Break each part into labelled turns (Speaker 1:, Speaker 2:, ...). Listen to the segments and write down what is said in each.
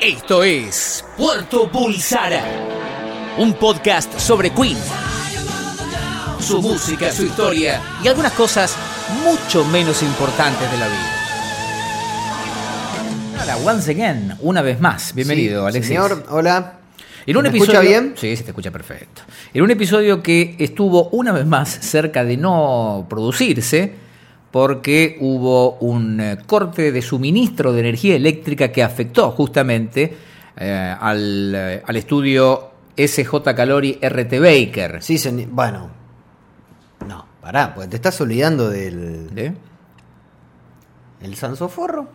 Speaker 1: Esto es Puerto Bulsara, un podcast sobre Queen, su música, su historia y algunas cosas mucho menos importantes de la vida.
Speaker 2: Hola, once again, una vez más. Bienvenido,
Speaker 3: Sí,
Speaker 2: Alexis.
Speaker 3: Señor, hola.
Speaker 2: En un
Speaker 3: ¿Me
Speaker 2: episodio,
Speaker 3: escucha bien?
Speaker 2: Sí, se te escucha perfecto. En un episodio que estuvo una vez más cerca de no producirse porque hubo un eh, corte de suministro de energía eléctrica que afectó justamente eh, al, eh, al estudio SJ Calori RT Baker.
Speaker 3: Sí, señor. Bueno. No, pará, porque te estás olvidando del.
Speaker 2: ¿Eh?
Speaker 3: ¿El Sansoforro?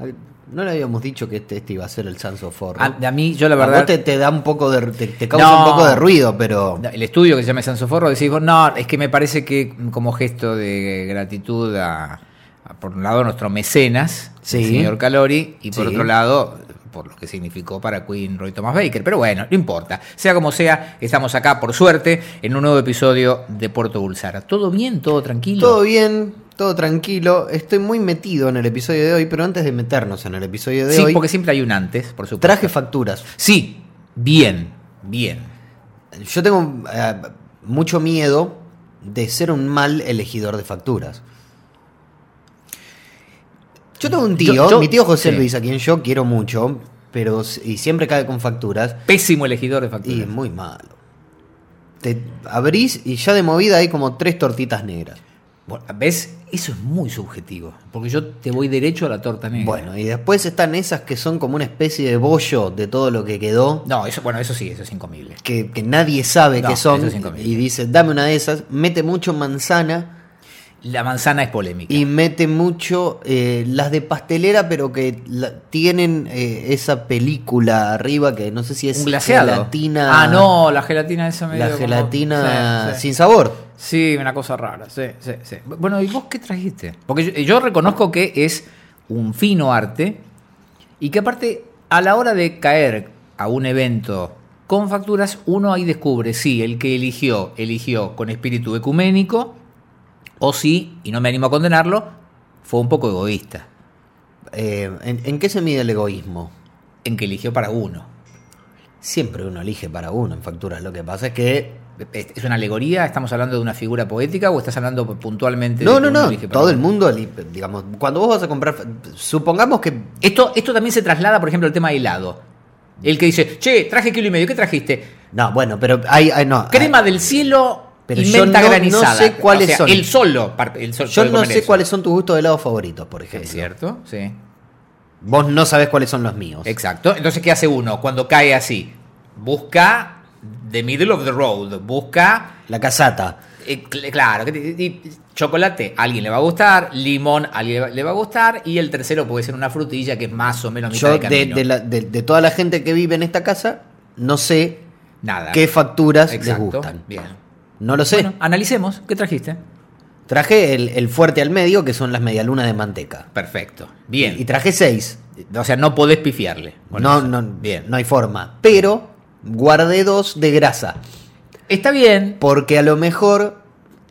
Speaker 3: Al- No le habíamos dicho que este, este iba a ser el Sansoforro.
Speaker 2: A, a mí, yo Ah, la
Speaker 3: A vos
Speaker 2: verdad...
Speaker 3: te, te da un poco de. te, te causa
Speaker 2: No.
Speaker 3: un poco de ruido, pero.
Speaker 2: El estudio que se llama Sansoforro, decís vos, no, es que me parece que como gesto de gratitud a, a, por un lado, a nuestro mecenas,
Speaker 3: Sí.
Speaker 2: el señor Calori, y por
Speaker 3: Sí.
Speaker 2: otro lado, por lo que significó para Queen Roy Thomas Baker. Pero bueno, no importa. Sea como sea, estamos acá, por suerte, en un nuevo episodio de Puerto Bulsara. ¿Todo bien? ¿Todo tranquilo?
Speaker 3: Todo bien, todo tranquilo. Estoy muy metido en el episodio de hoy, pero antes de meternos en el episodio de
Speaker 2: Sí,
Speaker 3: hoy,
Speaker 2: porque siempre hay un antes, por supuesto.
Speaker 3: traje facturas.
Speaker 2: Sí, bien, bien.
Speaker 3: Yo tengo eh, mucho miedo de ser un mal elegidor de facturas. Yo tengo un tío,
Speaker 2: Yo- yo-
Speaker 3: mi tío José
Speaker 2: sí.
Speaker 3: Luis, a quien yo quiero mucho, pero s- y siempre cae con facturas,
Speaker 2: Pésimo elegidor de
Speaker 3: y
Speaker 2: facturas.
Speaker 3: es muy malo. Te abrís y ya de movida hay como tres tortitas negras.
Speaker 2: Bueno, ¿Ves? Eso es muy subjetivo, porque yo te voy derecho a la torta negra.
Speaker 3: Bueno, y después están esas que son como una especie de bollo de todo lo que quedó.
Speaker 2: No, eso, bueno, eso sí, eso es incomible.
Speaker 3: que, que nadie sabe
Speaker 2: No,
Speaker 3: que son
Speaker 2: eso es inconveniente.
Speaker 3: y dice, dame una de esas, mete mucho manzana
Speaker 2: La manzana es polémica.
Speaker 3: y mete mucho eh, las de pastelera, pero que la- tienen eh, esa película arriba que no sé si es
Speaker 2: un glaseado.
Speaker 3: gelatina,
Speaker 2: Ah, no, la gelatina esa medio
Speaker 3: la
Speaker 2: como-
Speaker 3: gelatina
Speaker 2: Sí, sí.
Speaker 3: sin sabor.
Speaker 2: Sí, una cosa rara. Sí, sí, sí. Bueno, ¿y vos qué trajiste? Porque yo, yo reconozco que es un fino arte y que aparte a la hora de caer a un evento con facturas, uno ahí descubre si el que eligió, eligió con espíritu ecuménico o si, y no me animo a condenarlo, fue un poco egoísta
Speaker 3: Eh, ¿en, en qué se mide el egoísmo?
Speaker 2: en que eligió para uno.
Speaker 3: Siempre uno elige para uno en facturas, lo que pasa es que...
Speaker 2: ¿Es es una alegoría? ¿Estamos hablando de una figura poética o estás hablando puntualmente de
Speaker 3: No,
Speaker 2: que
Speaker 3: no,
Speaker 2: uno
Speaker 3: no,
Speaker 2: elige para
Speaker 3: todo
Speaker 2: uno?
Speaker 3: el mundo, eli- digamos, cuando vos vas a comprar, fa- supongamos que
Speaker 2: Esto, esto también se traslada, por ejemplo, al tema de helado. El que dice, che, traje kilo y medio, ¿qué trajiste?
Speaker 3: no, bueno, pero hay, hay- no,
Speaker 2: Crema del cielo
Speaker 3: Pero
Speaker 2: y
Speaker 3: yo
Speaker 2: menta
Speaker 3: no- no
Speaker 2: granizada.
Speaker 3: sé cuáles
Speaker 2: O sea,
Speaker 3: son.
Speaker 2: El solo. par- El sol,
Speaker 3: Yo no sé cuáles son tus gustos de helados favoritos, por
Speaker 2: Es
Speaker 3: ejemplo.
Speaker 2: cierto, sí.
Speaker 3: Vos no sabés cuáles son los míos.
Speaker 2: Exacto. Entonces, ¿qué hace uno cuando cae así? Busca the middle of the road. Busca
Speaker 3: La casata.
Speaker 2: Eh, cl- claro, que te- y- chocolate a alguien le va a gustar, limón a alguien le va- le va a gustar y el tercero puede ser una frutilla que es más o menos mitad
Speaker 3: Yo,
Speaker 2: de
Speaker 3: de,
Speaker 2: camino.
Speaker 3: de la- de- de toda la gente que vive en esta casa, no sé
Speaker 2: Nada.
Speaker 3: qué facturas les
Speaker 2: Exacto,
Speaker 3: gustan.
Speaker 2: Bien.
Speaker 3: No lo sé.
Speaker 2: Bueno, analicemos. ¿Qué trajiste?
Speaker 3: Traje el, el fuerte al medio, que son las medialunas de manteca.
Speaker 2: Perfecto. Bien.
Speaker 3: Y traje seis.
Speaker 2: o sea, no podés pifiarle. con
Speaker 3: No,
Speaker 2: eso.
Speaker 3: no,
Speaker 2: Bien.
Speaker 3: no hay forma. Pero guardé dos de grasa.
Speaker 2: Está bien.
Speaker 3: Porque a lo mejor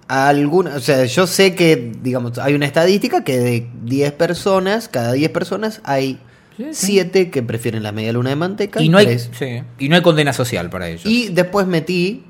Speaker 3: a alguna, o sea, yo sé que, digamos, hay una estadística que de 10 personas, cada 10 personas hay
Speaker 2: Sí, sí.
Speaker 3: 7 que prefieren la media luna de manteca
Speaker 2: Y no, hay,
Speaker 3: tres.
Speaker 2: sí. y no hay condena social para ellos.
Speaker 3: Y después metí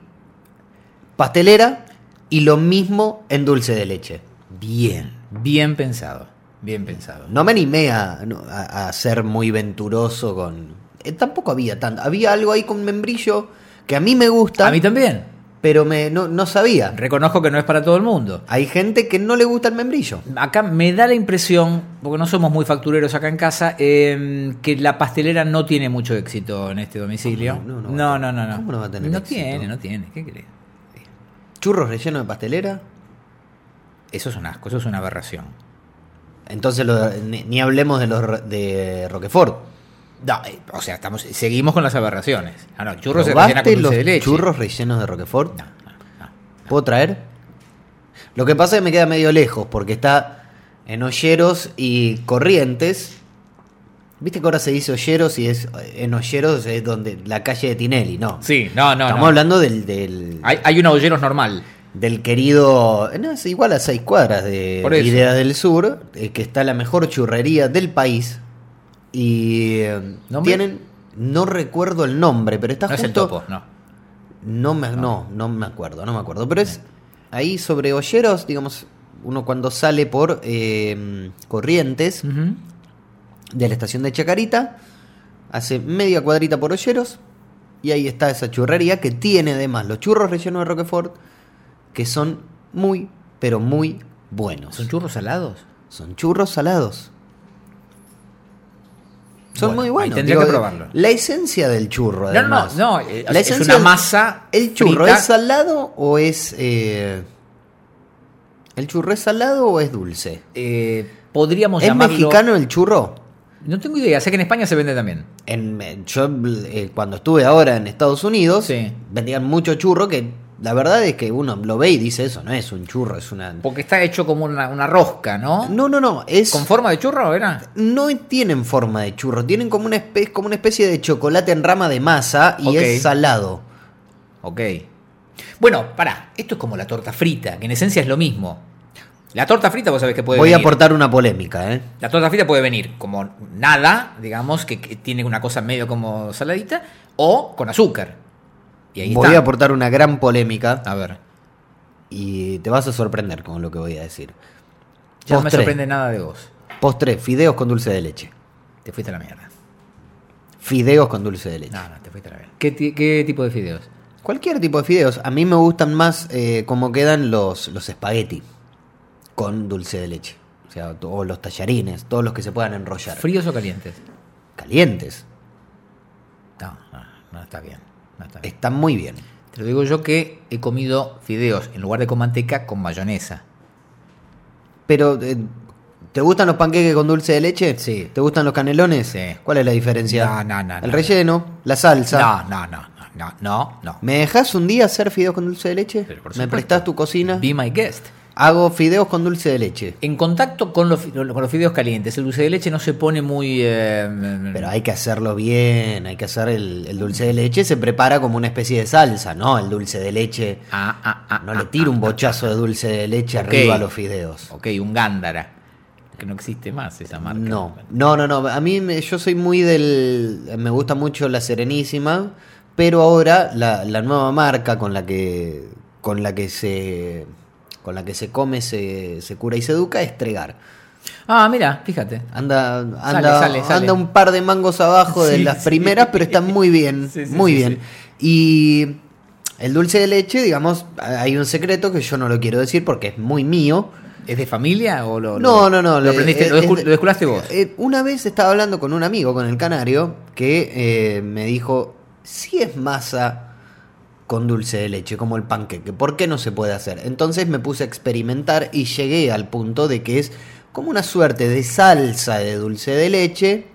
Speaker 3: pastelera y lo mismo en dulce de leche.
Speaker 2: Bien. Bien pensado. Bien pensado.
Speaker 3: No me animé a, no, a- a ser muy venturoso con... eh, tampoco había tanto, había algo ahí con membrillo que a mí me gusta,
Speaker 2: A mí también.
Speaker 3: pero me, no, no sabía.
Speaker 2: Reconozco que no es para todo el mundo.
Speaker 3: Hay gente que no le gusta el membrillo.
Speaker 2: Acá me da la impresión, porque no somos muy factureros acá en casa, eh, que la pastelera no tiene mucho éxito en este domicilio.
Speaker 3: No,
Speaker 2: No, no,
Speaker 3: no, no
Speaker 2: no.
Speaker 3: va a tener-
Speaker 2: no.
Speaker 3: ¿cómo no va a tener
Speaker 2: No
Speaker 3: éxito?
Speaker 2: tiene, no tiene. ¿Qué crees?
Speaker 3: Churros relleno de pastelera.
Speaker 2: Eso es un asco, eso es una aberración.
Speaker 3: Entonces lo- ni, ni hablemos de los ro- de Roquefort.
Speaker 2: No, eh, o sea, estamos, seguimos con las aberraciones. Ah, no, churros se rellena con
Speaker 3: ¿Probaste
Speaker 2: dulce
Speaker 3: los
Speaker 2: de leche.
Speaker 3: churros rellenos de Roquefort?
Speaker 2: No, no, no.
Speaker 3: ¿Puedo traer? Lo que pasa es que me queda medio lejos porque está en Olleros y Corrientes. ¿Viste que ahora se dice Olleros y es en Olleros es donde la calle de Tinelli, no?
Speaker 2: Sí, no, no.
Speaker 3: Estamos
Speaker 2: no.
Speaker 3: hablando del del,
Speaker 2: Hay, hay un aulleros normal.
Speaker 3: del querido, no, es igual a seis cuadras de
Speaker 2: Por eso.
Speaker 3: Ideas del Sur, eh, que está la mejor churrería del país Y eh,
Speaker 2: ¿Nombre?
Speaker 3: tienen, no recuerdo el nombre, pero está
Speaker 2: No es
Speaker 3: justo.
Speaker 2: el topo, no.
Speaker 3: No me,
Speaker 2: Ah.
Speaker 3: no, no me acuerdo, no me acuerdo. Pero es ahí sobre Olleros, digamos, uno cuando sale por eh, Corrientes
Speaker 2: Ujú.
Speaker 3: de la estación de Chacarita, hace media cuadrita por Olleros y ahí está esa churrería que tiene además los churros rellenos de Roquefort que son muy, pero muy buenos.
Speaker 2: ¿Son churros salados?
Speaker 3: Son churros salados. Son
Speaker 2: Bueno,
Speaker 3: muy
Speaker 2: ahí
Speaker 3: buenos.
Speaker 2: tendría que probarlo.
Speaker 3: La esencia del churro,
Speaker 2: No,
Speaker 3: además.
Speaker 2: no, no, eh,
Speaker 3: La
Speaker 2: es
Speaker 3: esencia
Speaker 2: una
Speaker 3: del-
Speaker 2: masa
Speaker 3: ¿El churro
Speaker 2: frita.
Speaker 3: es salado o es. eh, ¿El churro es salado o es dulce?
Speaker 2: Eh, podríamos
Speaker 3: ¿Es
Speaker 2: llamarlo...
Speaker 3: mexicano el churro?
Speaker 2: No tengo idea, sé que en España se vende también.
Speaker 3: En, en- yo eh, cuando estuve ahora en Estados Unidos,
Speaker 2: Sí.
Speaker 3: vendían mucho churro que la verdad es que uno lo ve y dice eso, no es un churro, es una.
Speaker 2: Porque está hecho como una, una rosca, ¿no?
Speaker 3: No, no, no, es.
Speaker 2: ¿Con forma de churro era?
Speaker 3: no tienen forma de churro, tienen como una, espe- como una especie de chocolate en rama de masa y
Speaker 2: Ok.
Speaker 3: es salado.
Speaker 2: Ok. Bueno, pará, esto es como la torta frita, que en esencia es lo mismo. La torta frita vos sabés que puede
Speaker 3: Voy a
Speaker 2: venir.
Speaker 3: aportar una polémica, ¿eh?
Speaker 2: La torta frita puede venir como nada, digamos, que, que tiene una cosa medio como saladita, o con azúcar. Y ahí
Speaker 3: Voy
Speaker 2: está.
Speaker 3: a aportar una gran polémica
Speaker 2: A ver,
Speaker 3: y te vas a sorprender con lo que voy a decir.
Speaker 2: ya no me
Speaker 3: Postre.
Speaker 2: sorprende nada de vos.
Speaker 3: Postre, fideos con dulce de leche.
Speaker 2: Te fuiste a la mierda.
Speaker 3: Fideos con dulce de leche.
Speaker 2: No, no, te fuiste a la mierda. ¿Qué, ti- qué tipo de fideos?
Speaker 3: Cualquier tipo de fideos. A mí me gustan más eh, como quedan los, los espagueti con dulce de leche. O sea, to- o los tallarines, todos los que se puedan enrollar.
Speaker 2: ¿Fríos o calientes?
Speaker 3: Calientes.
Speaker 2: No, no, no está bien. No está bien.
Speaker 3: Están muy bien.
Speaker 2: Te lo digo yo que he comido fideos en lugar de con manteca con mayonesa.
Speaker 3: Pero, eh, ¿te gustan los panqueques con dulce de leche?
Speaker 2: Sí.
Speaker 3: ¿Te gustan los canelones?
Speaker 2: Sí.
Speaker 3: ¿Cuál es la
Speaker 2: No,
Speaker 3: diferencia?
Speaker 2: no, no, no.
Speaker 3: El relleno, la salsa.
Speaker 2: No, no, no, no, no, no, no.
Speaker 3: ¿Me dejas un día hacer fideos con dulce de leche?
Speaker 2: Pero por
Speaker 3: ¿Me
Speaker 2: supuesto.
Speaker 3: prestás tu cocina?
Speaker 2: Be my guest.
Speaker 3: Hago fideos con dulce de leche.
Speaker 2: En contacto con los, fi- con los fideos calientes, el dulce de leche no se pone muy... eh,
Speaker 3: Pero hay que hacerlo bien, hay que hacer el, el dulce de leche. Se prepara como una especie de salsa, ¿no? El dulce de leche.
Speaker 2: Ah, ah, ah,
Speaker 3: No
Speaker 2: ah,
Speaker 3: le tiro un bochazo de dulce de leche
Speaker 2: Ok.
Speaker 3: arriba a los fideos.
Speaker 2: Ok, un gándara. Que no existe más esa marca.
Speaker 3: No, no, no, no. A mí me- yo soy muy del... Me gusta mucho la Serenísima, pero ahora la, la nueva marca con la que con la que se con la que se come, se, se cura y se educa es Tregar.
Speaker 2: Ah, mira, fíjate.
Speaker 3: Anda, anda,
Speaker 2: sale, sale.
Speaker 3: anda un par de mangos abajo de
Speaker 2: Sí,
Speaker 3: las
Speaker 2: sí.
Speaker 3: primeras, pero están muy bien,
Speaker 2: Sí, sí,
Speaker 3: muy
Speaker 2: sí,
Speaker 3: bien. Y el dulce de leche, digamos, hay un secreto que yo no lo quiero decir porque es muy mío.
Speaker 2: ¿Es de familia o lo... lo-
Speaker 3: No, no, no.
Speaker 2: Lo,
Speaker 3: eh,
Speaker 2: aprendiste,
Speaker 3: eh,
Speaker 2: lo, descu-
Speaker 3: es-
Speaker 2: lo desculaste vos.
Speaker 3: eh, una vez estaba hablando con un amigo, con el canario, que eh, me dijo, si es masa con dulce de leche, como el panqueque, ¿por qué no se puede hacer? Entonces me puse a experimentar y llegué al punto de que es como una suerte de salsa de dulce de leche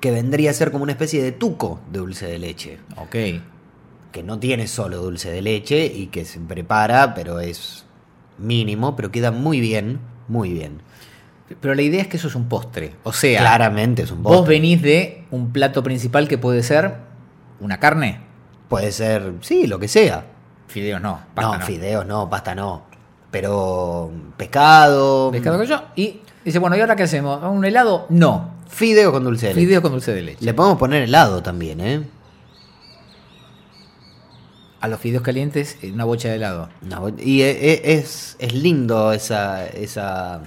Speaker 3: que vendría a ser como una especie de tuco de dulce de leche
Speaker 2: Ok.
Speaker 3: que no tiene solo dulce de leche y que se prepara, pero es mínimo, pero queda muy bien, muy bien.
Speaker 2: Pero la idea es que eso es un postre. O sea,
Speaker 3: Claramente es un
Speaker 2: vos
Speaker 3: postre.
Speaker 2: venís de un plato principal que puede ser una carne.
Speaker 3: Puede ser, sí, lo que sea.
Speaker 2: Fideos no.
Speaker 3: no,
Speaker 2: pasta
Speaker 3: fideos no, pasta no. Pero pescado,
Speaker 2: pescado con yo. Y dice, bueno, ¿y ahora qué hacemos? ¿Un helado? No.
Speaker 3: fideo con dulce de leche.
Speaker 2: Fideos con dulce de leche.
Speaker 3: Le podemos poner helado también, ¿eh?
Speaker 2: A los fideos calientes, eh, una bocha de helado.
Speaker 3: Una bo- y e- e- es, es lindo esa, esa,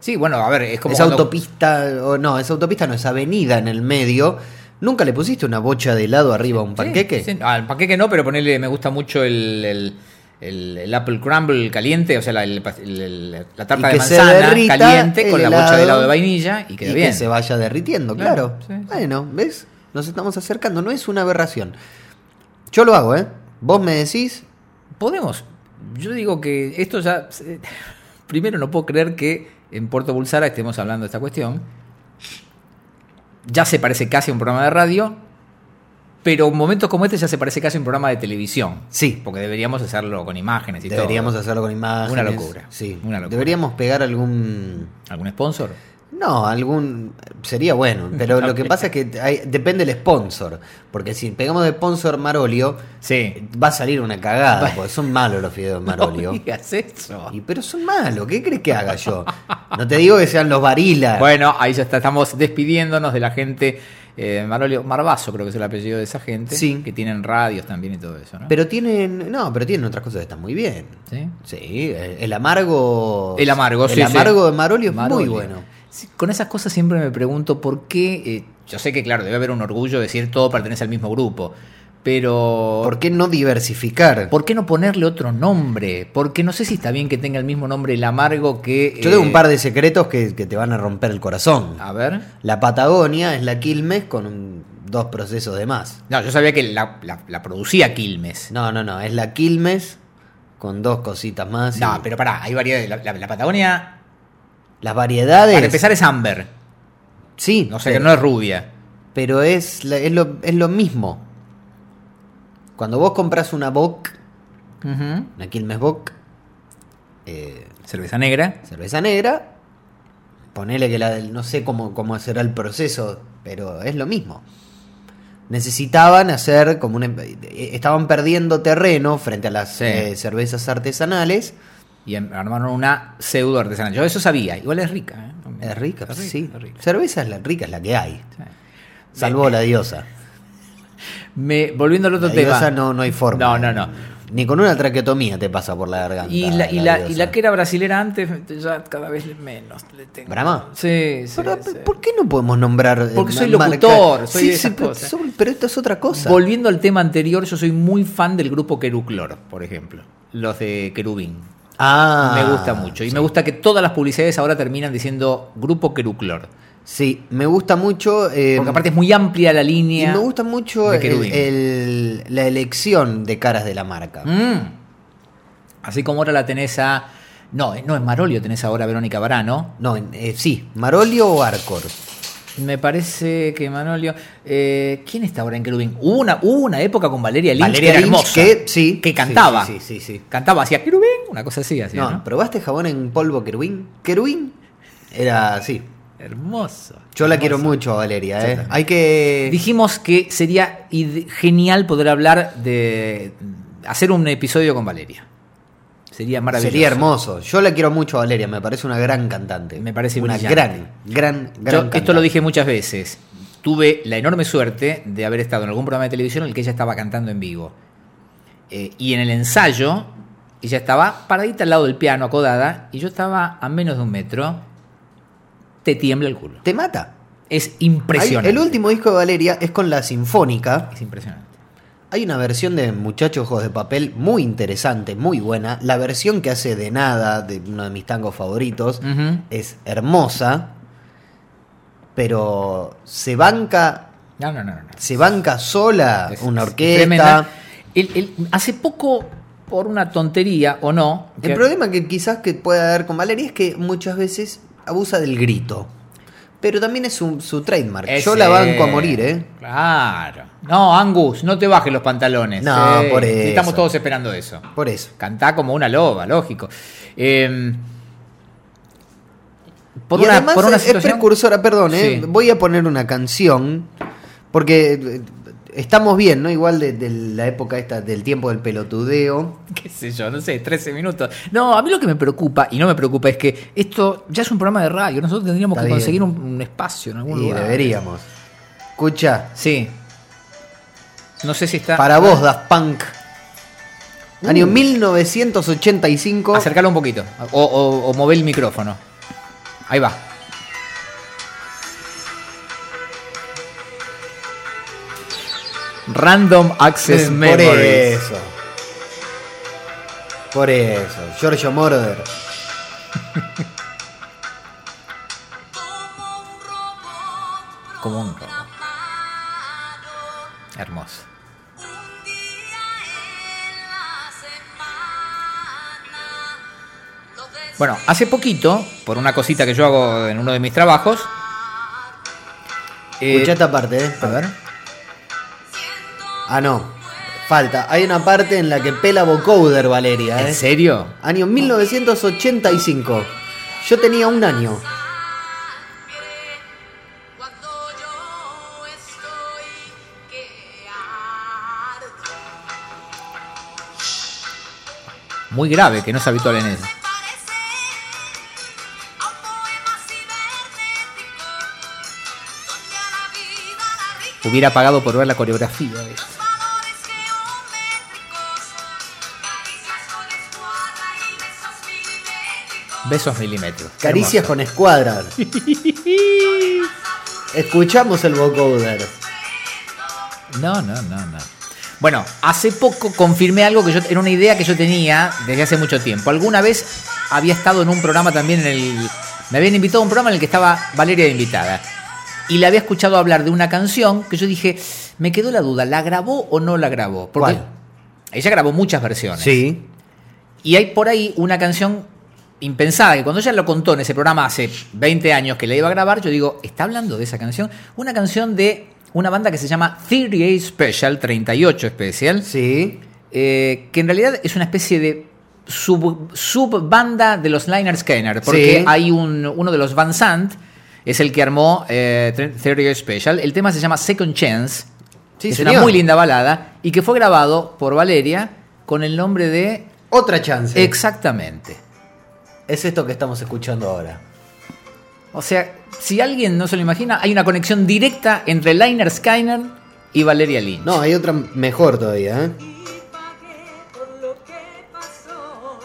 Speaker 2: Sí, bueno, a ver, es como.
Speaker 3: esa
Speaker 2: cuando-
Speaker 3: autopista, o no, esa autopista no, esa avenida en el medio. ¿Nunca le pusiste una bocha de helado arriba a un
Speaker 2: Sí,
Speaker 3: panqueque?
Speaker 2: sí. Ah, el panqueque no, pero ponerle, me gusta mucho el. el el- el apple crumble caliente, o sea, la, el- el- la tarta
Speaker 3: Y
Speaker 2: de
Speaker 3: que se
Speaker 2: manzana
Speaker 3: derrita
Speaker 2: caliente con
Speaker 3: el
Speaker 2: la bocha de
Speaker 3: helado
Speaker 2: helado de vainilla y
Speaker 3: y
Speaker 2: queda bien.
Speaker 3: que se vaya derritiendo,
Speaker 2: Claro,
Speaker 3: claro.
Speaker 2: sí, sí.
Speaker 3: Bueno, ¿ves? Nos estamos acercando, no es una aberración. Yo lo hago, ¿eh? Vos me decís,
Speaker 2: Podemos. Yo digo que esto ya. se- Primero, no puedo creer que en Puerto Bulsara estemos hablando de esta cuestión. Ya se parece casi a un programa de radio, pero en momentos como este ya se parece casi a un programa de televisión.
Speaker 3: Sí.
Speaker 2: Porque deberíamos hacerlo con imágenes y todo.
Speaker 3: deberíamos hacerlo con imágenes.
Speaker 2: Una locura,
Speaker 3: Sí.
Speaker 2: una locura.
Speaker 3: Deberíamos pegar algún
Speaker 2: ¿Algún sponsor?
Speaker 3: No, algún. Sería bueno, pero lo que pasa es que hay- depende del sponsor. Porque si pegamos de sponsor Marolio,
Speaker 2: Sí.
Speaker 3: va a salir una cagada, porque son malos los fideos de Marolio.
Speaker 2: No digas eso.
Speaker 3: Y, pero son malos, ¿qué crees que haga yo? No te digo que sean los Varila.
Speaker 2: Bueno, ahí ya está, estamos despidiéndonos de la gente. eh, Marolio, Marbazo creo que es el apellido de esa gente.
Speaker 3: Sí.
Speaker 2: Que tienen radios también y todo eso, ¿no?
Speaker 3: Pero tienen. No, pero tienen otras cosas que están muy bien.
Speaker 2: ¿Sí?
Speaker 3: Sí, el el amargo.
Speaker 2: El amargo,
Speaker 3: El
Speaker 2: sí, sí.
Speaker 3: amargo de Marolio es muy
Speaker 2: Marolio.
Speaker 3: bueno.
Speaker 2: Sí, Con esas cosas siempre me pregunto por qué. eh, yo sé que, claro, debe haber un orgullo de decir todo pertenece al mismo grupo. Pero.
Speaker 3: ¿Por qué no diversificar?
Speaker 2: ¿Por qué no ponerle otro nombre? Porque no sé si está bien que tenga el mismo nombre el amargo que. eh,
Speaker 3: Yo tengo un par de secretos que, que te van a romper el corazón.
Speaker 2: A ver.
Speaker 3: La Patagonia es la Quilmes con un- dos procesos de más.
Speaker 2: No, yo sabía que la, la- la producía Quilmes.
Speaker 3: No, no, no, es la Quilmes con dos cositas más. y-
Speaker 2: No, pero pará, hay variedades. La, la- la Patagonia,
Speaker 3: Las variedades.
Speaker 2: para empezar, es Amber.
Speaker 3: sí,
Speaker 2: No sé, que
Speaker 3: pero,
Speaker 2: no es rubia.
Speaker 3: pero es, la- es, lo, es lo mismo. Cuando vos compras una Bock, una Quilmes Bock, eh,
Speaker 2: Cerveza negra.
Speaker 3: cerveza negra, ponele que la del, no sé cómo, cómo será el proceso, pero es lo mismo. Necesitaban hacer como un... em, eh, Estaban perdiendo terreno frente a las
Speaker 2: Sí.
Speaker 3: eh, cervezas artesanales.
Speaker 2: Y em- armaron una pseudo artesanal. Yo eso sabía. Igual es rica. ¿eh?
Speaker 3: Es rica, sí.
Speaker 2: es rica.
Speaker 3: Cerveza es la rica, es la que hay.
Speaker 2: Sí.
Speaker 3: Salvo la diosa.
Speaker 2: Me, volviendo al otro
Speaker 3: La
Speaker 2: tema.
Speaker 3: diosa no, no hay forma.
Speaker 2: No, no, no.
Speaker 3: Ni con una traqueotomía te pasa por la garganta.
Speaker 2: Y la, y, la, y
Speaker 3: diosa.
Speaker 2: la que era brasilera antes, ya cada vez menos le tengo.
Speaker 3: ¿Brahma?
Speaker 2: Sí, sí.
Speaker 3: Pero,
Speaker 2: sí.
Speaker 3: ¿Por qué no podemos nombrar? eh,
Speaker 2: Porque soy
Speaker 3: ma-
Speaker 2: locutor, soy
Speaker 3: Sí,
Speaker 2: de
Speaker 3: sí,
Speaker 2: esas
Speaker 3: pero,
Speaker 2: cosas.
Speaker 3: sobre- pero esto es otra cosa.
Speaker 2: Volviendo al tema anterior, yo soy muy fan del grupo Queruclor, por ejemplo. Los de Querubín.
Speaker 3: Ah,
Speaker 2: me gusta mucho. Y me gusta que todas las publicidades ahora terminan diciendo grupo Queruclor.
Speaker 3: Sí, me gusta mucho. eh,
Speaker 2: Porque aparte es muy amplia la
Speaker 3: y
Speaker 2: línea.
Speaker 3: me gusta mucho
Speaker 2: de
Speaker 3: el-
Speaker 2: Querubín.
Speaker 3: el- la elección de caras de la marca.
Speaker 2: Mm. Así como ahora la tenés a. No, no es Marolio, tenés ahora a Verónica Barano.
Speaker 3: No, en- eh, sí, Marolio o Arcor.
Speaker 2: Me parece que Manolio. eh, ¿Quién está ahora en Querubín? Hubo una, hubo una época con Valeria Lynch
Speaker 3: Valeria
Speaker 2: que era
Speaker 3: Lynch,
Speaker 2: hermosa.
Speaker 3: que- sí, sí,
Speaker 2: cantaba.
Speaker 3: sí, sí, sí, sí.
Speaker 2: Cantaba, hacía Querubín, una cosa así, hacía.
Speaker 3: No,
Speaker 2: ¿no?
Speaker 3: ¿probaste jabón en polvo querubín? ¿Querubín? Era así.
Speaker 2: Hermoso.
Speaker 3: Yo la
Speaker 2: hermoso.
Speaker 3: quiero mucho, Valeria. eh. Hay que.
Speaker 2: Dijimos que sería ide- genial poder hablar de. hacer un episodio con Valeria. Sería maravilloso.
Speaker 3: Sería hermoso. Yo la quiero mucho, Valeria. Me parece una gran cantante.
Speaker 2: Me parece
Speaker 3: una
Speaker 2: brillante.
Speaker 3: gran, gran, gran.
Speaker 2: Yo esto lo
Speaker 3: cantante.
Speaker 2: dije muchas veces. Tuve la enorme suerte de haber estado en algún programa de televisión en el que ella estaba cantando en vivo. Eh, y en el ensayo, ella estaba paradita al lado del piano, acodada, y yo estaba a menos de un metro. Te tiembla el culo.
Speaker 3: Te mata.
Speaker 2: Es
Speaker 3: Hay-
Speaker 2: impresionante.
Speaker 3: el último disco de Valeria es con la Sinfónica.
Speaker 2: Es impresionante.
Speaker 3: Hay una versión de Muchachos Ojos de Papel muy interesante, muy buena. La versión que hace de nada, de uno de mis tangos favoritos,
Speaker 2: Ujú.
Speaker 3: es hermosa. Pero se banca,
Speaker 2: No, no, no, no, no.
Speaker 3: se banca sola
Speaker 2: Es-
Speaker 3: una
Speaker 2: es
Speaker 3: orquesta.
Speaker 2: tremenda. El- el- hace poco, por una tontería o no,
Speaker 3: El
Speaker 2: que-
Speaker 3: problema que quizás que pueda haber con Valeria es que muchas veces abusa del grito. Pero también es un- su trademark. Yo
Speaker 2: ese-
Speaker 3: la banco a morir, ¿eh?
Speaker 2: Claro. No, Angus, no te bajes los pantalones.
Speaker 3: No,
Speaker 2: eh.
Speaker 3: por
Speaker 2: Sí, Estamos
Speaker 3: eso.
Speaker 2: todos esperando eso.
Speaker 3: Por eso.
Speaker 2: Cantá como una loba, lógico. Eh, por,
Speaker 3: y
Speaker 2: una,
Speaker 3: además
Speaker 2: por una
Speaker 3: es- es
Speaker 2: situación-
Speaker 3: precursora, perdón, ¿eh?
Speaker 2: Sí.
Speaker 3: voy a poner una canción, porque eh, estamos bien, ¿no? Igual de, de la época esta, del tiempo del pelotudeo.
Speaker 2: qué sé yo, no sé, 13 minutos. No, a mí lo que me preocupa, y no me preocupa, es que esto ya es un programa de radio. Nosotros tendríamos
Speaker 3: Está
Speaker 2: que
Speaker 3: bien.
Speaker 2: conseguir un, un espacio en algún
Speaker 3: Y
Speaker 2: lugar.
Speaker 3: deberíamos. Escucha,
Speaker 2: Sí. No sé si está...
Speaker 3: para vos, Daft Punk.
Speaker 2: Uh.
Speaker 3: Año 1985.
Speaker 2: Acercalo un poquito. O, o, o mover el micrófono. Ahí va. Random Access
Speaker 3: Mm, por
Speaker 2: Memories.
Speaker 3: eso. Por eso. Giorgio Moroder.
Speaker 2: Como un robot. Hermoso.
Speaker 4: Un día en la semana lo
Speaker 2: Bueno, hace poquito, por una cosita que yo hago en uno de mis trabajos. eh,
Speaker 3: Escucha esta parte, ¿eh?
Speaker 2: a ver.
Speaker 3: Ah, no. Falta. Hay una parte en la que pela vocoder Valeria, ¿eh?
Speaker 2: ¿En serio?
Speaker 3: Año 1985. Yo tenía un año.
Speaker 2: muy grave, que no es habitual en ella.
Speaker 4: a un poema cibernético, donde a la vida la rica
Speaker 2: Hubiera pagado por ver la coreografía. de esto.
Speaker 4: valores geométricos, caricias con escuadra y besos milimétricos.
Speaker 2: Besos milimétricos.
Speaker 3: Caricias con escuadra. Escuchamos el vocoder.
Speaker 2: No, no, no, no. Bueno, hace poco confirmé algo que yo era una idea que yo tenía desde hace mucho tiempo. Alguna vez había estado en un programa también en el me habían invitado a un programa en el que estaba Valeria de invitada y la había escuchado hablar de una canción que yo dije, me quedó la duda, ¿la grabó o no la grabó? Porque
Speaker 3: ¿Cuál?
Speaker 2: ella grabó muchas versiones.
Speaker 3: Sí.
Speaker 2: Y hay por ahí una canción impensada, que cuando ella lo contó en ese programa hace 20 años que la iba a grabar, yo digo, ¿está hablando de esa canción? Una canción de una banda que se llama 38 Special, 38 Special,
Speaker 3: Sí.
Speaker 2: eh, que en realidad es una especie de sub, subbanda de los Liner Scanner, porque
Speaker 3: Sí.
Speaker 2: hay un, uno de los Van Sant, es el que armó eh, 38 Special, el tema se llama Second Chance,
Speaker 3: Sí,
Speaker 2: es una
Speaker 3: señor.
Speaker 2: muy linda balada, y que fue grabado por Valeria con el nombre de
Speaker 3: Otra chance.
Speaker 2: Exactamente.
Speaker 3: es esto que estamos escuchando ahora.
Speaker 2: O sea, si alguien no se lo imagina, hay una conexión directa entre Liner Skyner y Valeria Lynch.
Speaker 3: No, hay otra mejor todavía, ¿eh?
Speaker 4: Y pagué por lo que pasó,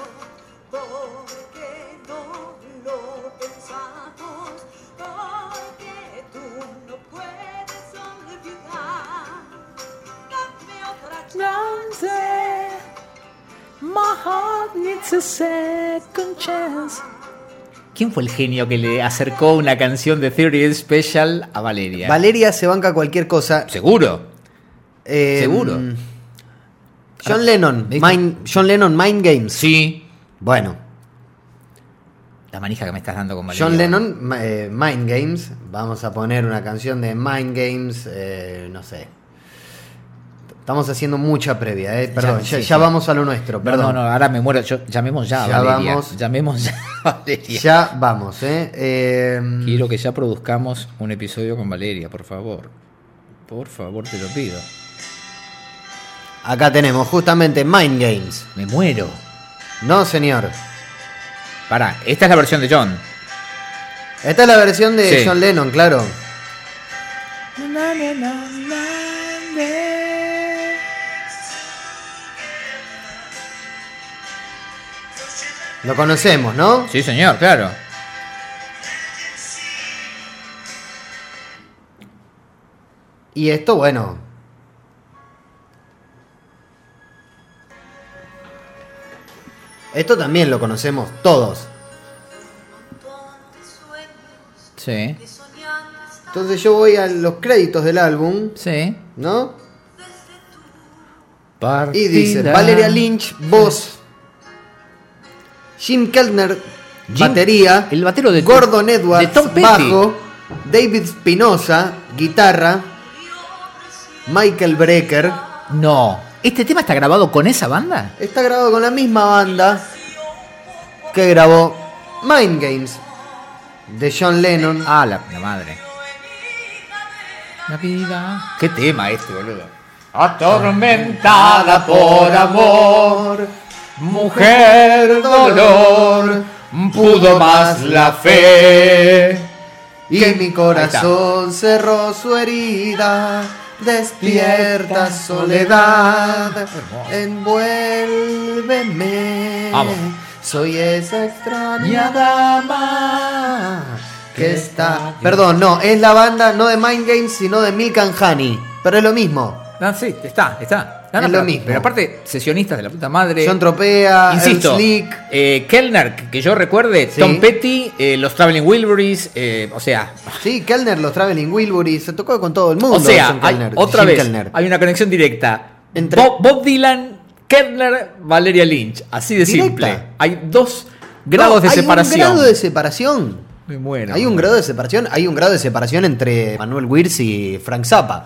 Speaker 4: porque no lo pensamos, porque tú no puedes olvidar. Dame otra chance,
Speaker 2: ¿Quién fue el genio que le acercó una canción de Theory Special a Valeria?
Speaker 3: Valeria se banca cualquier cosa.
Speaker 2: Seguro.
Speaker 3: Eh,
Speaker 2: Seguro.
Speaker 3: John Lennon,
Speaker 2: ¿Viste?
Speaker 3: Mind- John Lennon, Mind Games.
Speaker 2: Sí.
Speaker 3: Bueno,
Speaker 2: La manija que me estás dando con Valeria.
Speaker 3: John Lennon, ma- eh, Mind Games. Vamos a poner una canción de Mind Games, eh, no sé. Estamos haciendo mucha previa, eh. Perdón,
Speaker 2: Ya,
Speaker 3: ya,
Speaker 2: sí,
Speaker 3: ya
Speaker 2: sí.
Speaker 3: vamos a lo nuestro,
Speaker 2: No,
Speaker 3: perdón.
Speaker 2: no, no, ahora me muero. Yo- llamemos ya a
Speaker 3: Ya
Speaker 2: Valeria.
Speaker 3: vamos.
Speaker 2: Llamemos ya a Valeria.
Speaker 3: Ya vamos, eh. Eh,
Speaker 2: Quiero que ya produzcamos un episodio con Valeria, por favor. Por favor, te lo pido.
Speaker 3: Acá tenemos justamente Mind Games.
Speaker 2: Me muero.
Speaker 3: No, señor.
Speaker 2: Pará, esta es la versión de John.
Speaker 3: Esta es la versión de
Speaker 2: Sí.
Speaker 3: John Lennon, claro. Lo conocemos, ¿no?
Speaker 2: Sí, señor, claro.
Speaker 3: Y esto, bueno. Esto también lo conocemos todos.
Speaker 2: Sí.
Speaker 3: Entonces yo voy a los créditos del álbum,
Speaker 2: Sí.
Speaker 3: ¿no? Y dice Valeria Lynch, voz. Jim Keltner,
Speaker 2: Jim-
Speaker 3: batería.
Speaker 2: el batero de-
Speaker 3: Gordon
Speaker 2: de
Speaker 3: Edwards,
Speaker 2: Tom Petty.
Speaker 3: bajo. David Spinoza, guitarra. Michael Brecker.
Speaker 2: No. ¿Este tema está grabado con esa banda?
Speaker 3: Está grabado con la misma banda que grabó Mind Games de John Lennon.
Speaker 2: Ah, la, la madre. La vida. ¿Qué tema este, boludo? Atormentada por amor, mujer
Speaker 3: dolor, pudo más la
Speaker 2: fe.
Speaker 3: Y
Speaker 2: ¿Qué?
Speaker 3: mi corazón cerró su herida. Despierta soledad,
Speaker 2: Hermoso.
Speaker 3: envuélveme.
Speaker 2: Vamos.
Speaker 3: Soy esa extraña
Speaker 2: Ya.
Speaker 3: dama que
Speaker 2: Que
Speaker 3: está.
Speaker 2: está-
Speaker 3: Perdón, no, es la banda no de Mind Games, sino de Milk and Honey. Pero es lo mismo.
Speaker 2: Ah, sí, está, está. No, no,
Speaker 3: Es lo
Speaker 2: pero,
Speaker 3: mismo.
Speaker 2: Pero aparte, sesionistas de la puta madre.
Speaker 3: John Tropea,
Speaker 2: Insisto,
Speaker 3: Earl Slick.
Speaker 2: eh, Kellner, que- que yo recuerde,
Speaker 3: Sí.
Speaker 2: Tom Petty, eh, los Traveling Wilburys, eh, o sea,
Speaker 3: Sí, Kellner, los Traveling Wilbury, se tocó con todo el mundo.
Speaker 2: o sea,
Speaker 3: John
Speaker 2: hay-
Speaker 3: Kellner,
Speaker 2: otra
Speaker 3: Jim
Speaker 2: vez,
Speaker 3: Kellner.
Speaker 2: hay una conexión directa.
Speaker 3: Entre-
Speaker 2: Bob, Bob Dylan, Kellner, Valeria Lynch, así de
Speaker 3: Directa.
Speaker 2: simple. Hay dos grados
Speaker 3: No,
Speaker 2: de
Speaker 3: hay
Speaker 2: separación.
Speaker 3: Un grado de separación.
Speaker 2: Me muero.
Speaker 3: hay un grado de separación. Hay un grado de separación entre Manuel Wirz y Frank Zappa.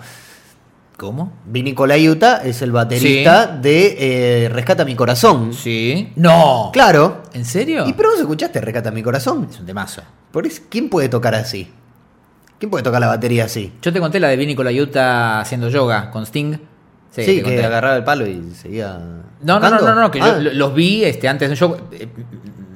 Speaker 2: ¿Cómo?
Speaker 3: Vinicolaiuta es el baterista de eh, Rescata mi corazón.
Speaker 2: Sí. No.
Speaker 3: Claro.
Speaker 2: ¿En serio?
Speaker 3: ¿Y pero vos escuchaste Rescata mi corazón?
Speaker 2: Es un temazo.
Speaker 3: Por eso, ¿Quién puede tocar así? ¿Quién puede tocar la batería así?
Speaker 2: Yo te conté la de Vinny Colaiuta haciendo yoga con Sting.
Speaker 3: Sí,
Speaker 2: te
Speaker 3: que
Speaker 2: conté.
Speaker 3: agarraba el palo y seguía.
Speaker 2: No, no, no,
Speaker 3: tocando.
Speaker 2: no, no, que
Speaker 3: Ah,
Speaker 2: yo lo- los vi este, antes de yo. eh,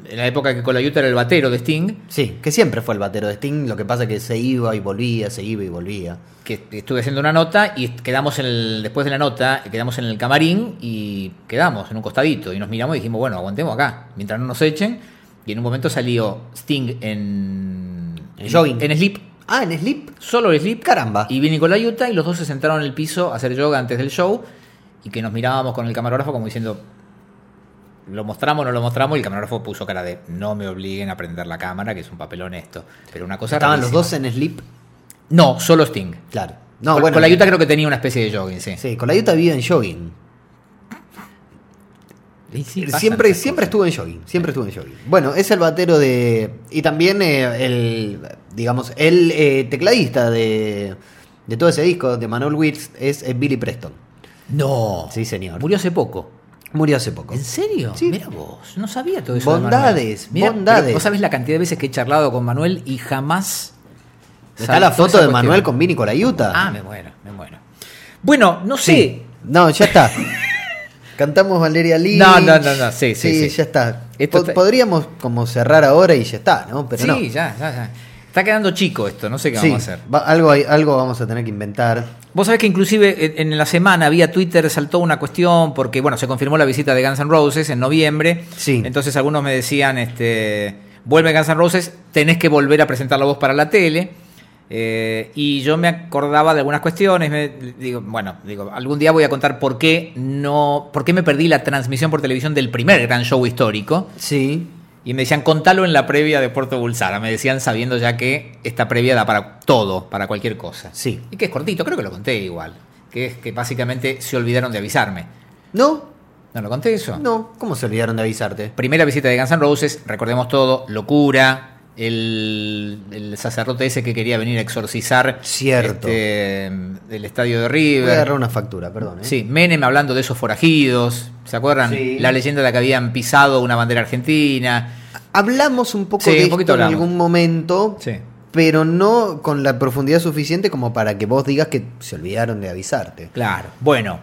Speaker 2: En la época que Colayuta era el batero de Sting,
Speaker 3: Sí, que siempre fue el batero de Sting. Lo que pasa es que se iba y volvía, se iba y volvía.
Speaker 2: que estuve haciendo una nota y quedamos en el, después de la nota, quedamos en el camarín y quedamos en un costadito y nos miramos y dijimos, bueno, aguantemos acá, mientras no nos echen. Y en un momento salió Sting en.
Speaker 3: En jogging.
Speaker 2: En slip.
Speaker 3: Ah, en Sleep.
Speaker 2: Solo el slip.
Speaker 3: Caramba.
Speaker 2: Y vine con la Utah y los dos se sentaron en el piso a hacer yoga antes del show y que nos mirábamos con el camarógrafo como diciendo, lo mostramos, no lo mostramos y el camarógrafo puso cara de, no me obliguen a prender la cámara, que es un papel honesto. Pero una cosa...
Speaker 3: Estaban los
Speaker 2: rarísima.
Speaker 3: dos en Sleep.
Speaker 2: No, solo Sting.
Speaker 3: Claro. No,
Speaker 2: con,
Speaker 3: bueno.
Speaker 2: con la Utah creo que tenía una especie de jogging, sí.
Speaker 3: Sí, con la Utah vive en jogging.
Speaker 2: Y sí, pasan
Speaker 3: Eh, siempre
Speaker 2: esas
Speaker 3: siempre
Speaker 2: cosas.
Speaker 3: estuvo en jogging, siempre estuvo en jogging. Bueno, es el batero de... Y también eh, el, digamos, el eh, tecladista de, de todo ese disco, de Manuel Wirtz, es eh, Billy Preston.
Speaker 2: No.
Speaker 3: Sí, señor.
Speaker 2: Murió hace poco.
Speaker 3: Murió hace poco.
Speaker 2: ¿En serio?
Speaker 3: Sí.
Speaker 2: Mira vos, no sabía todo eso. de
Speaker 3: Bondades,
Speaker 2: Manuel. Mirá,
Speaker 3: bondades.
Speaker 2: pero Vos sabés la cantidad de veces que he charlado con Manuel y jamás.
Speaker 3: Está
Speaker 2: sabía
Speaker 3: la
Speaker 2: toda
Speaker 3: foto
Speaker 2: esa
Speaker 3: de
Speaker 2: cuestión.
Speaker 3: Manuel con Vinny Colaiuta.
Speaker 2: Ah, me muero, me muero. Bueno, no sé.
Speaker 3: No, ya está. Cantamos Valeria Lee.
Speaker 2: No, no, no, no, sí, sí, sí.
Speaker 3: ya está.
Speaker 2: Esto
Speaker 3: Po-
Speaker 2: está-
Speaker 3: Podríamos como cerrar ahora y ya está, ¿no? Pero
Speaker 2: sí,
Speaker 3: no.
Speaker 2: ya, ya, ya. Está quedando chico esto, no sé qué
Speaker 3: Sí,
Speaker 2: vamos a hacer.
Speaker 3: va- algo, hay- algo vamos a tener que inventar.
Speaker 2: Vos sabés que inclusive en en la semana vía Twitter saltó una cuestión porque, bueno, se confirmó la visita de Guns N' Roses en noviembre.
Speaker 3: Sí.
Speaker 2: Entonces algunos me decían, este, vuelve Guns N' Roses, tenés que volver a presentar la voz para la tele. Eh, y yo me acordaba de algunas cuestiones, me- digo, bueno, digo, algún día voy a contar por qué no, por qué me perdí la transmisión por televisión del primer gran show histórico.
Speaker 3: Sí.
Speaker 2: Y me decían, contalo en la previa de Puerto Bulsara. Me decían, sabiendo ya que esta previa da para todo, para cualquier cosa.
Speaker 3: Sí.
Speaker 2: Y que es cortito, creo que lo conté igual. Que es que básicamente se olvidaron de avisarme.
Speaker 3: ¿No?
Speaker 2: ¿No lo conté eso?
Speaker 3: No, ¿cómo se olvidaron de avisarte?
Speaker 2: Primera visita de Guns N' Roses, recordemos todo, locura, el, el sacerdote ese que quería venir a exorcizar
Speaker 3: Cierto.
Speaker 2: este, el estadio de
Speaker 3: Voy a
Speaker 2: River.
Speaker 3: agarrar una factura, perdón. ¿eh?
Speaker 2: Sí, Menem hablando de esos forajidos, ¿se acuerdan?
Speaker 3: Sí.
Speaker 2: La leyenda de que habían pisado una bandera argentina.
Speaker 3: Hablamos un poco
Speaker 2: Sí,
Speaker 3: de
Speaker 2: un
Speaker 3: esto
Speaker 2: poquito
Speaker 3: en
Speaker 2: hablamos.
Speaker 3: algún momento,
Speaker 2: Sí.
Speaker 3: pero no con la profundidad suficiente como para que vos digas que se olvidaron de avisarte.
Speaker 2: Claro. Bueno,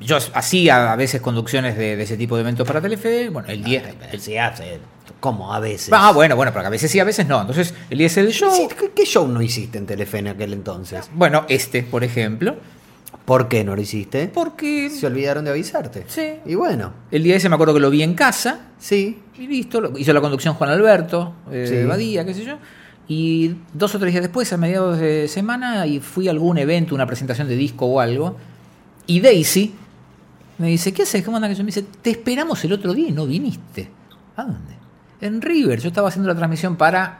Speaker 2: yo hacía a veces conducciones de, de ese tipo de eventos para Telefe. Bueno, el 10. el-
Speaker 3: Sí, ah, sí, ¿Cómo? A veces.
Speaker 2: ah, bueno, bueno, pero que a veces sí, a veces no. Entonces, el 10 del show.
Speaker 3: Sí, ¿qué- ¿Qué show no hiciste en Telefe en aquel entonces?
Speaker 2: Bueno, este, por ejemplo.
Speaker 3: ¿Por qué no lo hiciste?
Speaker 2: Porque
Speaker 3: Se olvidaron de avisarte.
Speaker 2: Sí.
Speaker 3: Y bueno,
Speaker 2: el día ese me acuerdo que lo vi en casa.
Speaker 3: sí.
Speaker 2: Y listo, lo- hizo la conducción Juan Alberto, eh,
Speaker 3: Sí.
Speaker 2: Badía, qué sé yo. Y dos o tres días después, a mediados de semana, y fui a algún evento, una presentación de disco o algo. Y Daisy me dice, ¿qué haces? ¿Cómo andas? Me dice, te esperamos el otro día y no viniste. ¿A dónde? En River. Yo estaba haciendo la transmisión para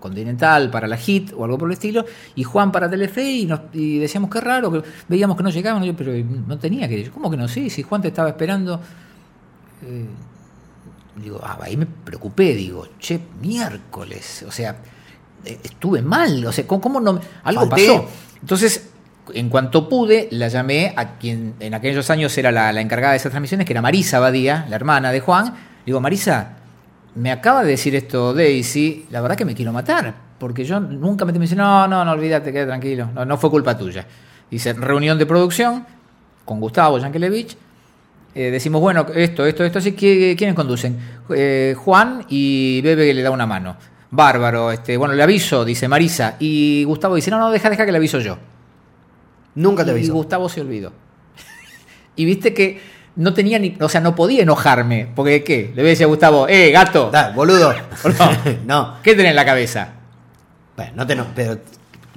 Speaker 2: Continental, para la Hit o algo por el estilo, y Juan para Telefe y, nos, y decíamos qué raro, que veíamos que no llegaban, yo, pero no tenía que ir. ¿Cómo que no? Sí, si Juan te estaba esperando. Eh, digo, ah, ahí me preocupé, digo, che, miércoles, o sea, eh, estuve mal, o sea, ¿cómo, cómo no? me- Algo
Speaker 3: Falté.
Speaker 2: pasó. Entonces, en cuanto pude, la llamé a quien en aquellos años era la, la encargada de esas transmisiones, que era Marisa Badía, la hermana de Juan. Digo, Marisa, me acaba de decir esto Daisy, la verdad que me quiero matar, porque yo nunca me... Me dice, no, no, no, olvídate, quédate tranquilo, no, no fue culpa tuya. Dice, reunión de producción con Gustavo Yankelevich, eh, decimos, bueno, esto, esto, esto, así, ¿qui- ¿quiénes conducen? Eh, Juan y Bebe que le da una mano. Bárbaro, este, bueno, le aviso, dice Marisa. Y Gustavo dice, no, no, deja, deja que le aviso yo.
Speaker 3: Nunca te
Speaker 2: Y
Speaker 3: avisó.
Speaker 2: Gustavo se olvidó. y viste que no tenía ni, o sea, no podía enojarme, porque ¿qué? Le voy a decir a Gustavo, eh, gato,
Speaker 3: Da, boludo.
Speaker 2: No.
Speaker 3: no.
Speaker 2: ¿qué tenés en la cabeza?
Speaker 3: Bueno, no te no, pero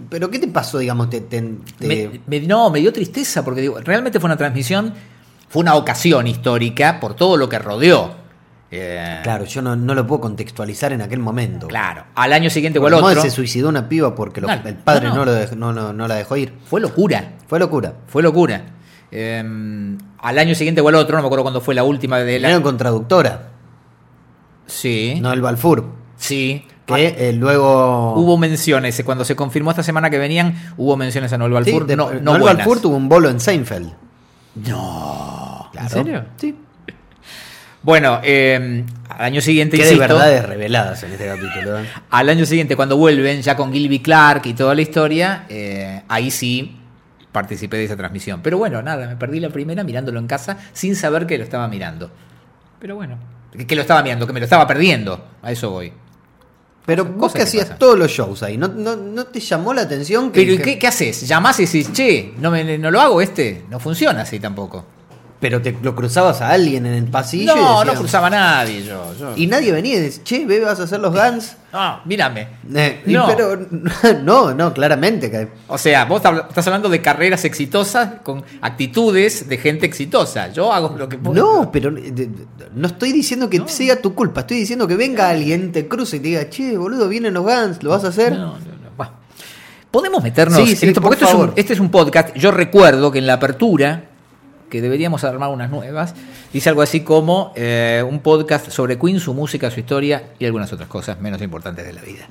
Speaker 3: pero qué te pasó, digamos, te, te- te-
Speaker 2: Me- me- no, me dio tristeza porque digo, realmente fue una transmisión, fue una ocasión histórica por todo lo que rodeó. Eh,
Speaker 3: Claro, yo no, no lo puedo contextualizar en aquel momento.
Speaker 2: claro. Al año siguiente o al
Speaker 3: Porque
Speaker 2: otro.
Speaker 3: Moe se suicidó una piba porque lo-
Speaker 2: No,
Speaker 3: el padre
Speaker 2: no, no.
Speaker 3: no, lo dej- no, no- no la dejó ir.
Speaker 2: Fue locura,
Speaker 3: Fue locura.
Speaker 2: fue locura. Eh, al año siguiente o al otro, no me acuerdo cuándo fue la última de la. ¿Eh?
Speaker 3: Era con traductora,
Speaker 2: Sí,
Speaker 3: no el Balfour.
Speaker 2: sí.
Speaker 3: Que eh, luego.
Speaker 2: Ah. Hubo menciones, cuando se confirmó esta semana que venían, hubo menciones a Noel
Speaker 3: Sí,
Speaker 2: Balfour.
Speaker 3: de-
Speaker 2: no, no
Speaker 3: Noel
Speaker 2: buenas.
Speaker 3: Balfour tuvo un bolo en Seinfeld.
Speaker 2: No.
Speaker 3: Claro.
Speaker 2: ¿En serio?
Speaker 3: Sí.
Speaker 2: Bueno, eh, al año siguiente,
Speaker 3: Qué de
Speaker 2: insisto,
Speaker 3: verdades reveladas en este capítulo. ¿eh?
Speaker 2: al año siguiente cuando vuelven, ya con Gilby Clark y toda la historia, eh, ahí sí participé de esa transmisión. Pero bueno, nada, me perdí la primera mirándolo en casa sin saber que lo estaba mirando. Pero bueno, que, que lo estaba mirando, que me lo estaba perdiendo. A eso voy.
Speaker 3: Pero
Speaker 2: Cosas
Speaker 3: vos que
Speaker 2: que
Speaker 3: hacías
Speaker 2: pasan.
Speaker 3: todos los shows ahí, ¿no, no, no te llamó la atención que...
Speaker 2: Pero ¿y
Speaker 3: que-
Speaker 2: qué, qué haces? ¿Llamás y decís, che, no, me, no lo hago este? No funciona así tampoco.
Speaker 3: Pero te lo cruzabas a alguien en el pasillo. y
Speaker 2: no,
Speaker 3: decías-
Speaker 2: no cruzaba Eh, a nadie yo. yo-
Speaker 3: Y nadie venía y decía, che, ve, vas a hacer los Guns.
Speaker 2: No, mírame.
Speaker 3: Eh, y
Speaker 2: No.
Speaker 3: pero no, no, claramente. que-
Speaker 2: O sea, vos habla- estás hablando de carreras exitosas con actitudes de gente exitosa. Yo hago lo que puedo.
Speaker 3: No, pero eh, de- de- no estoy diciendo que sea tu culpa, estoy diciendo que venga alguien, te cruce y te diga, che, boludo, vienen los Guns, ¿lo vas a hacer?
Speaker 2: No, no, no. Bueno, Podemos meternos
Speaker 3: Sí,
Speaker 2: en
Speaker 3: sí,
Speaker 2: esto, porque esto
Speaker 3: por
Speaker 2: es, un,
Speaker 3: favor.
Speaker 2: este es un podcast. Yo recuerdo que en la apertura, que deberíamos armar unas nuevas, dice algo así como eh, un podcast sobre Queen, su música, su historia y algunas otras cosas menos importantes de la vida.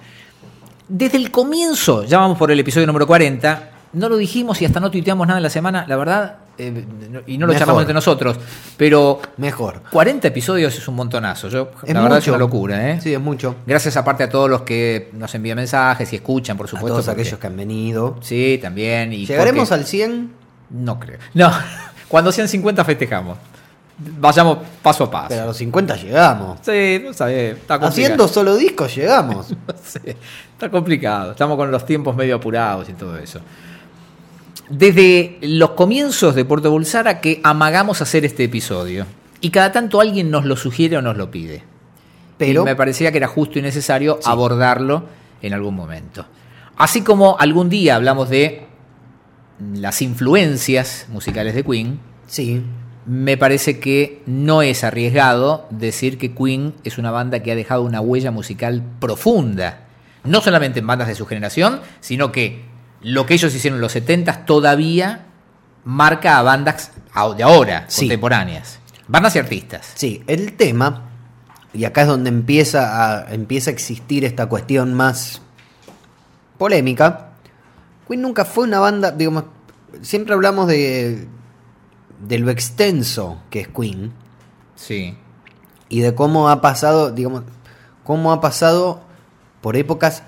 Speaker 2: Desde el comienzo, ya vamos por el episodio número 40, no lo dijimos y hasta no tuiteamos nada en la semana, la verdad, eh, no- y no lo
Speaker 3: Mejor.
Speaker 2: charlamos entre nosotros, pero
Speaker 3: Mejor.
Speaker 2: 40 episodios es un montonazo. Yo,
Speaker 3: Es
Speaker 2: la verdad es
Speaker 3: mucho.
Speaker 2: una locura, ¿eh?
Speaker 3: Sí, es mucho.
Speaker 2: Gracias aparte a todos los que nos envían mensajes y escuchan, por
Speaker 3: A
Speaker 2: supuesto.
Speaker 3: todos
Speaker 2: porque-
Speaker 3: aquellos que han venido.
Speaker 2: Sí, también. Y
Speaker 3: ¿Llegaremos
Speaker 2: porque-
Speaker 3: al 100?
Speaker 2: No creo. No, cuando sean 50 festejamos. Vayamos paso a paso.
Speaker 3: Pero a los 50 llegamos.
Speaker 2: Sí, no sabés, está complicado.
Speaker 3: Haciendo solo discos llegamos.
Speaker 2: No sé, está complicado. Estamos con los tiempos medio apurados y todo eso. Desde los comienzos de Puerto Bulsara que amagamos hacer este episodio. Y cada tanto alguien nos lo sugiere o nos lo pide.
Speaker 3: Pero
Speaker 2: Y me parecía que era justo y necesario
Speaker 3: Sí.
Speaker 2: abordarlo en algún momento. Así como algún día hablamos de las influencias musicales de Queen,
Speaker 3: sí,
Speaker 2: me parece que no es arriesgado decir que Queen es una banda que ha dejado una huella musical profunda, no solamente en bandas de su generación, sino que lo que ellos hicieron en los 70 todavía marca a bandas de ahora,
Speaker 3: Sí.
Speaker 2: contemporáneas, bandas y artistas.
Speaker 3: sí. El tema, y acá es donde empieza a, empieza a existir esta cuestión más polémica. Queen nunca fue una banda, digamos, siempre hablamos de, de lo extenso que es Queen
Speaker 2: Sí.
Speaker 3: y de cómo ha pasado, digamos, cómo ha pasado por épocas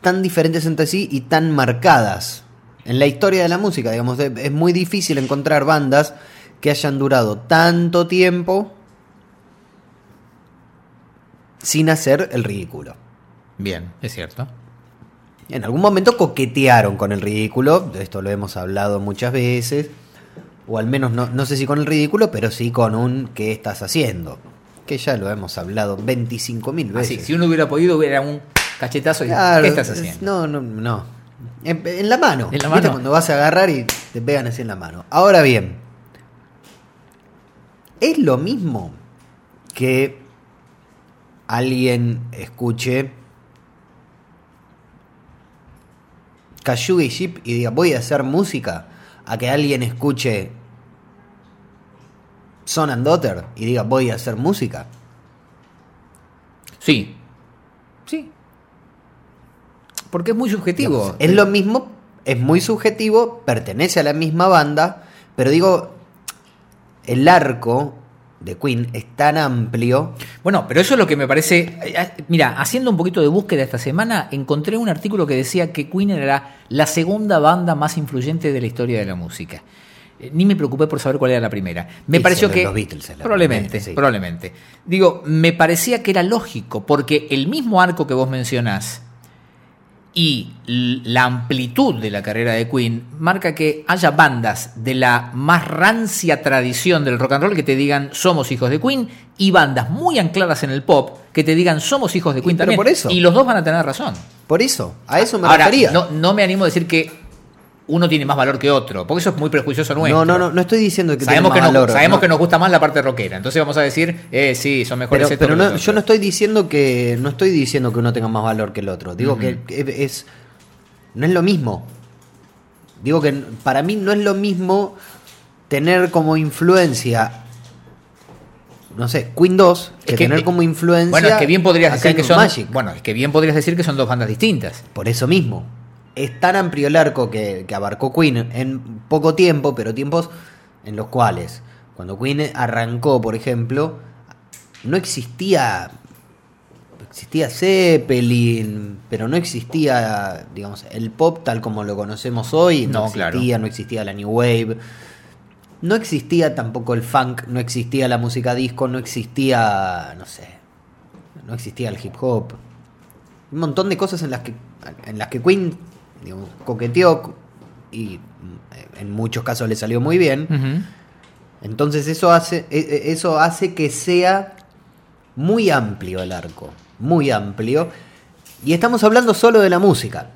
Speaker 3: tan diferentes entre sí y tan marcadas en la historia de la música. Digamos, es es muy difícil encontrar bandas que hayan durado tanto tiempo sin hacer el ridículo.
Speaker 2: Bien, es cierto.
Speaker 3: En algún momento coquetearon con el ridículo, de esto lo hemos hablado muchas veces, o al menos no, no sé si con el ridículo, pero sí con un ¿qué estás haciendo? Que ya lo hemos hablado 25.000
Speaker 2: Así,
Speaker 3: veces.
Speaker 2: si uno hubiera podido, hubiera un cachetazo y
Speaker 3: Claro,
Speaker 2: ¿qué estás
Speaker 3: es-
Speaker 2: haciendo?
Speaker 3: No, no, no. En, en la mano.
Speaker 2: En la
Speaker 3: ¿Viste
Speaker 2: mano?
Speaker 3: Cuando vas a agarrar y te pegan así en la mano. Ahora bien, es lo mismo que alguien escuche Kayuga y Jeep y diga voy a hacer música a que alguien escuche Son and Daughter y diga voy a hacer música.
Speaker 2: Sí. Sí. Porque es muy subjetivo.
Speaker 3: Es lo mismo, es muy subjetivo, pertenece a la misma banda, pero digo, el arco de Queen es tan amplio.
Speaker 2: Bueno, pero eso es lo que me parece. eh, eh, Mira, haciendo un poquito de búsqueda esta semana, encontré un artículo que decía que Queen era la segunda banda más influyente de la historia de la música. Eh, Ni me preocupé por saber cuál era la primera. Me
Speaker 3: Y
Speaker 2: pareció
Speaker 3: solo
Speaker 2: que.
Speaker 3: los Beatles es la
Speaker 2: probablemente,
Speaker 3: primera, sí.
Speaker 2: probablemente. Digo, me parecía que era lógico, porque el mismo arco que vos mencionás y l- la amplitud de la carrera de Queen marca que haya bandas de la más rancia tradición del rock and roll que te digan somos hijos de Queen y bandas muy ancladas en el pop que te digan somos hijos de Queen
Speaker 3: pero
Speaker 2: también.
Speaker 3: por eso.
Speaker 2: Y los dos van a tener razón.
Speaker 3: Por eso, a eso me
Speaker 2: Ahora,
Speaker 3: refería.
Speaker 2: no, no me animo a decir que uno tiene más valor que otro, porque eso es muy prejuicioso nuestro.
Speaker 3: no, no, no, no estoy diciendo que
Speaker 2: Sabemos,
Speaker 3: tenga
Speaker 2: que, nos-
Speaker 3: valor,
Speaker 2: sabemos
Speaker 3: no.
Speaker 2: que nos gusta más la parte rockera, entonces vamos a decir, eh, sí, son mejores
Speaker 3: pero,
Speaker 2: estos
Speaker 3: pero
Speaker 2: que
Speaker 3: no,
Speaker 2: los
Speaker 3: yo no
Speaker 2: otros.
Speaker 3: estoy diciendo que no estoy diciendo que uno tenga más valor que el otro. Digo que es- es no es lo mismo. Digo que n- para mí no es lo mismo tener como influencia no sé, Queen 2 que,
Speaker 2: Es que-
Speaker 3: tener como influencia
Speaker 2: Bueno, es que bien podrías
Speaker 3: a
Speaker 2: decir que
Speaker 3: Kind of
Speaker 2: son.
Speaker 3: Magic.
Speaker 2: Bueno, es que bien podrías decir que son dos bandas distintas.
Speaker 3: Por eso mismo. Es tan amplio el arco que, que abarcó Queen en poco tiempo, pero tiempos en los cuales, cuando Queen arrancó, por ejemplo, no existía Existía Zeppelin, pero no existía, digamos, el pop tal como lo conocemos hoy. No,
Speaker 2: No, claro.
Speaker 3: existía, no existía la New Wave. No existía tampoco el funk, no existía la música disco, no existía, no sé, no existía el hip hop. Un montón de cosas en las que, en las que Queen digamos, coqueteó y mm, en muchos casos le salió muy bien.
Speaker 2: Ujú.
Speaker 3: Entonces eso hace, e- e- eso hace que sea muy amplio el arco, muy amplio. Y estamos hablando solo de la música.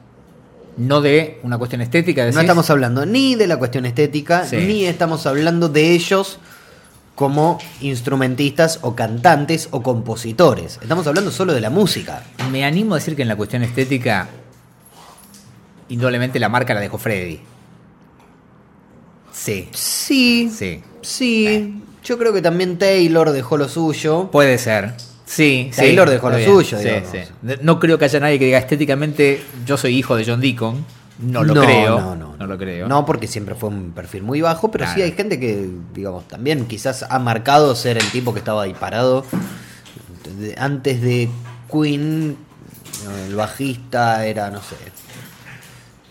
Speaker 2: No de una cuestión estética.
Speaker 3: No
Speaker 2: decís.
Speaker 3: estamos hablando ni de la cuestión estética,
Speaker 2: Sí.
Speaker 3: ni estamos hablando de ellos como instrumentistas o cantantes o compositores. Estamos hablando solo de la música.
Speaker 2: Me animo a decir que en la cuestión estética, indudablemente la marca la dejó Freddy. Sí,
Speaker 3: Sí,
Speaker 2: sí.
Speaker 3: sí.
Speaker 2: Eh.
Speaker 3: Yo creo que también Taylor dejó lo suyo.
Speaker 2: Puede ser. Sí, sí.
Speaker 3: Taylor dejó lo
Speaker 2: está bien.
Speaker 3: suyo,
Speaker 2: Sí,
Speaker 3: digamos.
Speaker 2: sí. No creo que haya nadie que diga estéticamente yo soy hijo de John Deacon. No lo creo.
Speaker 3: No, no,
Speaker 2: No lo creo.
Speaker 3: No, porque siempre fue un perfil muy bajo, pero sí
Speaker 2: Claro.
Speaker 3: hay gente que, digamos, también quizás ha marcado ser el tipo que estaba ahí parado. De- Antes de Queen, el bajista era, no sé,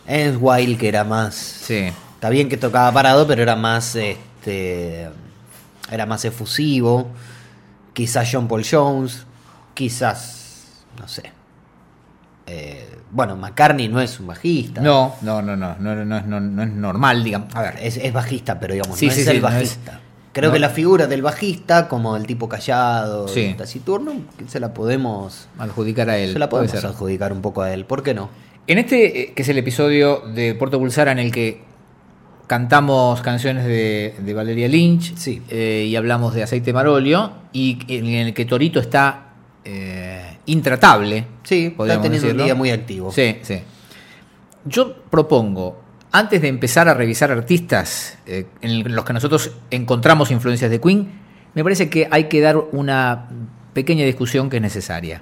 Speaker 3: Enswild, que era más.
Speaker 2: Sí.
Speaker 3: Está bien que tocaba parado, pero era más, este, era más efusivo. Quizás John Paul Jones, quizás, no sé. Eh, bueno, McCartney no es un bajista.
Speaker 2: No, no, no, no, no, no, no, no es normal, digamos. A ver,
Speaker 3: Es, es bajista, pero digamos,
Speaker 2: Sí,
Speaker 3: no
Speaker 2: sí,
Speaker 3: es
Speaker 2: sí,
Speaker 3: el
Speaker 2: no es-
Speaker 3: bajista. Creo
Speaker 2: no.
Speaker 3: que la figura del bajista, como el tipo callado,
Speaker 2: Sí.
Speaker 3: taciturno, que se la podemos,
Speaker 2: adjudicar a él.
Speaker 3: se la
Speaker 2: puede
Speaker 3: podemos
Speaker 2: ser.
Speaker 3: adjudicar un poco a él. ¿Por qué no?
Speaker 2: En este, eh, que es el episodio de Puerto Pulsara en el que cantamos canciones de, de Valeria Lynch
Speaker 3: Sí.
Speaker 2: eh, y hablamos de aceite marolio y en el que Torito está eh, intratable.
Speaker 3: Sí, está
Speaker 2: podríamos
Speaker 3: teniendo un
Speaker 2: decirlo.
Speaker 3: día muy activo.
Speaker 2: Sí, sí. Yo propongo, antes de empezar a revisar artistas eh, en los que nosotros encontramos influencias de Queen, me parece que hay que dar una pequeña discusión que es necesaria.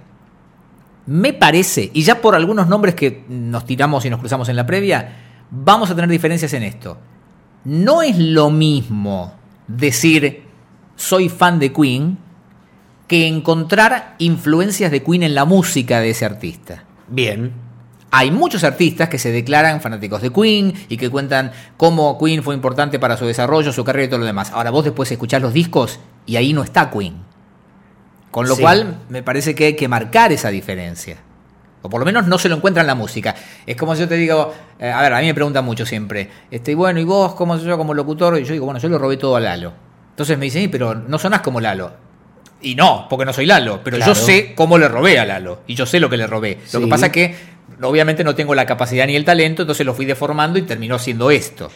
Speaker 2: Me parece, y ya por algunos nombres que nos tiramos y nos cruzamos en la previa, vamos a tener diferencias en esto. No es lo mismo decir soy fan de Queen que encontrar influencias de Queen en la música de ese artista.
Speaker 3: Bien.
Speaker 2: Hay muchos artistas que se declaran fanáticos de Queen y que cuentan cómo Queen fue importante para su desarrollo, su carrera y todo lo demás. Ahora vos después escuchás los discos y ahí no está Queen. Con lo
Speaker 3: Sí.
Speaker 2: cual me parece que hay que marcar esa diferencia. O por lo menos no se lo encuentra en la música. Es como si yo te digo, eh, a ver, a mí me preguntan mucho siempre, este, y bueno, ¿y vos cómo soy yo como locutor? Y yo digo, bueno, yo lo robé todo a Lalo. Entonces me dicen, "Y, pero no sonás como Lalo. Y no, porque no soy Lalo, pero
Speaker 3: Claro.
Speaker 2: yo sé cómo le robé a Lalo. Y yo sé lo que le robé. Lo que
Speaker 3: Sí.
Speaker 2: pasa es que obviamente no tengo la capacidad ni el talento, entonces lo fui deformando y terminó siendo esto.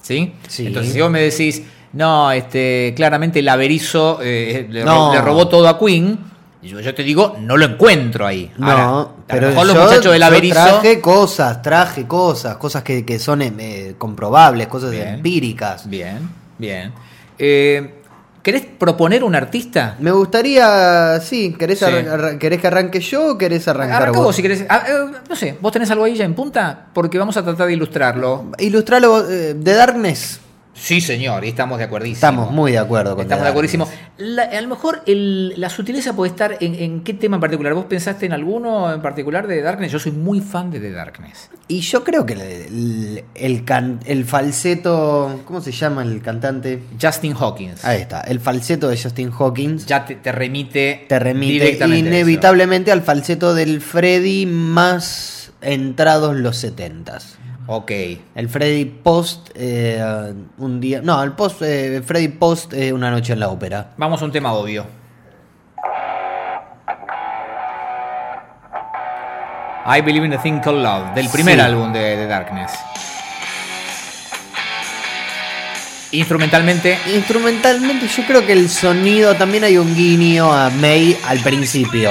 Speaker 2: ¿Sí?
Speaker 3: Sí.
Speaker 2: Entonces si vos me decís, no, este, claramente el averizo eh, le,
Speaker 3: No.
Speaker 2: ro- le robó todo a Queen, y yo, yo te digo, no lo encuentro ahí.
Speaker 3: No,
Speaker 2: Ahora,
Speaker 3: pero
Speaker 2: a lo mejor
Speaker 3: yo-
Speaker 2: los muchachos del
Speaker 3: yo
Speaker 2: averizo.
Speaker 3: traje cosas, traje cosas, cosas que, que son eh, comprobables, cosas
Speaker 2: Bien.
Speaker 3: empíricas.
Speaker 2: Bien, bien. Eh, ¿Querés proponer un artista?
Speaker 3: Me gustaría, sí, ¿querés,
Speaker 2: Sí.
Speaker 3: arran- arran- ¿querés que arranque yo o querés arrancar
Speaker 2: Arranca
Speaker 3: vos?
Speaker 2: vos si querés. Ah, eh, no sé, ¿vos tenés algo ahí ya en punta? Porque vamos a tratar de ilustrarlo.
Speaker 3: Ilustralo eh, de Darkness.
Speaker 2: Sí, señor, y estamos de acuerdísimo.
Speaker 3: Estamos muy de acuerdo con
Speaker 2: Estamos de
Speaker 3: The Darkness.
Speaker 2: acuerdísimo. La- a lo mejor el- la sutileza puede estar en, en qué tema en particular. ¿Vos pensaste en alguno en particular de The Darkness? Yo soy muy fan de The Darkness.
Speaker 3: Y yo creo que el, el, el can- el falseto. ¿Cómo se llama el cantante?
Speaker 2: Justin Hawkins.
Speaker 3: Ahí está, el falseto de Justin Hawkins.
Speaker 2: Ya te, te remite,
Speaker 3: te remite
Speaker 2: directamente a eso.
Speaker 3: inevitablemente al falseto del Freddy más entrados los 70
Speaker 2: Ok.
Speaker 3: El Freddy post eh, un día. No, el post eh, Freddy post eh, una noche en la ópera.
Speaker 2: Vamos a un tema obvio. I Believe in a Thing Called Love, del primer
Speaker 3: Sí.
Speaker 2: álbum de, de Darkness. Instrumentalmente,
Speaker 3: Instrumentalmente yo creo que el sonido también hay un guiño a May al principio.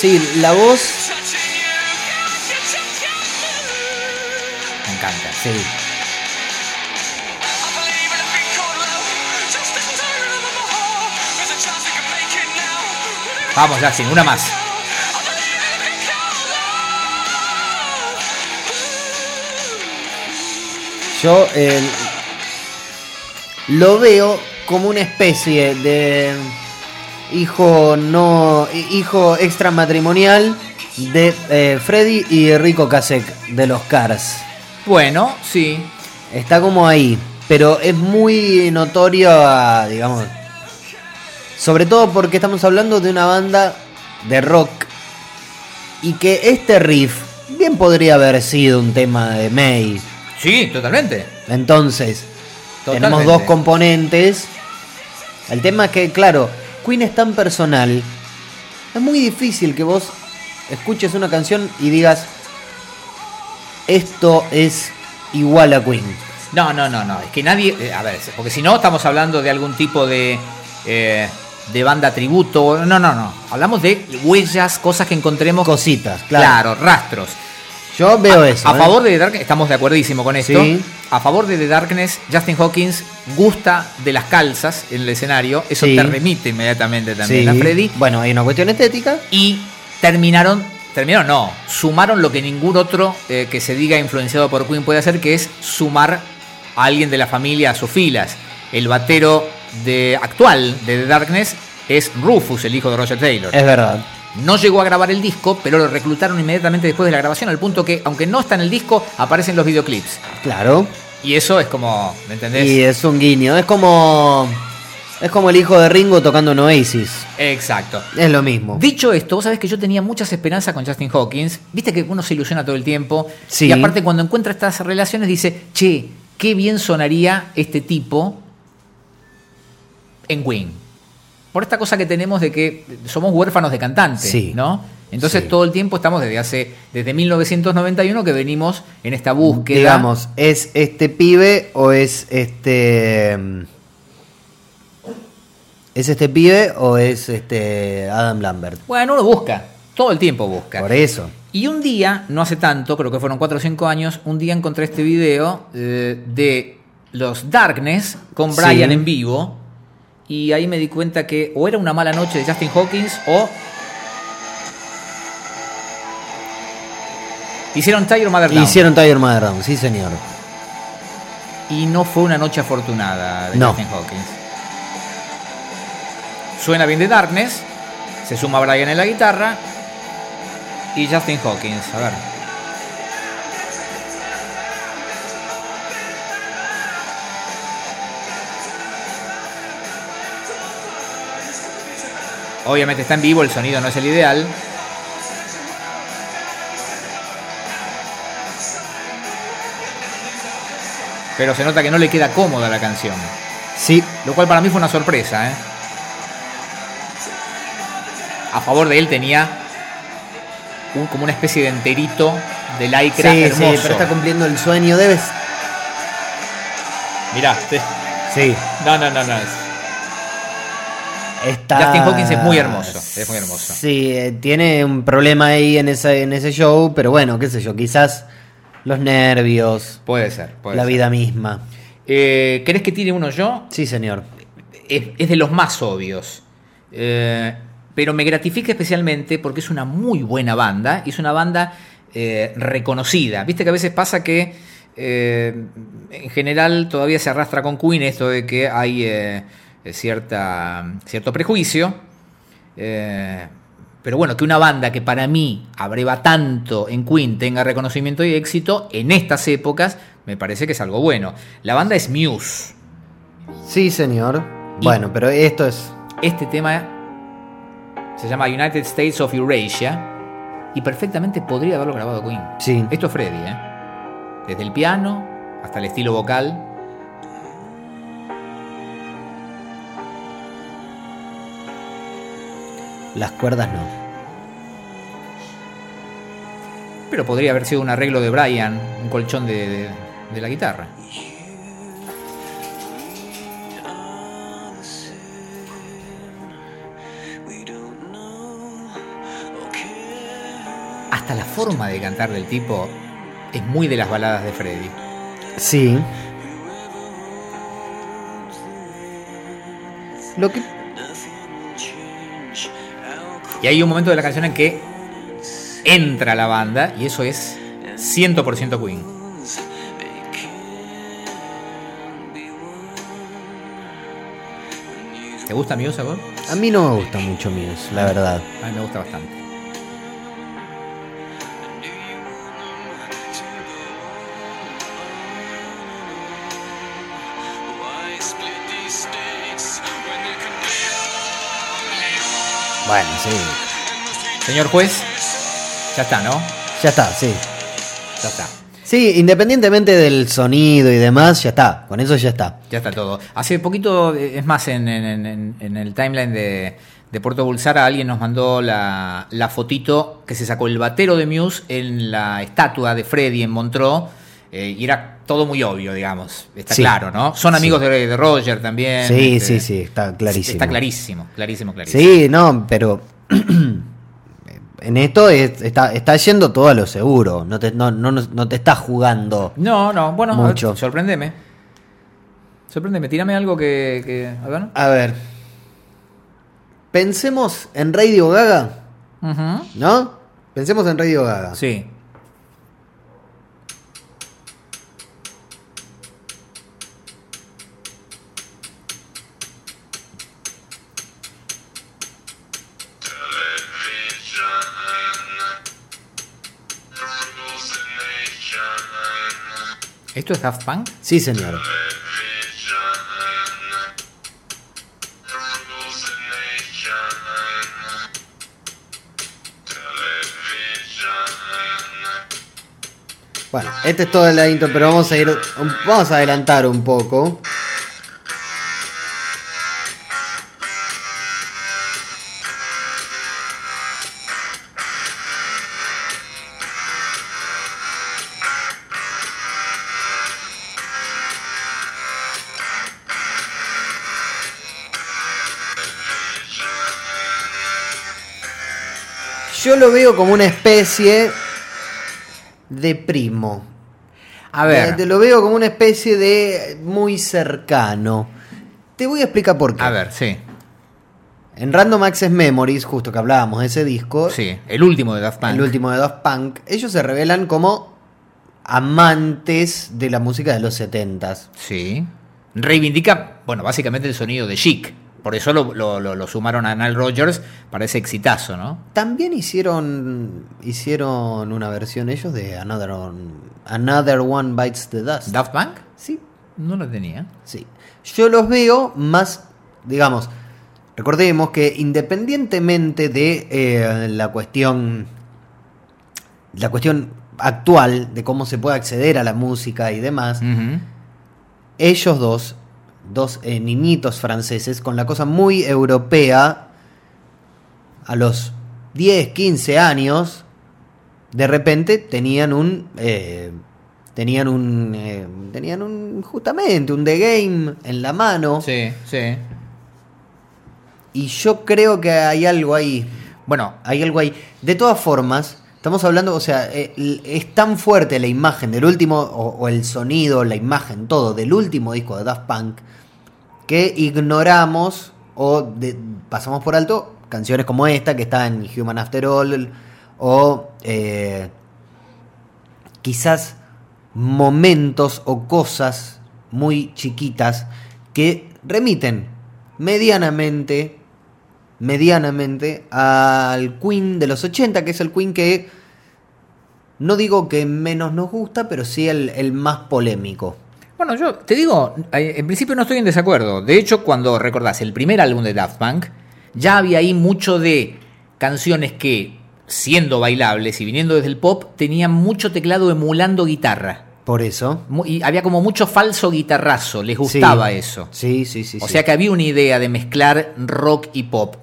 Speaker 3: Sí, la voz
Speaker 2: me encanta.
Speaker 3: Sí.
Speaker 4: I believe in a thing called love. Just
Speaker 2: Vamos, Jackson, una más.
Speaker 3: Yo eh, lo veo como una especie de hijo no hijo extramatrimonial de eh, Freddy y Rico Kasek de los Cars.
Speaker 2: Bueno, sí.
Speaker 3: Está como ahí, pero es muy notorio, ah, digamos. Sobre todo porque estamos hablando de una banda de rock y que este riff bien podría haber sido un tema de May.
Speaker 2: Sí, totalmente.
Speaker 3: Entonces, tenemos
Speaker 2: Totalmente.
Speaker 3: dos componentes. El tema es que, claro, Queen es tan personal. Es muy difícil que vos escuches una canción y digas, esto es igual a Queen.
Speaker 2: No, no, no, no. Es que nadie. eh, a ver, porque si no, estamos hablando de algún tipo de. eh, de banda tributo. No, no, no. Hablamos de huellas, cosas que encontremos.
Speaker 3: Cositas,
Speaker 2: Claro,
Speaker 3: claro.
Speaker 2: rastros.
Speaker 3: Yo veo
Speaker 2: a,
Speaker 3: eso.
Speaker 2: a
Speaker 3: ¿eh?
Speaker 2: favor de The Darkness, estamos de acuerdísimo con esto.
Speaker 3: Sí.
Speaker 2: A favor de The Darkness, Justin Hawkins gusta de las calzas en el escenario. Eso
Speaker 3: Sí.
Speaker 2: te remite inmediatamente también
Speaker 3: Sí.
Speaker 2: a Freddy.
Speaker 3: Bueno, hay una cuestión estética.
Speaker 2: Y terminaron, terminaron no, sumaron lo que ningún otro eh, que se diga influenciado por Queen puede hacer, que es sumar a alguien de la familia a sus filas. El batero de, actual de The Darkness es Rufus, el hijo de Roger Taylor.
Speaker 3: Es verdad.
Speaker 2: No llegó a grabar el disco, pero lo reclutaron inmediatamente después de la grabación, al punto que, aunque no está en el disco, aparecen los videoclips.
Speaker 3: Claro.
Speaker 2: Y eso es como, ¿me entendés?
Speaker 3: Y eh. es un guiño. Es como. Es como el hijo de Ringo tocando en Oasis.
Speaker 2: Exacto.
Speaker 3: Es lo mismo.
Speaker 2: Dicho esto, vos sabés que yo tenía muchas esperanzas con Justin Hawkins. Viste que uno se ilusiona todo el tiempo.
Speaker 3: Sí.
Speaker 2: Y aparte, cuando encuentra estas relaciones, dice, che, qué bien sonaría este tipo en Queen. Por esta cosa que tenemos de que somos huérfanos de cantante,
Speaker 3: Sí.
Speaker 2: ¿no? Entonces
Speaker 3: Sí.
Speaker 2: todo el tiempo estamos desde hace, desde 1991 que venimos en esta búsqueda.
Speaker 3: Digamos, ¿es este pibe o es este. mm, ¿Es este pibe o es este Adam Lambert?
Speaker 2: Bueno, uno busca, todo el tiempo busca.
Speaker 3: Por eso.
Speaker 2: Y un día, no hace tanto, creo que fueron 4 o 5 años, un día encontré este video eh, de los Darkness con
Speaker 3: Sí.
Speaker 2: Brian en vivo. Y ahí me di cuenta que o era una mala noche de Justin Hawkins o. Hicieron Tiger Mother Down.
Speaker 3: Hicieron Tiger Mother Down, sí señor.
Speaker 2: Y no fue una noche afortunada de
Speaker 3: No.
Speaker 2: Justin Hawkins. Suena bien de Darkness, se suma Brian en la guitarra y Justin Hawkins. A ver. Obviamente está en vivo, el sonido no es el ideal. Pero se nota que no le queda cómoda la canción.
Speaker 3: Sí,
Speaker 2: Lo cual para mí fue una sorpresa, ¿eh? A favor de él tenía un- como una especie de enterito de lycra
Speaker 3: sí, sí,
Speaker 2: hermoso.
Speaker 3: pero está cumpliendo el sueño, debes.
Speaker 2: Mirá, sí.
Speaker 3: Sí,
Speaker 2: no, no, no, no. es-
Speaker 3: está.
Speaker 2: Justin Hawkins es muy hermoso, es muy hermoso.
Speaker 3: Sí, eh, tiene un problema ahí en ese, en ese show, pero bueno, qué sé yo, quizás los nervios,
Speaker 2: Puede ser, puede
Speaker 3: la
Speaker 2: ser.
Speaker 3: vida misma.
Speaker 2: Eh, ¿Querés que tire uno yo?
Speaker 3: Sí, señor.
Speaker 2: Es, es de los más obvios. Eh, pero me gratifica especialmente porque es una muy buena banda y es una banda eh, reconocida. Viste que a veces pasa que eh, en general todavía se arrastra con Queen esto de que hay eh, cierta, cierto prejuicio. Eh, pero bueno, que una banda que para mí abreva tanto en Queen tenga reconocimiento y éxito en estas épocas, me parece que es algo bueno. La banda es Muse.
Speaker 3: Sí, señor.
Speaker 2: Y-
Speaker 3: Bueno, pero esto es.
Speaker 2: Este tema se llama United States of Eurasia y perfectamente podría haberlo grabado Queen.
Speaker 3: Sí.
Speaker 2: Esto es Freddy, ¿eh? Desde el piano hasta el estilo vocal.
Speaker 3: Las cuerdas no.
Speaker 2: Pero podría haber sido un arreglo de Brian, un colchón de, de- de la guitarra. Hasta la forma de cantar del tipo es muy de las baladas de Freddy.
Speaker 3: Sí. Lo que.
Speaker 2: Y hay un momento de la canción en que entra la banda y eso es 100% Queen. ¿Te gusta Muse a vos?
Speaker 3: A mí no me gusta mucho Muse, la verdad.
Speaker 2: A mí me gusta bastante.
Speaker 3: Bueno, sí.
Speaker 2: Señor juez, ya está, ¿no?
Speaker 3: Ya está, sí.
Speaker 2: Ya está.
Speaker 3: Sí, independientemente del sonido y demás, ya está. Con eso ya está.
Speaker 2: Ya está todo. Hace poquito, eh, es más, en, en- en- en el timeline de, de Puerto Bulsara, alguien nos mandó la, la fotito que se sacó el batero de Muse en la estatua de Freddy en Montreux. eh, y era todo muy obvio, digamos. Está
Speaker 3: Sí.
Speaker 2: claro, ¿no? Son amigos
Speaker 3: Sí.
Speaker 2: de, de Roger también.
Speaker 3: Sí,
Speaker 2: este,
Speaker 3: sí, sí, está clarísimo.
Speaker 2: Está clarísimo, clarísimo, clarísimo.
Speaker 3: Sí, no, pero en esto es- está, está yendo todo a lo seguro. No te, no, no, no te está jugando.
Speaker 2: No, no, bueno,
Speaker 3: Mucho.
Speaker 2: Mucho. sorprendeme. Sorprendeme, tírame algo que. que a ver.
Speaker 3: A ver. Pensemos en Radio Gaga,
Speaker 2: Ujú.
Speaker 3: ¿no? Pensemos en Radio Gaga.
Speaker 2: Sí. ¿Esto es Daft Punk?
Speaker 3: Sí, señor. Bueno, este es todo el intro, pero vamos a ir. Vamos a adelantar un poco. Yo lo veo como una especie de primo.
Speaker 2: A ver.
Speaker 3: Eh, Te lo veo como una especie de muy cercano. Te voy a explicar por qué.
Speaker 2: A ver, sí.
Speaker 3: En Random Access Memories, justo que hablábamos de ese disco,
Speaker 2: Sí, el último de Daft Punk.
Speaker 3: el último de Daft Punk, ellos se revelan como amantes de la música de los 70s.
Speaker 2: Sí. Reivindica, bueno, básicamente el sonido de Chic. Por eso lo, lo- lo- lo sumaron a Nile Rogers para ese exitazo, ¿no?
Speaker 3: También hicieron hicieron una versión ellos de Another One, Another One Bites the Dust.
Speaker 2: ¿Daft Punk?
Speaker 3: sí,
Speaker 2: No lo tenía.
Speaker 3: Sí. Yo los veo más, digamos, recordemos que independientemente de eh, la cuestión, la cuestión actual de cómo se puede acceder a la música y demás,
Speaker 2: Ujú.
Speaker 3: ellos dos, dos eh, niñitos franceses, con la cosa muy europea, a los 10, 15 años, de repente tenían un... eh, Tenían un. eh, tenían un. Justamente, un The Game en la mano.
Speaker 2: Sí, sí.
Speaker 3: Y yo creo que hay algo ahí.
Speaker 2: Bueno,
Speaker 3: Hay algo ahí. De todas formas, estamos hablando, o sea, eh, l- es tan fuerte la imagen del último, o, o el sonido, la imagen, todo, del último disco de Daft Punk, que ignoramos o de- pasamos por alto canciones como esta, que está en Human After All, o eh, quizás momentos o cosas muy chiquitas que remiten medianamente medianamente al Queen de los 80, que es el Queen que no digo que menos nos gusta, pero sí el, el más polémico.
Speaker 2: Bueno, yo te digo, eh, en principio no estoy en desacuerdo. De hecho, cuando recordás el primer álbum de Daft Punk, ya había ahí mucho de canciones que, siendo bailables y viniendo desde el pop, tenían mucho teclado emulando guitarra.
Speaker 3: Por eso.
Speaker 2: Mu- Y había como mucho falso guitarrazo, les gustaba
Speaker 3: Sí.
Speaker 2: eso.
Speaker 3: Sí, sí, sí.
Speaker 2: o
Speaker 3: sí.
Speaker 2: sea que había una idea de mezclar rock y pop.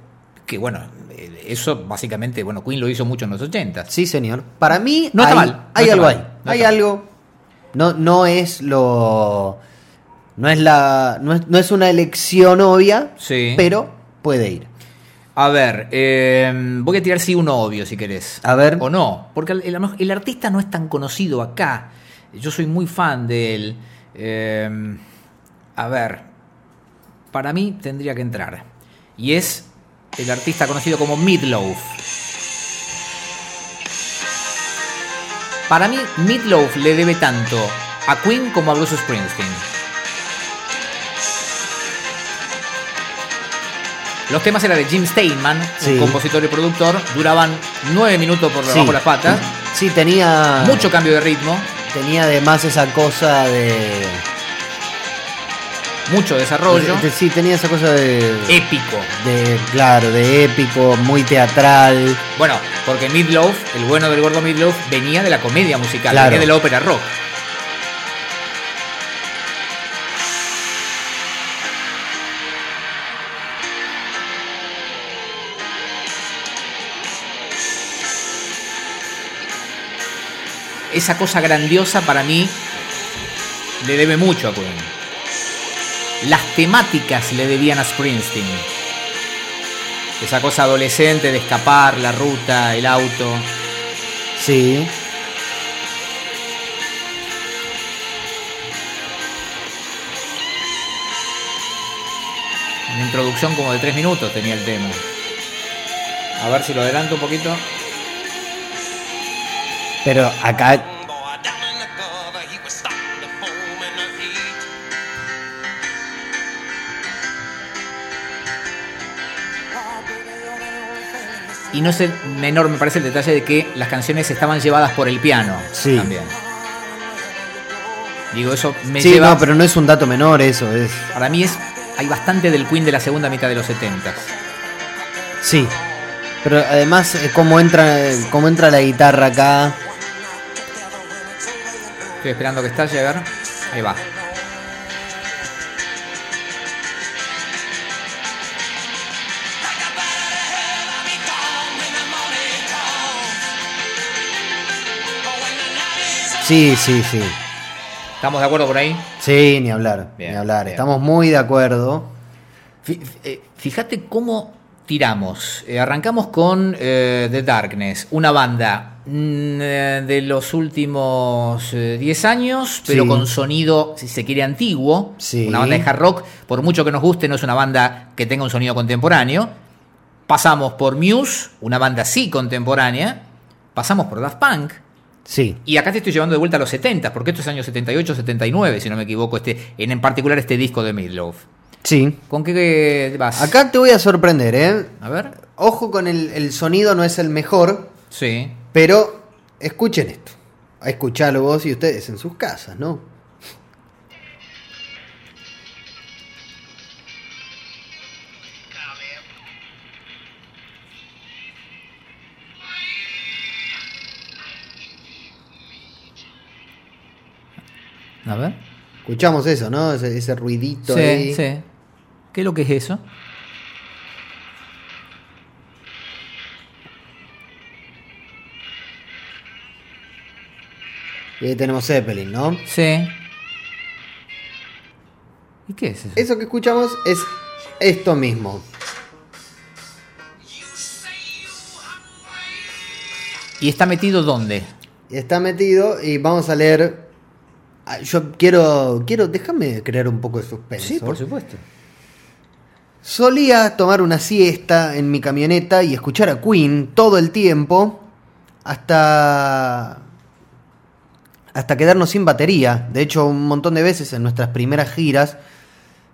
Speaker 2: Que bueno, eh, eso básicamente, bueno, Queen lo hizo mucho en los 80.
Speaker 3: Sí, señor. Para mí
Speaker 2: No está
Speaker 3: hay,
Speaker 2: mal, no
Speaker 3: hay
Speaker 2: está
Speaker 3: algo
Speaker 2: mal,
Speaker 3: ahí.
Speaker 2: no
Speaker 3: hay
Speaker 2: está mal.
Speaker 3: algo. No, no es lo. No es la. No es, no es una elección obvia,
Speaker 2: Sí.
Speaker 3: pero puede ir.
Speaker 2: A ver, eh, voy a tirar sí uno obvio si querés.
Speaker 3: A ver.
Speaker 2: O no, porque el, el- el artista no es tan conocido acá. Yo soy muy fan de él. Eh, a ver, para mí tendría que entrar. Y es el artista conocido como Meatloaf. Para mí, Meatloaf le debe tanto a Queen como a Bruce Springsteen. Los temas eran de Jim Steinman,
Speaker 3: Sí.
Speaker 2: un compositor y productor, duraban 9 minutos por debajo de las patas,
Speaker 3: Sí, tenía.
Speaker 2: mucho cambio de ritmo,
Speaker 3: Tenía además esa cosa de.
Speaker 2: mucho desarrollo,
Speaker 3: de- sí, tenía esa cosa de.
Speaker 2: épico.
Speaker 3: de claro, de épico, muy teatral.
Speaker 2: Bueno, porque Meatloaf, el bueno del gordo Meatloaf, venía de la comedia musical,
Speaker 3: Claro.
Speaker 2: venía de la ópera rock. Esa cosa grandiosa para mí le debe mucho a Queen. Las temáticas le debían a Springsteen. Esa cosa adolescente de escapar, la ruta, el auto.
Speaker 3: Sí.
Speaker 2: Una introducción como de tres minutos tenía el tema. A ver si lo adelanto un poquito.
Speaker 3: Pero acá.
Speaker 2: Y no sé, menor me parece el detalle de que las canciones estaban llevadas por el piano.
Speaker 3: Sí.
Speaker 2: También. Digo, eso me
Speaker 3: sí,
Speaker 2: lleva...
Speaker 3: no, pero no es un dato menor eso, es.
Speaker 2: Para mí es... Hay bastante del Queen de la segunda mitad de los 70.
Speaker 3: Sí. Pero además, eh, cómo entra, eh, cómo entra la guitarra acá.
Speaker 2: Estoy esperando que estalle, a ver. Ahí va.
Speaker 3: Sí, sí, sí.
Speaker 2: ¿Estamos de acuerdo por ahí?
Speaker 3: Sí, ni hablar,
Speaker 2: Bien,
Speaker 3: ni hablar.
Speaker 2: bien.
Speaker 3: Estamos muy de acuerdo.
Speaker 2: Fi- eh, Fíjate cómo tiramos. Eh, arrancamos con eh, The Darkness, una banda mm, eh, de los últimos eh, 10 años, pero
Speaker 3: Sí.
Speaker 2: con sonido, si se quiere, antiguo.
Speaker 3: Sí.
Speaker 2: Una banda de hard rock, por mucho que nos guste, no es una banda que tenga un sonido contemporáneo. Pasamos por Muse, una banda sí contemporánea. Pasamos por Daft Punk.
Speaker 3: Sí.
Speaker 2: Y acá te estoy llevando de vuelta a los 70, porque esto es años 78, 79, si no me equivoco, este, en, en particular este disco de Midlove.
Speaker 3: Sí.
Speaker 2: ¿Con qué vas?
Speaker 3: Acá te voy a sorprender, ¿eh?
Speaker 2: A ver.
Speaker 3: Ojo con el, el sonido, no es el mejor,
Speaker 2: Sí.
Speaker 3: pero escuchen esto. Escuchalo vos y ustedes en sus casas, ¿no?
Speaker 2: A ver.
Speaker 3: Escuchamos eso, ¿no? Ese, ese ruidito ahí.
Speaker 2: ¿Qué es lo que es eso?
Speaker 3: Y ahí tenemos Zeppelin, ¿no?
Speaker 2: Sí. ¿Y qué es eso?
Speaker 3: Eso que escuchamos es esto mismo.
Speaker 2: ¿Y está metido dónde?
Speaker 3: Y Está metido y vamos a leer. Ah, Yo quiero. quiero Déjame crear un poco de suspenso.
Speaker 2: supuesto.
Speaker 3: Solía tomar una siesta en mi camioneta y escuchar a Queen todo el tiempo hasta hasta quedarnos sin batería. De hecho, un montón de veces en nuestras primeras giras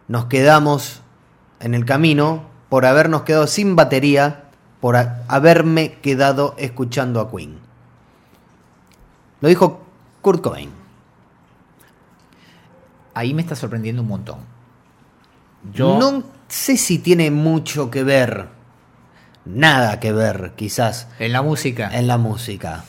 Speaker 3: nos quedamos en el camino por habernos quedado sin batería, por a- haberme quedado escuchando a Queen. Lo dijo Kurt Cobain.
Speaker 2: Ahí me está sorprendiendo un montón. Yo
Speaker 3: No sé si tiene mucho que ver. Nada que ver, quizás.
Speaker 2: en la música.
Speaker 3: en la música.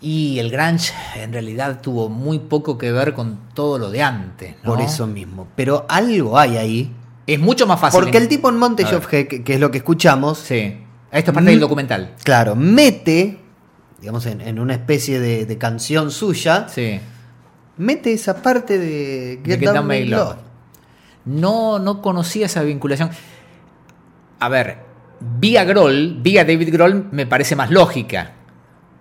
Speaker 2: Y el grunge en realidad tuvo muy poco que ver con todo lo de antes. ¿no?
Speaker 3: Por eso mismo. Pero algo hay ahí.
Speaker 2: Es mucho más fácil.
Speaker 3: Porque el tipo en
Speaker 2: A
Speaker 3: Montage
Speaker 2: ver.
Speaker 3: of Heck, que es lo que escuchamos,
Speaker 2: Sí. Esto es parte del documental.
Speaker 3: claro, mete, digamos, en, en una especie de, de canción suya,
Speaker 2: Sí.
Speaker 3: mete esa parte de
Speaker 2: De Get Down, Make Love. No, no conocía esa vinculación. A ver, vía Groll, vía David Groll me parece más lógica.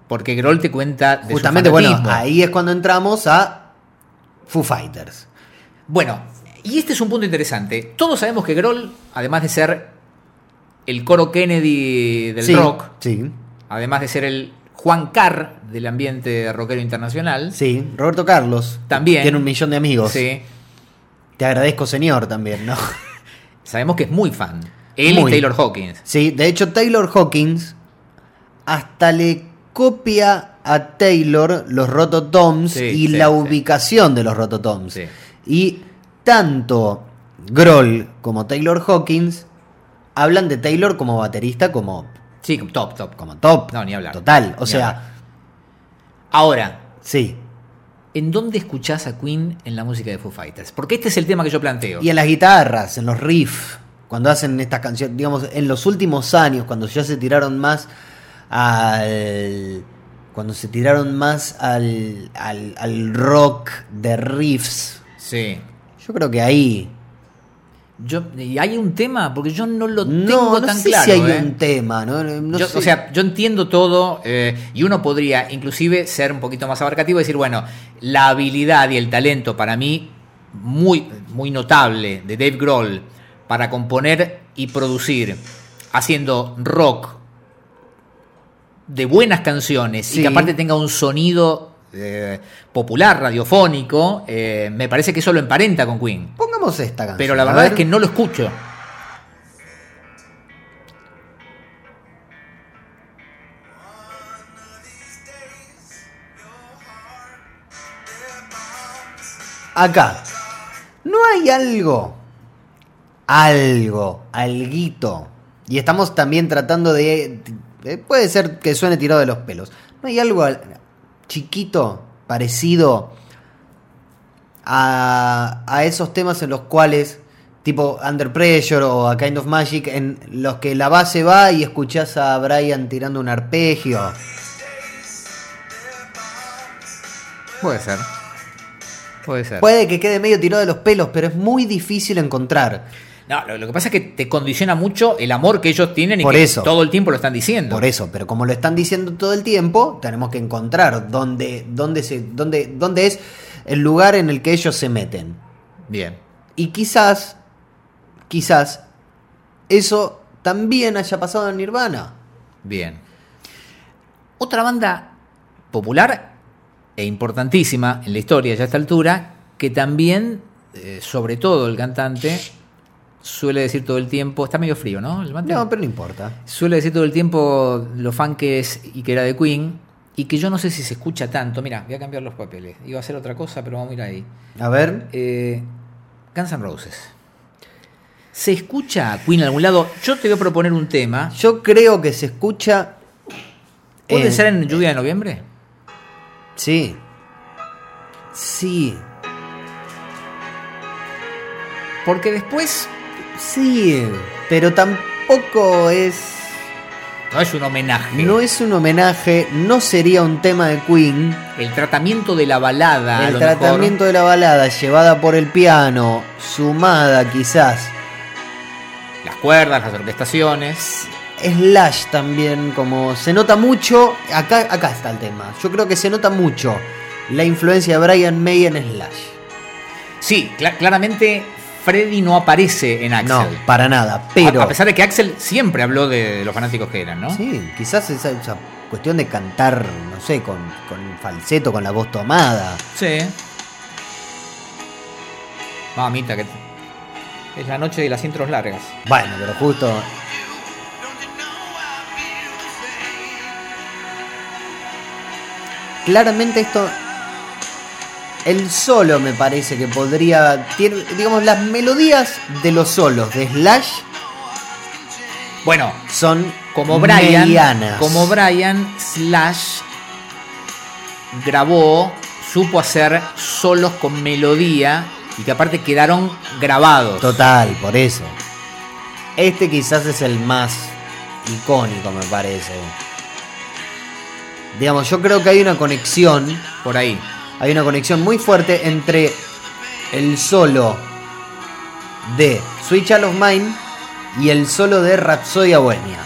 Speaker 2: Porque Groll te cuenta de su
Speaker 3: Justamente, bueno,
Speaker 2: fanatismo.
Speaker 3: ahí es cuando entramos a Foo Fighters.
Speaker 2: Bueno, y este es un punto interesante. Todos sabemos que Groll, además de ser el coro Kennedy del
Speaker 3: Sí,
Speaker 2: rock,
Speaker 3: Sí.
Speaker 2: además de ser el Juan Carr del ambiente rockero internacional.
Speaker 3: Sí, Roberto Carlos.
Speaker 2: También.
Speaker 3: Tiene un millón de amigos.
Speaker 2: Sí.
Speaker 3: Te agradezco, señor, también, ¿no?
Speaker 2: Sabemos que es muy fan. Él
Speaker 3: Muy.
Speaker 2: y Taylor Hawkins.
Speaker 3: Sí, de hecho, Taylor Hawkins hasta le copia a Taylor los Rototoms
Speaker 2: Sí, sí,
Speaker 3: y la
Speaker 2: sí.
Speaker 3: ubicación de los Rototoms.
Speaker 2: Sí.
Speaker 3: Y tanto Grohl como Taylor Hawkins hablan de Taylor como baterista, como,
Speaker 2: Sí, top, top.
Speaker 3: como top.
Speaker 2: No, ni hablar.
Speaker 3: Total. O
Speaker 2: Ni
Speaker 3: sea,
Speaker 2: hablar. Ahora,
Speaker 3: sí.
Speaker 2: ¿en dónde escuchás a Queen en la música de Foo Fighters? Porque este es el tema que yo planteo.
Speaker 3: Y en las guitarras, en los riffs, cuando hacen estas canciones, digamos, en los últimos años, cuando ya se tiraron más al. Cuando se tiraron más al, al, al rock de riffs.
Speaker 2: Sí.
Speaker 3: Yo creo que ahí.
Speaker 2: Yo, y hay un tema, porque yo no lo
Speaker 3: No,
Speaker 2: tengo
Speaker 3: no
Speaker 2: tan
Speaker 3: sé
Speaker 2: claro.
Speaker 3: si hay
Speaker 2: ¿eh?
Speaker 3: un tema, ¿no? No- no
Speaker 2: Yo,
Speaker 3: sé.
Speaker 2: O sea, yo entiendo todo eh, y uno podría inclusive ser un poquito más abarcativo y decir, bueno, la habilidad y el talento para mí muy, muy notable de Dave Grohl para componer y producir haciendo rock de buenas canciones
Speaker 3: Sí.
Speaker 2: y que aparte tenga un sonido eh, popular, radiofónico, eh, me parece que eso lo emparenta con Queen.
Speaker 3: Pongamos esta canción.
Speaker 2: Pero la
Speaker 3: a
Speaker 2: verdad es
Speaker 3: ver.
Speaker 2: que no lo escucho.
Speaker 3: Acá. No hay algo. Algo. Alguito. Y estamos también tratando de. eh, Puede ser que suene tirado de los pelos. No hay algo al- chiquito, parecido a, a esos temas en los cuales, tipo Under Pressure o A Kind of Magic, en los que la base va y escuchás a Brian tirando un arpegio.
Speaker 2: Puede ser. Puede ser.
Speaker 3: Puede que quede medio tirado de los pelos, pero es muy difícil encontrar.
Speaker 2: No, lo, lo que pasa es que te condiciona mucho el amor que ellos tienen y
Speaker 3: Por
Speaker 2: que
Speaker 3: eso.
Speaker 2: todo el tiempo lo están diciendo.
Speaker 3: Por e- eso, pero como lo están diciendo todo el tiempo, tenemos que encontrar dónde, dónde, se, dónde, dónde es el lugar en el que ellos se meten.
Speaker 2: Bien.
Speaker 3: Y quizás, quizás, eso también haya pasado en Nirvana.
Speaker 2: Bien. Otra banda popular e importantísima en la historia ya a esta altura, que también, eh, sobre todo el cantante, suele decir todo el tiempo, está medio frío, ¿no? El mate?
Speaker 3: No, pero no importa.
Speaker 2: Suele decir todo el tiempo lo fan que es y que era de Queen, y que yo no sé si se escucha tanto. Mira, voy a cambiar los papeles. Iba a hacer otra cosa, pero vamos a ir ahí.
Speaker 3: A ver,
Speaker 2: Eh, Guns N' Roses. ¿Se escucha a Queen en algún lado? Yo te voy a proponer un tema.
Speaker 3: yo creo que se escucha...
Speaker 2: ¿Puede
Speaker 3: eh,
Speaker 2: ser en lluvia de noviembre?
Speaker 3: Sí. Sí.
Speaker 2: Porque después
Speaker 3: Sí. Pero tampoco es...
Speaker 2: no es un homenaje.
Speaker 3: No es un homenaje, no sería un tema de Queen.
Speaker 2: El tratamiento de la balada. a
Speaker 3: el
Speaker 2: lo
Speaker 3: tratamiento
Speaker 2: mejor.
Speaker 3: de la balada llevada por el piano, sumada quizás,
Speaker 2: Las cuerdas, las orquestaciones.
Speaker 3: Slash también, como se nota mucho, acá, acá está el tema, yo creo que se nota mucho la influencia de Brian May en Slash.
Speaker 2: Sí, cla- claramente Freddy no aparece en Axel.
Speaker 3: No, para nada, pero...
Speaker 2: A, a pesar de que Axel siempre habló de los fanáticos que eran, ¿no?
Speaker 3: Sí, quizás esa, esa cuestión de cantar, no sé, con, con falseto, con la voz tomada.
Speaker 2: Sí. Mamita, que es la noche de las intros largas.
Speaker 3: Bueno, pero justo claramente esto el solo me parece que podría tiene, digamos las melodías de los solos de Slash
Speaker 2: Bueno,
Speaker 3: son
Speaker 2: como Brian,
Speaker 3: medianas.
Speaker 2: como Brian Slash grabó, supo hacer solos con melodía y que aparte quedaron grabados.
Speaker 3: total por eso este quizás es el más icónico me parece digamos yo creo que hay una conexión
Speaker 2: Por ahí.
Speaker 3: hay una conexión muy fuerte entre el solo de Switch All of Mine y el solo de Rhapsodia Bohemia.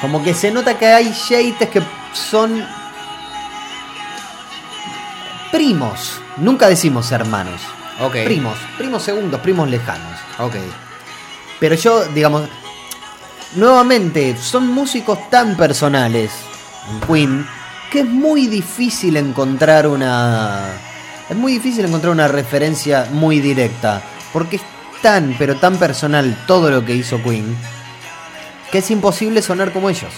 Speaker 3: Como que se nota que hay yates que son primos. Nunca decimos hermanos.
Speaker 2: Ok.
Speaker 3: Primos, primos segundos, primos lejanos.
Speaker 2: Ok.
Speaker 3: Pero yo, digamos, Nuevamente, son músicos tan personales en Queen que es muy difícil encontrar una. Es muy difícil encontrar una referencia muy directa. Porque es tan, pero tan personal todo lo que hizo Queen que es imposible sonar como ellos.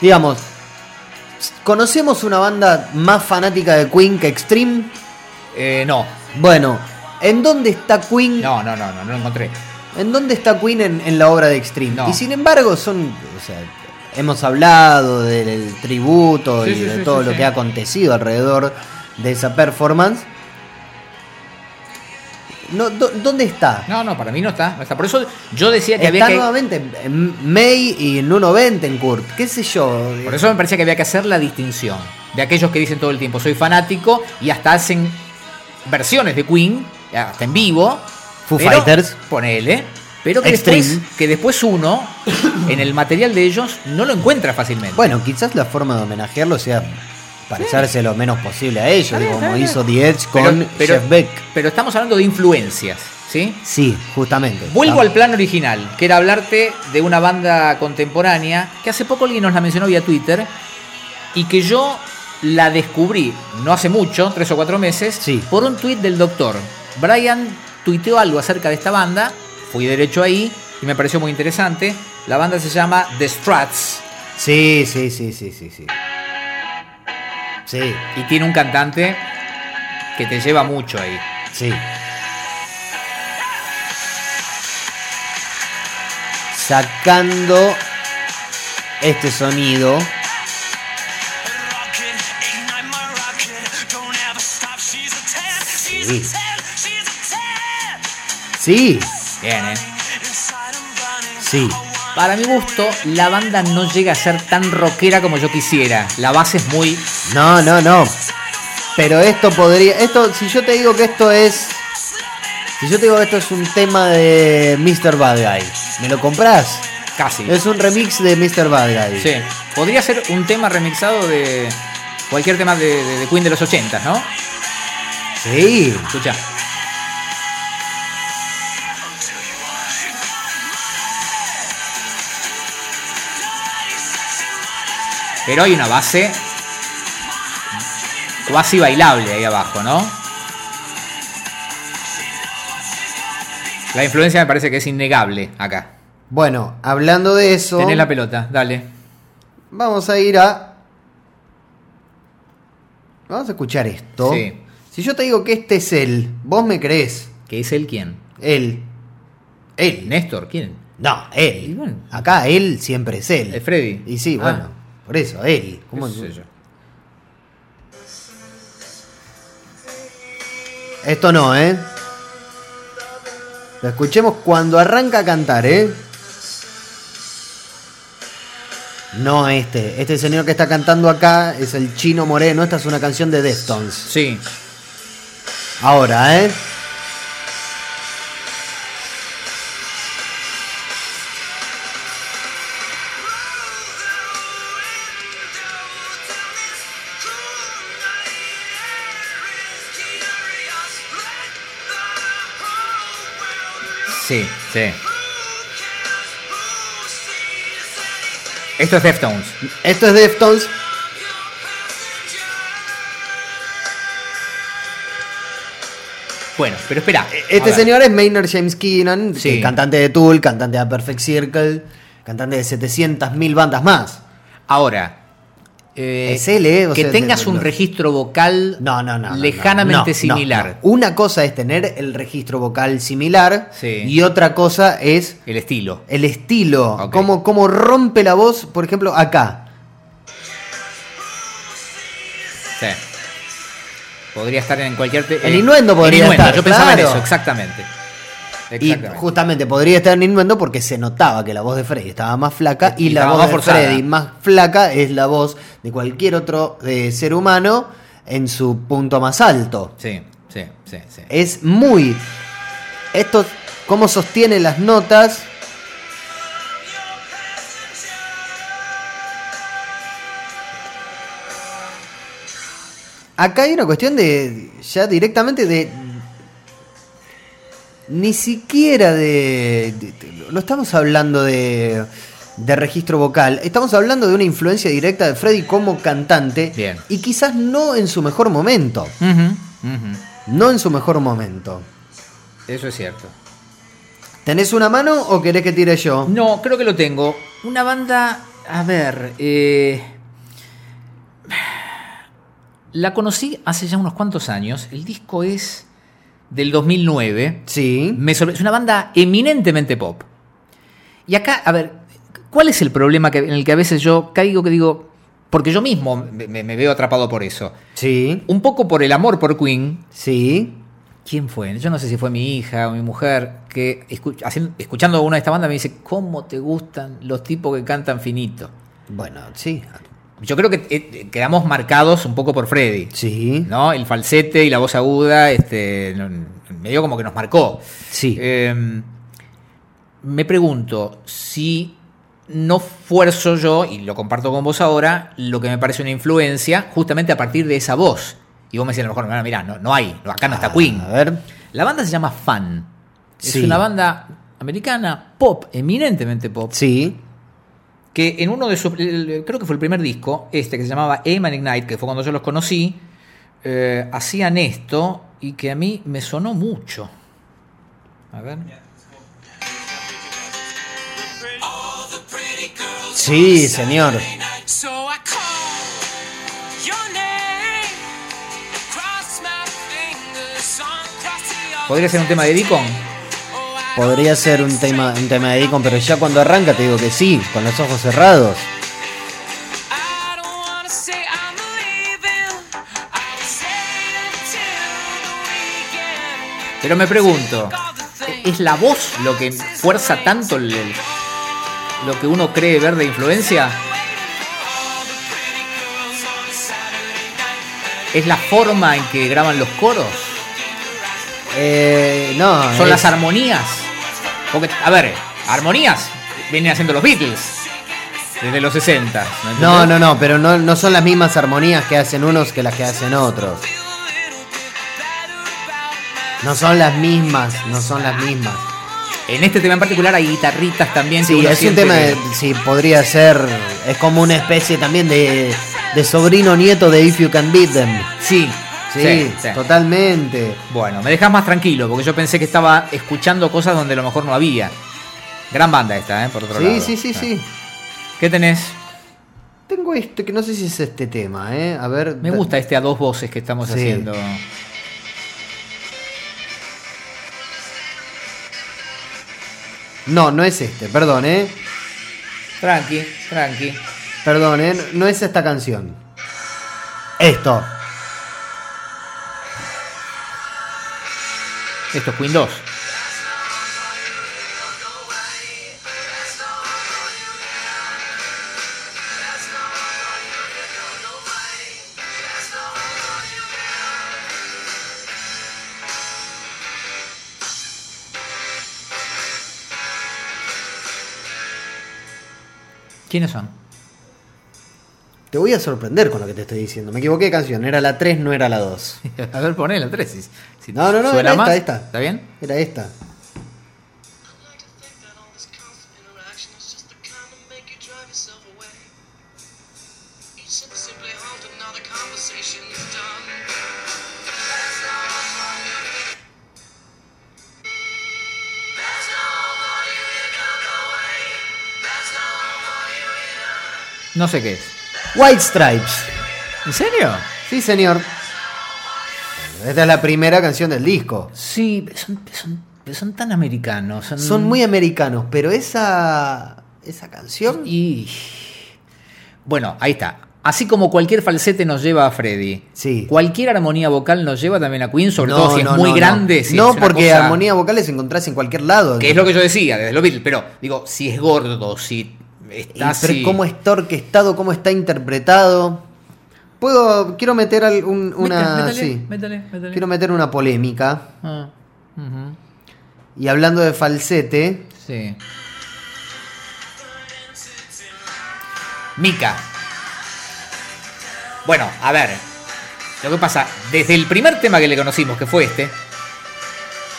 Speaker 3: Digamos, ¿conocemos una banda más fanática de Queen que Extreme?
Speaker 2: Eh, no.
Speaker 3: Bueno, ¿en dónde está Queen?
Speaker 2: No, no, no, no, no lo encontré.
Speaker 3: ¿En dónde está Queen en, en la obra de Extreme?
Speaker 2: No.
Speaker 3: Y sin embargo, son. o sea, hemos hablado del tributo
Speaker 2: Sí,
Speaker 3: y
Speaker 2: sí,
Speaker 3: de
Speaker 2: sí,
Speaker 3: todo
Speaker 2: sí,
Speaker 3: lo
Speaker 2: sí.
Speaker 3: que ha acontecido alrededor de esa performance. No, ¿dó- ¿Dónde está?
Speaker 2: No, no, para mí no está. no está. Por eso yo decía que
Speaker 3: está
Speaker 2: había que.
Speaker 3: nuevamente en- en May y en 1.20 en Kurt. ¿Qué sé yo?
Speaker 2: Por eso me parecía que había que hacer la distinción de aquellos que dicen todo el tiempo soy fanático y hasta hacen versiones de Queen, hasta en vivo.
Speaker 3: Foo
Speaker 2: pero-
Speaker 3: Fighters.
Speaker 2: Ponele. Pero que
Speaker 3: Extreme.
Speaker 2: después, que después uno, en el material de ellos, no lo encuentra fácilmente.
Speaker 3: Bueno, quizás la forma de homenajearlo sea parecerse lo menos posible a ellos, digo, como hizo The Edge
Speaker 2: Pero-
Speaker 3: con
Speaker 2: pero-
Speaker 3: Jeff Beck.
Speaker 2: Pero estamos hablando de influencias, ¿sí?
Speaker 3: Sí, justamente.
Speaker 2: Vuelvo
Speaker 3: Vamos.
Speaker 2: al plan original, que era hablarte de una banda contemporánea que hace poco alguien nos la mencionó vía Twitter y que yo la descubrí no hace mucho, tres o cuatro meses,
Speaker 3: Sí.
Speaker 2: por un tuit del doctor. Brian tuiteó algo acerca de esta banda, fui derecho ahí y me pareció muy interesante. La banda se llama The Strats
Speaker 3: Sí, sí, sí, sí, sí, sí. Sí,
Speaker 2: y tiene un cantante que te lleva mucho ahí.
Speaker 3: sí. Sacando este sonido. Sí. Sí,
Speaker 2: Bien, ¿eh?
Speaker 3: sí.
Speaker 2: Para mi gusto, la banda no llega a ser tan rockera como yo quisiera. La base es muy
Speaker 3: No, no, no. Pero esto podría. Esto, si yo te digo que esto es. Si yo te digo que esto es un tema de Mr. Bad Guy, ¿me lo comprás?
Speaker 2: casi.
Speaker 3: Es un remix de Mr. Bad Guy.
Speaker 2: Sí. Podría ser un tema remixado de cualquier tema de, de- de Queen de los 80, ¿no?
Speaker 3: Sí.
Speaker 2: Escucha. Pero hay una base cuasi bailable ahí abajo, ¿no? La influencia me parece que es innegable acá.
Speaker 3: Bueno, hablando de eso,
Speaker 2: Tenés la pelota, dale.
Speaker 3: vamos a ir a. Vamos a escuchar esto.
Speaker 2: Sí.
Speaker 3: Si yo te digo que este es él, vos me crees.
Speaker 2: ¿Qué es él quién?
Speaker 3: Él. Él. ¿eh?
Speaker 2: Néstor, ¿quién?
Speaker 3: No,
Speaker 2: Y bueno.
Speaker 3: él. Acá él siempre es él.
Speaker 2: Es Freddy.
Speaker 3: Eh, Y sí,
Speaker 2: Ah.
Speaker 3: bueno. Por eso, él. ¿Cómo
Speaker 2: ¿Qué sé yo?
Speaker 3: Esto no, ¿eh? Lo escuchemos cuando arranca a cantar, ¿eh? No este. Este señor que está cantando acá es el chino moreno. Esta es una canción de Deftones.
Speaker 2: Sí.
Speaker 3: Ahora, ¿eh?
Speaker 2: Sí, sí. Esto es Deftones.
Speaker 3: Esto es Deftones.
Speaker 2: Bueno, pero espera. A
Speaker 3: Este
Speaker 2: ver.
Speaker 3: señor es Maynard James Keenan,
Speaker 2: Sí.
Speaker 3: que es cantante de Tool, cantante de Perfect Circle, cantante de 700.000 bandas más.
Speaker 2: Ahora. eh,
Speaker 3: Es él, ¿eh? O
Speaker 2: que
Speaker 3: sea,
Speaker 2: tengas
Speaker 3: no-
Speaker 2: un
Speaker 3: no.
Speaker 2: registro vocal
Speaker 3: No, no, no, no.
Speaker 2: lejanamente
Speaker 3: no, no,
Speaker 2: similar.
Speaker 3: no. Una cosa es tener el registro vocal similar
Speaker 2: Sí.
Speaker 3: y otra cosa es
Speaker 2: El estilo.
Speaker 3: el estilo,
Speaker 2: Ok.
Speaker 3: cómo, cómo rompe la voz, por ejemplo, acá.
Speaker 2: Sí. Podría estar en cualquier. te-
Speaker 3: El
Speaker 2: eh,
Speaker 3: innuendo podría
Speaker 2: innuendo,
Speaker 3: estar,
Speaker 2: Yo pensaba en
Speaker 3: claro.
Speaker 2: eso, exactamente.
Speaker 3: Y
Speaker 2: Exactamente.
Speaker 3: justamente podría estar en innuendo porque se notaba que la voz de Freddy estaba más flaca y,
Speaker 2: Y
Speaker 3: la
Speaker 2: estaba
Speaker 3: voz
Speaker 2: más
Speaker 3: de
Speaker 2: forzada.
Speaker 3: Freddy más flaca es la voz de cualquier otro eh, ser humano en su punto más alto.
Speaker 2: Sí, sí, sí, sí.
Speaker 3: Es muy... Esto, cómo sostiene las notas. Acá hay una cuestión de. ya directamente de. Ni siquiera de, de- de- No estamos hablando de, de registro vocal. Estamos hablando de una influencia directa de Freddy como cantante.
Speaker 2: Bien.
Speaker 3: Y quizás no en su mejor momento.
Speaker 2: Ujú, ujú.
Speaker 3: No en su mejor momento.
Speaker 2: Eso es cierto.
Speaker 3: ¿Tenés una mano o querés que tire yo?
Speaker 2: No, creo que lo tengo. Una banda, a ver, eh, la conocí hace ya unos cuantos años. El disco es del 2009.
Speaker 3: Sí.
Speaker 2: Me sorpre- es una banda eminentemente pop. Y acá, a ver, ¿cuál es el problema que- en el que a veces yo caigo que digo, porque yo mismo me- me- me veo atrapado por eso?
Speaker 3: Sí.
Speaker 2: Un poco por el amor por Queen,
Speaker 3: Sí.
Speaker 2: ¿Quién fue? Yo no sé si fue mi hija o mi mujer que escu- haciendo- escuchando una de estas bandas me dice, ¿cómo te gustan los tipos que cantan finito?
Speaker 3: Bueno, sí.
Speaker 2: Yo creo que eh, eh, quedamos marcados un poco por Freddy,
Speaker 3: Sí.
Speaker 2: ¿no? El falsete y la voz aguda, este, no- medio como que nos marcó.
Speaker 3: Sí.
Speaker 2: Eh, me pregunto si no fuerzo yo, y lo comparto con vos ahora, lo que me parece una influencia justamente a partir de esa voz. Y vos me decís a lo mejor, mira, no, no hay, no, acá no está Queen.
Speaker 3: A ver.
Speaker 2: La banda se llama Fan. Es
Speaker 3: Sí.
Speaker 2: una banda americana, pop, eminentemente pop,
Speaker 3: Sí.
Speaker 2: que en uno de sus, el- el- creo que fue el primer disco, este que se llamaba Aim and Ignite, que fue cuando yo los conocí, eh, hacían esto y que a mí me sonó mucho. A ver.
Speaker 3: Sí, señor.
Speaker 5: So I call your name. Cross my fingers on crossy on
Speaker 2: ¿Podría ser un tema de Deacon?
Speaker 5: Oh, I
Speaker 3: Podría ser un tema, un tema de Deacon, pero ya cuando arranca te digo que sí, con los ojos cerrados.
Speaker 5: I don't wanna say I'm leaving. I was staying until the weekend.
Speaker 2: Pero me pregunto,
Speaker 5: All the things
Speaker 2: ¿es la voz lo que fuerza tanto el- el- lo que uno cree ver de influencia? ¿Es la forma en que graban los coros?
Speaker 3: Eh, no.
Speaker 2: Son
Speaker 3: es-
Speaker 2: las armonías. Porque, a ver, armonías vienen haciendo los Beatles desde los 60.
Speaker 3: No, no, no, pero no, no son las mismas armonías que hacen unos que las que hacen otros. No son las mismas, no son las mismas.
Speaker 2: En este tema en particular hay guitarritas también. que
Speaker 3: Sí,
Speaker 2: uno
Speaker 3: es un
Speaker 2: siente
Speaker 3: tema,
Speaker 2: que-
Speaker 3: de- sí, podría ser, es como una especie también de, de sobrino nieto de If You Can Beat Them.
Speaker 2: Sí,
Speaker 3: Sí,
Speaker 2: sí, sí.
Speaker 3: totalmente.
Speaker 2: Bueno, me dejas más tranquilo porque yo pensé que estaba escuchando cosas donde a lo mejor no había. Gran banda esta, ¿eh? Por otro lado.
Speaker 3: Sí, sí, sí,
Speaker 2: Ah.
Speaker 3: sí.
Speaker 2: ¿Qué tenés?
Speaker 3: Tengo este, que no sé si es este tema, ¿eh? A ver.
Speaker 2: Me
Speaker 3: da-
Speaker 2: gusta este a dos voces que estamos
Speaker 3: Sí.
Speaker 2: haciendo.
Speaker 3: No, no es este, perdón, ¿eh?
Speaker 2: Tranqui, tranqui.
Speaker 3: Perdón, ¿eh? No es esta canción. Esto.
Speaker 2: Esto es Queen 2. ¿Quiénes son?
Speaker 3: Te voy a sorprender con lo que te estoy diciendo. Me equivoqué de canción. Era la 3, no era la 2.
Speaker 2: A ver, poné la 3. Si, si
Speaker 3: No, no, no,
Speaker 2: suena
Speaker 3: era
Speaker 2: más,
Speaker 3: esta, esta.
Speaker 2: ¿Está bien?
Speaker 3: Era esta.
Speaker 6: I'd like to think that all this constant interaction is just the kind that make you drive yourself away. Each sip simply halted, now the conversation's done. There's no one for you here. There's no one for you here, don't go away. There's no one for you here.
Speaker 2: No sé qué es.
Speaker 3: White Stripes.
Speaker 2: ¿En serio?
Speaker 3: Sí, señor. Esta es la primera canción del disco.
Speaker 2: Sí, son, son, son tan americanos. Son,
Speaker 3: Son muy americanos, pero esa. Esa canción.
Speaker 2: Y. Bueno, ahí está. Así como cualquier falsete nos lleva a Freddy,
Speaker 3: Sí.
Speaker 2: cualquier armonía vocal nos lleva también a Queen, sobre todo si es
Speaker 3: no,
Speaker 2: muy
Speaker 3: no.
Speaker 2: grande. si
Speaker 3: no,
Speaker 2: es una
Speaker 3: porque
Speaker 2: cosa-
Speaker 3: armonía vocales encontrás en cualquier lado.
Speaker 2: Que es lo que yo decía desde los Beatles, pero digo, si es gordo, si
Speaker 3: Y
Speaker 2: está
Speaker 3: pero
Speaker 2: así.
Speaker 3: cómo está orquestado, cómo está interpretado. Puedo. Quiero meter al- un- una.
Speaker 2: Métale,
Speaker 3: sí.
Speaker 2: métale, métale.
Speaker 3: Quiero meter una polémica.
Speaker 2: Ah, ujú,
Speaker 3: Y hablando de falsete.
Speaker 2: Sí. Mika. Bueno, a ver. Lo que pasa, desde el primer tema que le conocimos, que fue este,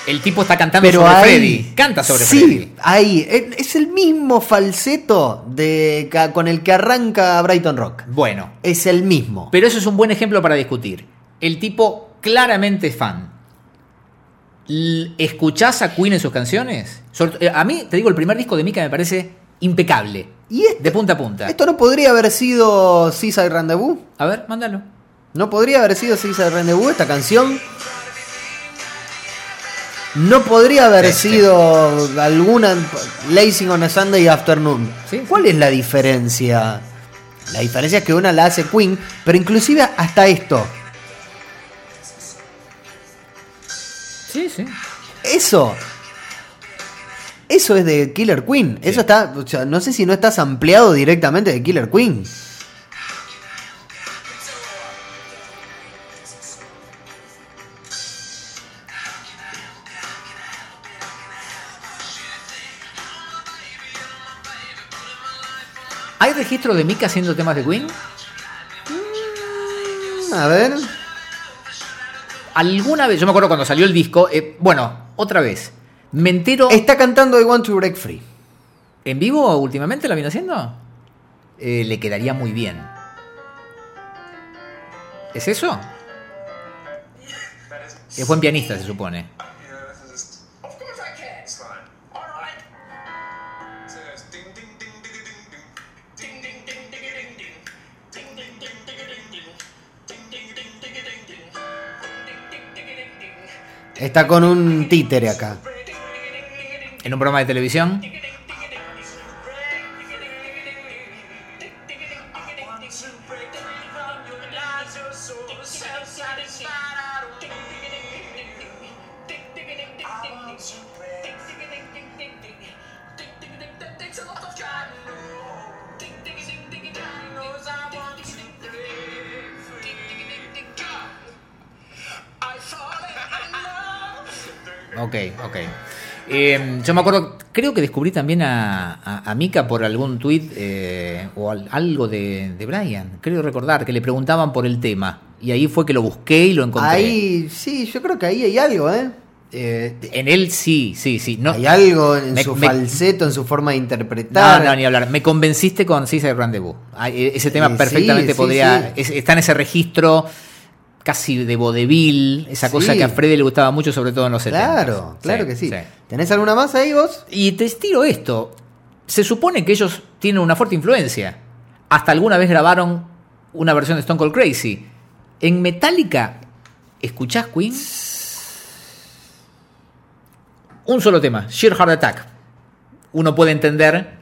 Speaker 2: El tipo está cantando
Speaker 3: Pero
Speaker 2: sobre
Speaker 3: ahí-
Speaker 2: Freddy. Canta sobre
Speaker 3: sí,
Speaker 2: Freddy.
Speaker 3: ahí. Es- Es el mismo falseto de, ca- con el que arranca Brighton Rock.
Speaker 2: Bueno,
Speaker 3: Es el mismo.
Speaker 2: pero eso es un buen ejemplo para discutir. El tipo claramente es fan. L- ¿Escuchás a Queen en sus canciones? Sobre- eh, A mí, te digo, el primer disco de Mika me parece impecable.
Speaker 3: ¿Y este?
Speaker 2: De punta a punta.
Speaker 3: ¿Esto no podría haber sido Seaside Rendezvous?
Speaker 2: A ver, mándalo.
Speaker 3: ¿No podría haber sido Seaside Rendezvous esta canción? ¿No podría haber
Speaker 2: Sí, sí.
Speaker 3: sido alguna Lazing on a Sunday Afternoon?
Speaker 2: Sí, sí.
Speaker 3: ¿Cuál es la diferencia? La diferencia es que una la hace Queen, pero inclusive hasta esto.
Speaker 2: Sí, sí.
Speaker 3: Eso. Eso es de Killer Queen. Eso está. o sea, no sé si no estás ampliado directamente de Killer Queen.
Speaker 2: ¿Hay registro de Mika haciendo temas de Queen?
Speaker 3: A ver.
Speaker 2: Alguna vez, yo me acuerdo cuando salió el disco, eh, bueno, otra vez. Me entero.
Speaker 3: Está cantando I Want to Break Free.
Speaker 2: ¿En vivo últimamente la vino haciendo? Eh, le quedaría muy bien. ¿Es eso? Es buen pianista, se supone.
Speaker 7: Of course I can. It's fine. All right. Says ding ding ding ding ding ding ding ding ding ding ding ding ding ding ding ding ding ding ding ding ding ding ding ding ding ding ding ding ding.
Speaker 3: Está con un títere acá.
Speaker 2: En un programa de televisión.
Speaker 7: I fall in love.
Speaker 2: Ok, ok. Eh, yo me acuerdo, creo que descubrí también a, a, a Mika por algún tuit eh, o al- algo de, de Brian. Creo recordar que le preguntaban por el tema. Y ahí fue que lo busqué y lo encontré.
Speaker 3: Ahí, sí, yo creo que ahí hay algo, ¿eh?
Speaker 2: Eh, en él sí, sí, sí. No,
Speaker 3: Hay algo en
Speaker 2: Me-
Speaker 3: su
Speaker 2: me-
Speaker 3: falseto, en su forma de
Speaker 2: No,
Speaker 3: interpretar.
Speaker 2: no, ni hablar. Me convenciste con César Rendezvous. Ah, e- Ese tema
Speaker 3: Eh, sí,
Speaker 2: perfectamente
Speaker 3: sí,
Speaker 2: podría.
Speaker 3: sí.
Speaker 2: es- está en ese registro casi de vodevil, esa cosa
Speaker 3: Sí.
Speaker 2: que a Freddy le gustaba mucho, sobre todo en los 70.
Speaker 3: Claro, claro que sí. ¿Tenés alguna más ahí vos?
Speaker 2: Y te estiro esto. Se supone que ellos tienen una fuerte influencia. Hasta alguna vez grabaron una versión de Stone Cold Crazy. En Metallica, ¿escuchás Queen? Un solo tema, Sheer Heart Attack. Uno puede entender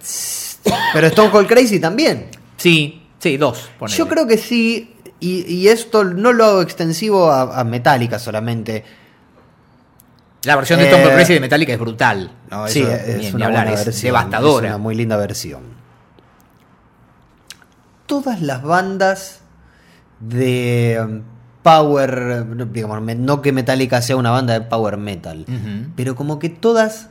Speaker 3: Pero Stone Cold Crazy también.
Speaker 2: Sí, sí, dos. ponele.
Speaker 3: Yo creo que sí, y, y esto no lo hago extensivo a, a Metallica solamente.
Speaker 2: La versión de Tom
Speaker 3: Eh,
Speaker 2: Cruise de Metallica es brutal. sí,
Speaker 3: eso
Speaker 2: ni- ni hablar,
Speaker 3: buena
Speaker 2: es
Speaker 3: versión,
Speaker 2: devastadora.
Speaker 3: Es una muy linda versión. Todas las bandas de um, power, no, digamos, me- no que Metallica sea una banda de power metal,
Speaker 2: Ujú.
Speaker 3: pero como que todas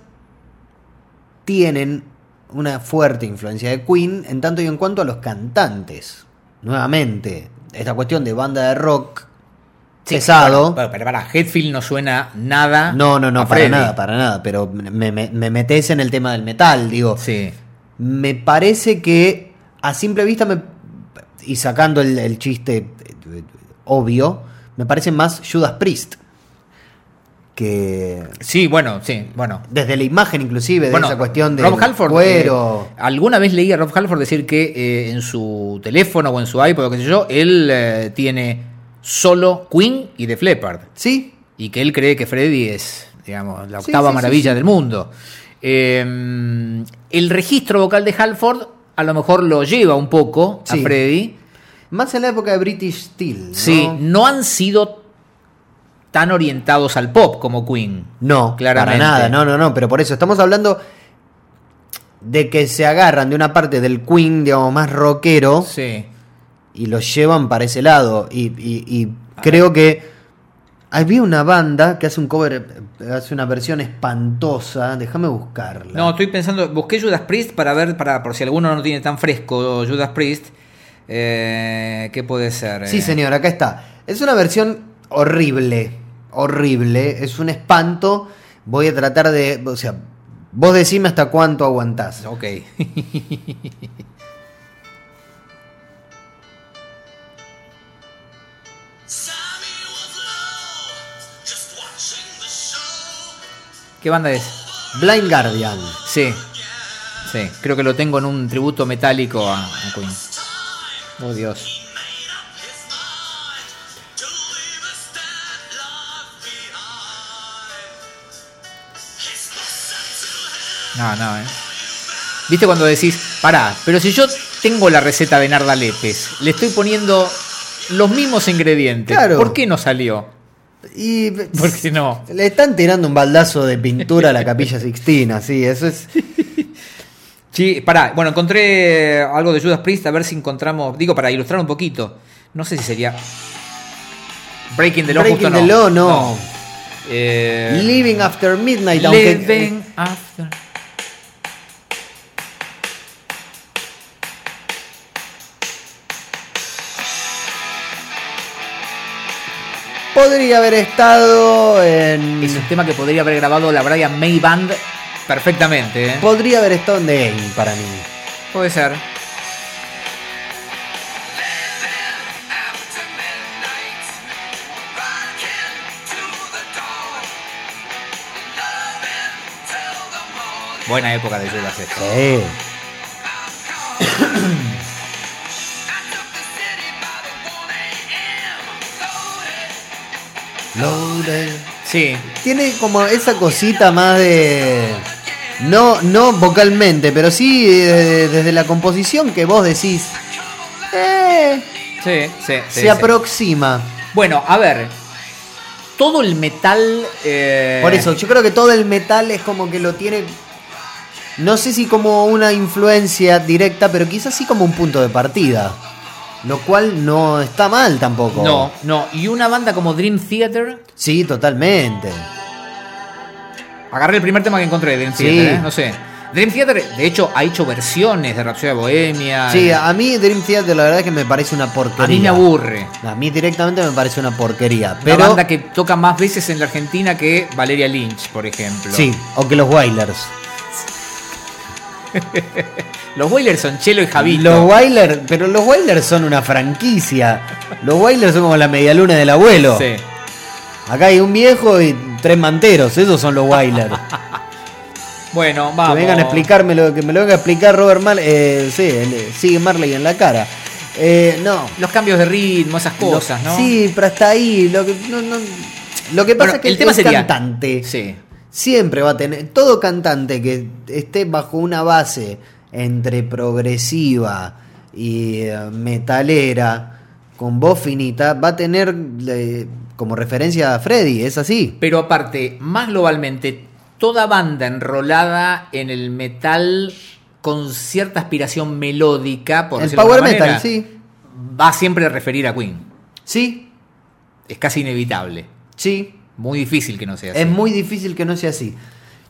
Speaker 3: tienen una fuerte influencia de Queen en tanto y en cuanto a los cantantes. Nuevamente, esta cuestión de banda de rock
Speaker 2: Sí,
Speaker 3: pesado.
Speaker 2: bueno, Pero, pero para Headfield no suena nada.
Speaker 3: No, no,
Speaker 2: Ah, a
Speaker 3: no, para
Speaker 2: Freddy.
Speaker 3: nada, para nada. Pero me, me- me metes en el tema del metal, digo.
Speaker 2: Sí.
Speaker 3: Me parece que a simple vista, me- y sacando el, el chiste eh, obvio, me parece más Judas Priest. Que
Speaker 2: Sí, bueno, sí, bueno.
Speaker 3: desde la imagen inclusive, de
Speaker 2: Bueno,
Speaker 3: esa cuestión de
Speaker 2: Rob Halford.
Speaker 3: cuero.
Speaker 2: eh, alguna vez leí a Rob Halford decir que eh, en su teléfono o en su iPod o qué sé yo, él eh, tiene solo Queen y The Leppard.
Speaker 3: sí,
Speaker 2: y que él cree que Freddy es, digamos, la
Speaker 3: Sí,
Speaker 2: octava
Speaker 3: sí, sí,
Speaker 2: maravilla del mundo. Eh, el registro vocal de Halford a lo mejor lo lleva un poco
Speaker 3: Sí.
Speaker 2: a Freddy.
Speaker 3: más en la época de British Steel. ¿no?
Speaker 2: Sí, no han sido tan orientados al pop como Queen.
Speaker 3: No,
Speaker 2: Claramente.
Speaker 3: para nada, no, no, no, pero por eso estamos hablando de que se agarran de una parte del Queen, digamos, más rockero.
Speaker 2: Sí.
Speaker 3: y los llevan para ese lado. Y, y- y creo que había una banda que hace un cover, eh, hace una versión espantosa. Déjame buscarla.
Speaker 2: No, estoy pensando, busqué Judas Priest para ver, para por si alguno no tiene tan fresco Judas Priest. Eh, ¿Qué puede ser?
Speaker 3: sí,
Speaker 2: Eh,
Speaker 3: señor, acá está. Es una versión horrible. Horrible. Es un espanto. Voy a tratar de. O sea, vos decime hasta cuánto aguantás.
Speaker 2: Ok.
Speaker 7: Sammy was low, just watching the show.
Speaker 2: ¿Qué banda es?
Speaker 3: Blind Guardian.
Speaker 2: Sí. Sí, creo que lo tengo en un tributo metálico a, a Queen. Oh Dios. No, no, eh. ¿Viste cuando decís, pará, pero si yo tengo la receta de Narda Lépez, le estoy poniendo los mismos ingredientes,
Speaker 3: Claro.
Speaker 2: ¿por qué no salió?
Speaker 3: Y.
Speaker 2: ¿Por qué no?
Speaker 3: Le están tirando un baldazo de pintura a la Capilla Sixtina, sí, eso es.
Speaker 2: Sí, pará, bueno, encontré eh, algo de Judas Priest, a ver si encontramos, digo, para ilustrar un poquito, no sé si sería Breaking the Law,
Speaker 3: Breaking
Speaker 2: justo
Speaker 3: the
Speaker 2: no.
Speaker 3: Law, no.
Speaker 2: Eh,
Speaker 3: Living After Midnight, aunque.
Speaker 2: Living After-
Speaker 3: Podría haber estado en.
Speaker 2: Es un tema que podría haber grabado la Brian May Band perfectamente, ¿eh?
Speaker 3: Podría haber estado en The Game para mí.
Speaker 2: Puede ser. Buena época de Judas esta.
Speaker 3: Sí. Loaded.
Speaker 2: Sí,
Speaker 3: Tiene como esa cosita más de. No, no vocalmente, pero sí eh, desde la composición que vos decís. eh,
Speaker 2: sí, sí. sí,
Speaker 3: se
Speaker 2: sí.
Speaker 3: aproxima.
Speaker 2: Bueno, a ver. Todo el metal. eh,
Speaker 3: Por eso, yo creo que todo el metal es como que lo tiene. No sé si como una influencia directa, pero quizás sí como un punto de partida. Lo cual no está mal tampoco.
Speaker 2: No, no. Y una banda como Dream Theater.
Speaker 3: Sí, totalmente.
Speaker 2: Agarré el primer tema que encontré de Dream
Speaker 3: Sí.
Speaker 2: Theater, ¿eh? No sé. Dream Theater, de hecho, ha hecho versiones de Rhapsody de Bohemia.
Speaker 3: Sí,
Speaker 2: eh,
Speaker 3: a mí Dream Theater la verdad es que me parece una porquería.
Speaker 2: a mí me aburre.
Speaker 3: A mí directamente me parece una porquería.
Speaker 2: Una
Speaker 3: Pero.
Speaker 2: banda que toca más veces en la Argentina que Valeria Lynch, por ejemplo.
Speaker 3: Sí, o que los Wailers.
Speaker 2: Los Wailers son Chelo y Javito.
Speaker 3: Los Wailers, pero los Wailers son una franquicia. Los Wailers son como la medialuna del abuelo.
Speaker 2: Sí.
Speaker 3: Acá hay un viejo y tres manteros, esos son los Wailers.
Speaker 2: Bueno,
Speaker 3: Que
Speaker 2: vamos.
Speaker 3: vengan a explicarme lo que me lo venga a explicar Robert Marley. Eh, sí, el- sigue Marley en la cara. Eh, no.
Speaker 2: Los cambios de ritmo, esas cosas, ¿no?
Speaker 3: Sí, pero hasta ahí. Lo que, no, no- lo que pasa
Speaker 2: Bueno,
Speaker 3: es que
Speaker 2: el tema
Speaker 3: el
Speaker 2: sería-
Speaker 3: cantante
Speaker 2: Sí.
Speaker 3: siempre va a tener. Todo cantante que esté bajo una base entre progresiva y eh, metalera, con voz finita, va a tener eh, como referencia a Freddy, es así.
Speaker 2: Pero aparte, más globalmente, toda banda enrolada en el metal con cierta aspiración melódica, por
Speaker 3: El
Speaker 2: decirlo de
Speaker 3: power
Speaker 2: alguna
Speaker 3: metal,
Speaker 2: manera,
Speaker 3: sí.
Speaker 2: va siempre a referir a Queen.
Speaker 3: Sí,
Speaker 2: Es casi inevitable.
Speaker 3: sí.
Speaker 2: Muy difícil que no sea así.
Speaker 3: Es muy difícil que no sea así.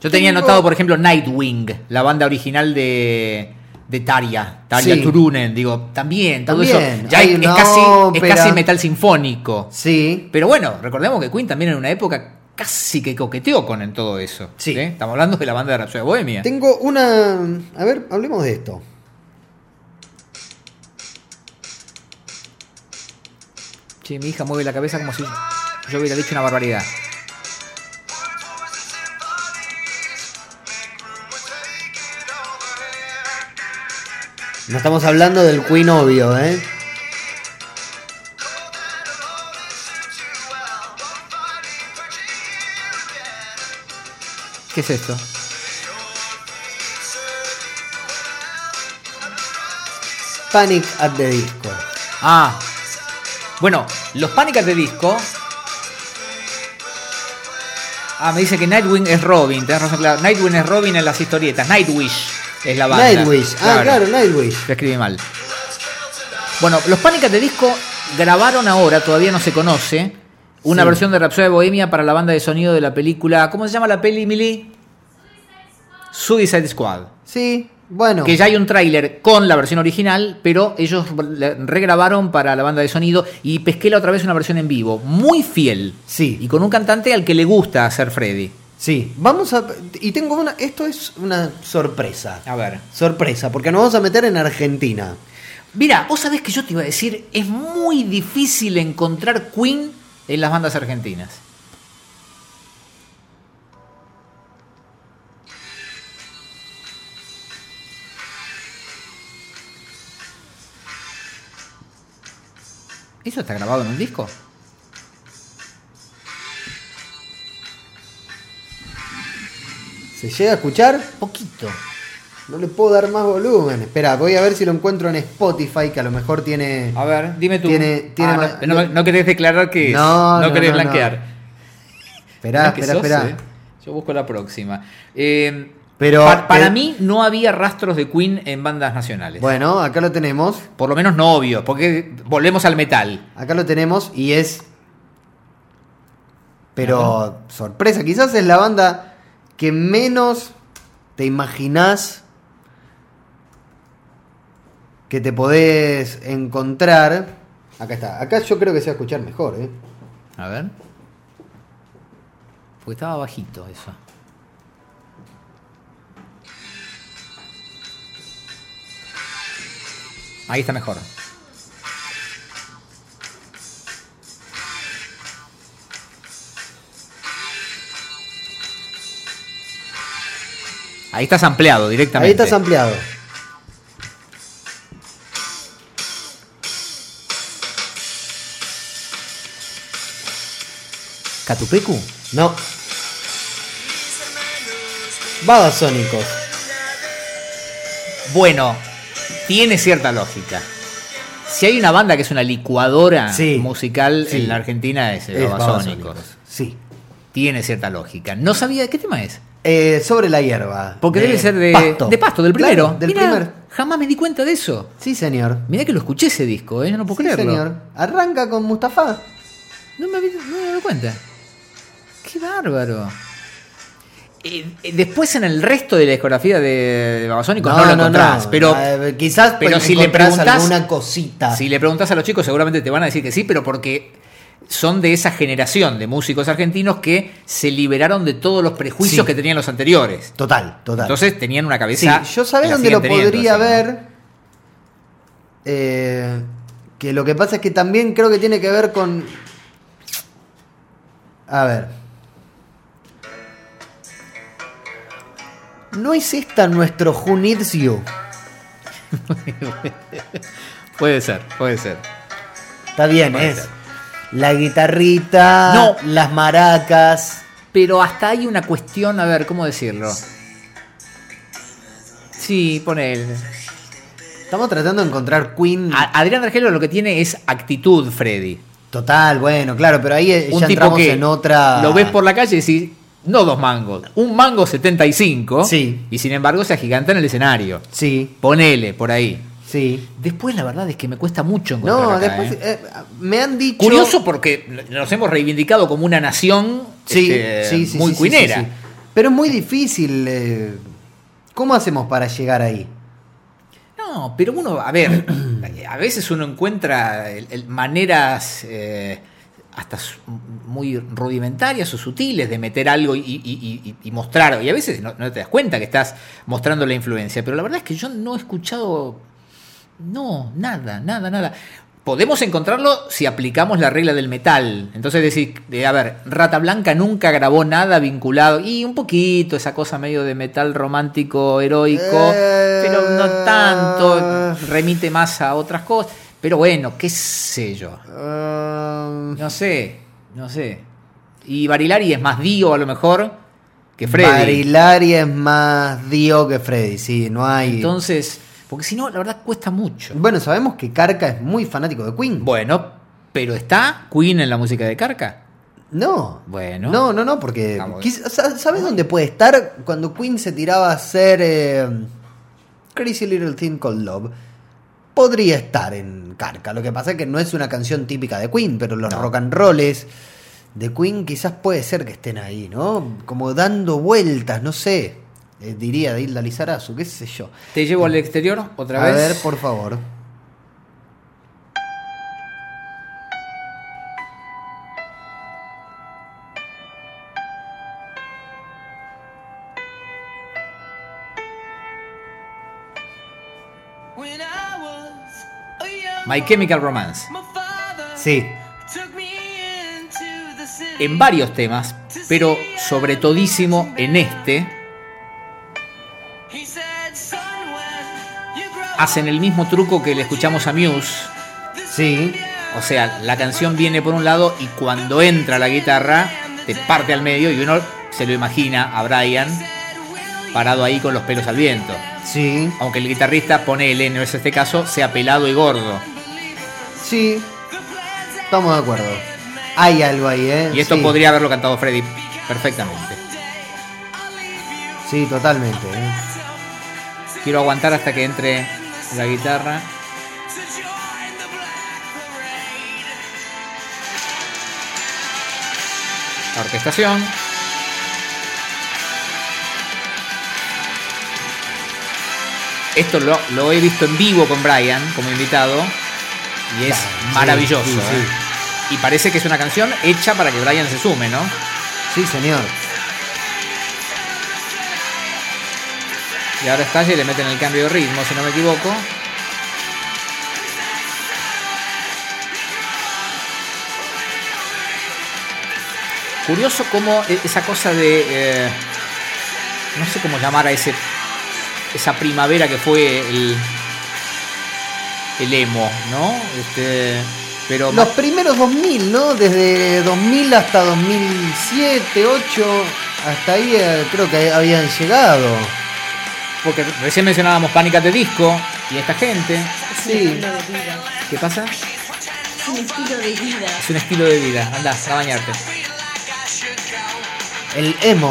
Speaker 2: Yo tenía
Speaker 3: Tengo-
Speaker 2: anotado, por ejemplo, Nightwing, la banda original de, de Tarja, Tarja
Speaker 3: Sí.
Speaker 2: Turunen, digo, también, todo
Speaker 3: También,
Speaker 2: eso. Ya
Speaker 3: hay
Speaker 2: es, es
Speaker 3: una
Speaker 2: casi, es
Speaker 3: ópera.
Speaker 2: casi metal sinfónico.
Speaker 3: Sí.
Speaker 2: Pero bueno, recordemos que Queen también en una época casi que coqueteó con en todo eso. ¿eh?
Speaker 3: Sí.
Speaker 2: Estamos hablando de la banda de Rhapsody de Bohemia.
Speaker 3: Tengo una. A ver, hablemos de esto.
Speaker 2: Che, mi hija mueve la cabeza como si yo hubiera dicho una barbaridad.
Speaker 3: No estamos hablando del Queen obvio, ¿eh?
Speaker 2: ¿Qué es esto?
Speaker 3: Panic at the Disco.
Speaker 2: Ah. Bueno, los pánicas de disco. Ah, me dice que Nightwing es Robin. Tenés razón, claro. Nightwing es Robin en las historietas. Nightwish es la banda.
Speaker 3: Nightwish. Ah, claro, Nightwish.
Speaker 2: Lo escribí mal. Bueno, los pánicas de disco grabaron ahora, todavía no se conoce, una
Speaker 3: Sí.
Speaker 2: versión de Rhapsody de Bohemia para la banda de sonido de la película. ¿Cómo se llama la peli, Mili? Suicide Squad.
Speaker 3: Sí, bueno.
Speaker 2: Que ya hay un tráiler con la versión original, pero ellos la regrabaron para la banda de sonido y pesqué la otra vez una versión en vivo, muy fiel.
Speaker 3: Sí.
Speaker 2: Y con un cantante al que le gusta hacer Freddy.
Speaker 3: Sí, vamos a. Y tengo una. Esto es una sorpresa.
Speaker 2: A ver.
Speaker 3: Sorpresa, porque nos vamos a meter en Argentina.
Speaker 2: Mira, vos sabés que yo te iba a decir, es muy difícil encontrar Queen en las bandas argentinas. ¿Eso está grabado en un disco?
Speaker 3: ¿Se llega a escuchar?
Speaker 2: Poquito.
Speaker 3: No le puedo dar más volumen. Espera, voy a ver si lo encuentro en Spotify, que a lo mejor tiene.
Speaker 2: A ver, dime tú.
Speaker 3: Tiene- tiene
Speaker 2: Ah, no-
Speaker 3: ma-
Speaker 2: no, no querés declarar que
Speaker 3: No,
Speaker 2: no,
Speaker 3: no,
Speaker 2: querés
Speaker 3: no, no.
Speaker 2: blanquear.
Speaker 3: Esperá,
Speaker 2: Mirá que
Speaker 3: esperá,
Speaker 2: sos,
Speaker 3: esperá.
Speaker 2: eh. Yo busco la próxima. Eh,
Speaker 3: Pero-
Speaker 2: pa- para
Speaker 3: eh,
Speaker 2: mí no había rastros de Queen en bandas nacionales.
Speaker 3: Bueno, acá lo tenemos.
Speaker 2: Por lo menos no obvios, porque volvemos al metal.
Speaker 3: Acá lo tenemos y es. Pero sorpresa, quizás es la banda que menos te imaginás que te podés encontrar. Acá está. Acá yo creo que se va a escuchar mejor, ¿eh?
Speaker 2: A ver. Porque estaba bajito eso. Ahí está mejor. Ahí estás ampliado directamente.
Speaker 3: Ahí estás ampliado.
Speaker 2: ¿Catupecu?
Speaker 3: No. Babasónicos.
Speaker 2: Bueno, tiene cierta lógica. Si hay una banda que es una licuadora
Speaker 3: Sí,
Speaker 2: musical
Speaker 3: sí.
Speaker 2: en la Argentina es,
Speaker 3: Es
Speaker 2: Babasónicos.
Speaker 3: Babasónicos, Sí.
Speaker 2: Tiene cierta lógica. No sabía qué tema es.
Speaker 3: Eh, sobre la hierba.
Speaker 2: Porque
Speaker 3: De
Speaker 2: debe ser de
Speaker 3: pasto.
Speaker 2: de pasto del primero.
Speaker 3: Claro, del
Speaker 2: Mirá,
Speaker 3: primer.
Speaker 2: Jamás me di cuenta de eso.
Speaker 3: Sí, señor.
Speaker 2: Mirá que lo escuché ese disco, ¿eh? Yo no puedo
Speaker 3: Sí,
Speaker 2: creerlo.
Speaker 3: señor. Arranca con Mustafa.
Speaker 2: No me había no me había dado cuenta. Qué bárbaro. Eh, eh, después en el resto de la discografía de Babasónicos no, lo encontrás. Pero
Speaker 3: Eh, quizás
Speaker 2: pero si le
Speaker 3: encontrás
Speaker 2: preguntás-
Speaker 3: alguna cosita.
Speaker 2: Si le preguntas a los chicos, seguramente te van a decir que sí, pero porque son de esa generación de músicos argentinos que se liberaron de todos los prejuicios
Speaker 3: Sí.
Speaker 2: que tenían los anteriores.
Speaker 3: Total, total.
Speaker 2: Entonces tenían una
Speaker 3: Sí,
Speaker 2: cabeza.
Speaker 3: yo sabía
Speaker 2: la
Speaker 3: dónde lo
Speaker 2: siguen teniendo,
Speaker 3: podría
Speaker 2: o sea, ¿no?
Speaker 3: ver. Eh, que lo que pasa es que también creo que tiene que ver con. A ver. ¿No es esta nuestro Who Needs You?
Speaker 2: Puede ser, puede ser.
Speaker 3: Está bien,
Speaker 2: Puede
Speaker 3: es.
Speaker 2: ser.
Speaker 3: La guitarrita,
Speaker 2: No.
Speaker 3: las maracas.
Speaker 2: Pero hasta hay una cuestión, a ver, ¿cómo decirlo? Sí, pone él.
Speaker 3: Estamos tratando de encontrar Queen.
Speaker 2: A- Adrián Argelo lo que tiene es actitud, Freddy.
Speaker 3: Total, bueno, claro, pero ahí eh,
Speaker 2: un
Speaker 3: ya
Speaker 2: tipo
Speaker 3: entramos
Speaker 2: que
Speaker 3: en otra.
Speaker 2: lo ves por la calle y decís, no dos mangos, un mango 75.
Speaker 3: Sí.
Speaker 2: Y sin embargo se agiganta en el escenario.
Speaker 3: Sí,
Speaker 2: Ponele por ahí.
Speaker 3: sí.
Speaker 2: Después la verdad es que me cuesta mucho encontrar.
Speaker 3: No,
Speaker 2: acá,
Speaker 3: después
Speaker 2: ¿eh?
Speaker 3: eh, me han dicho.
Speaker 2: Curioso porque nos hemos reivindicado como una nación
Speaker 3: Sí,
Speaker 2: este,
Speaker 3: sí, sí,
Speaker 2: muy
Speaker 3: sí, sí,
Speaker 2: cuinera.
Speaker 3: sí, sí. Pero es muy difícil. eh, ¿Cómo hacemos para llegar ahí?
Speaker 2: No, pero uno, a ver, a veces uno encuentra el- el- maneras eh, hasta su- muy rudimentarias o sutiles de meter algo y, y- y- y- y mostrar, y a veces no, no te das cuenta que estás mostrando la influencia, pero la verdad es que yo no he escuchado, no, nada, nada, nada. Podemos encontrarlo si aplicamos la regla del metal. Entonces decir, eh, a ver, Rata Blanca nunca grabó nada vinculado, y un poquito esa cosa medio de metal romántico, heroico,
Speaker 3: Eh,
Speaker 2: pero no tanto, remite más a otras cosas. Pero bueno, qué sé yo.
Speaker 3: Eh,
Speaker 2: No sé, no sé. Y Barilari es más Dio a lo mejor que Freddy.
Speaker 3: Barilari es más Dio que Freddy, sí, no hay.
Speaker 2: Entonces, porque si no, la verdad cuesta mucho.
Speaker 3: Bueno, sabemos que Carca es muy fanático de Queen.
Speaker 2: Bueno, pero ¿está Queen en la música de Carca?
Speaker 3: No.
Speaker 2: Bueno.
Speaker 3: No, no, no, porque.
Speaker 2: Vamos.
Speaker 3: quiz- sa- ¿Sabes dónde puede estar? Cuando Queen se tiraba a hacer eh, Crazy Little Thing Called Love. Podría estar en Carca. Lo que pasa es que no es una canción típica de Queen, pero los rock and rolls de Queen quizás puede ser que estén ahí, ¿no? Como dando vueltas, no sé. Eh, diría de Hilda Lizarazu, qué sé yo.
Speaker 2: ¿Te llevo al exterior otra
Speaker 3: a
Speaker 2: vez?
Speaker 3: ver, por favor.
Speaker 5: When I was a young
Speaker 2: My Chemical Romance.
Speaker 5: my father
Speaker 3: Sí.
Speaker 5: took me into the city
Speaker 2: En varios temas, pero sobre todísimo en este,
Speaker 5: He said, "Son, when you grow
Speaker 2: hacen el mismo truco que le escuchamos a Muse.
Speaker 3: Sí.
Speaker 2: O sea, la canción viene por un lado y cuando entra la guitarra, te parte al medio y uno se lo imagina a Brian parado ahí con los pelos al viento.
Speaker 3: Sí.
Speaker 2: Aunque el guitarrista, pone el no es este caso, sea pelado y gordo.
Speaker 3: Sí. Estamos de acuerdo. Hay algo ahí, ¿eh?
Speaker 2: Y esto
Speaker 3: Sí.
Speaker 2: podría haberlo cantado Freddy perfectamente.
Speaker 3: Sí, totalmente. ¿eh?
Speaker 2: Quiero aguantar hasta que entre la guitarra.
Speaker 5: to join the black parade."
Speaker 2: La orquestación. Esto lo, lo he visto en vivo con Brian como invitado y es
Speaker 3: Claro,
Speaker 2: maravilloso.
Speaker 3: sí, sí,
Speaker 2: ¿eh? Y parece que es una canción hecha para que Brian se sume, ¿no?
Speaker 3: Sí, señor.
Speaker 2: Y ahora estalla y le meten el cambio de ritmo, si no me equivoco. Curioso cómo e- esa cosa de. eh, no sé cómo llamar a ese. Esa primavera que fue el. El emo, ¿no? Este, pero.
Speaker 3: Los primeros 2000, ¿no? Desde 2000 hasta 2007, 8, hasta ahí eh, creo que habían llegado.
Speaker 2: Porque recién mencionábamos Pánicas de Disco y esta gente.
Speaker 3: Sí.
Speaker 8: estilo de vida.
Speaker 2: ¿Qué pasa?
Speaker 8: Es un estilo de vida.
Speaker 2: Es un estilo de vida. Andá, a bañarte.
Speaker 3: El emo.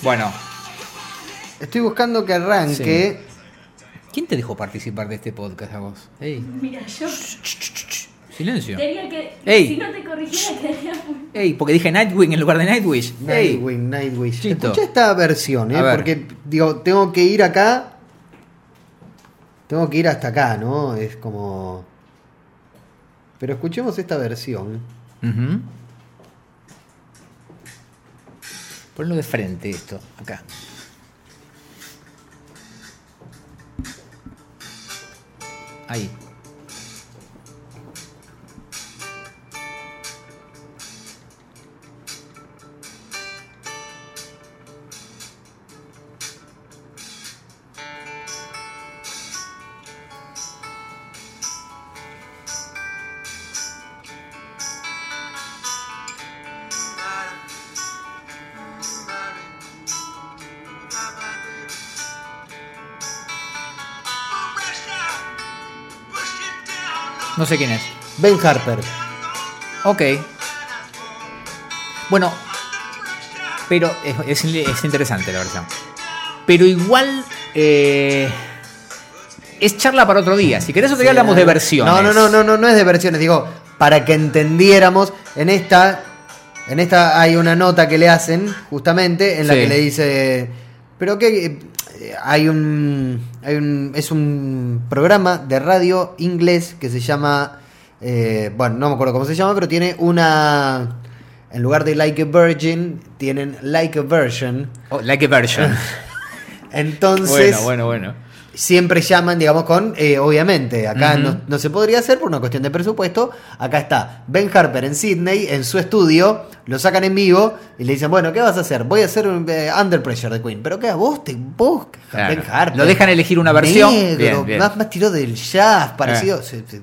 Speaker 2: Bueno,
Speaker 3: Estoy buscando que arranque.
Speaker 2: ¿Quién te dejó participar de este podcast a vos? Ey,
Speaker 9: Mira, yo
Speaker 2: silencio.
Speaker 9: tenía que.
Speaker 2: Ey.
Speaker 9: Si no te corrigiera, quedaría muy.
Speaker 2: Ey, porque dije Nightwing en lugar de Nightwish. Ey,
Speaker 3: Nightwing, Nightwish.
Speaker 2: Chito.
Speaker 3: Escuchá esta versión, ¿eh?
Speaker 2: A ver.
Speaker 3: Porque, digo, tengo que ir acá. Tengo que ir hasta acá, ¿no? Es como. Pero escuchemos esta versión.
Speaker 2: Ujú. Ponlo de frente esto, acá. Ahí. No sé quién es.
Speaker 3: Ben Harper.
Speaker 2: Ok. Bueno, pero es, es- es interesante la versión. Pero igual eh, es charla para otro día. Si querés otro día hablamos de versiones.
Speaker 3: Este, No, no, no, no, no, no es de versiones. Digo, para que entendiéramos, en esta, en esta hay una nota que le hacen, justamente, en la
Speaker 2: Sí.
Speaker 3: que le dice. Pero que eh, hay un. Hay un. Es un programa de radio inglés que se llama. eh, bueno, no me acuerdo cómo se llama, pero tiene una. En lugar de Like a Virgin, tienen Like a Version.
Speaker 2: Oh, like a version.
Speaker 3: Entonces
Speaker 2: bueno, bueno, bueno.
Speaker 3: siempre llaman, digamos, con, eh, obviamente, acá
Speaker 2: Ujú.
Speaker 3: no, no se podría hacer por una cuestión de presupuesto. Acá está Ben Harper en Sydney, en su estudio, lo sacan en vivo y le dicen, bueno, ¿qué vas a hacer? Voy a hacer un, eh, Under Pressure de Queen. ¿Pero qué? ¿A vos? Te, vos
Speaker 2: Claro.
Speaker 3: Ben Harper.
Speaker 2: Lo dejan elegir una versión.
Speaker 3: Negro,
Speaker 2: Bien, bien. Eh.
Speaker 3: Más, más tiró del jazz, parecido... se- se-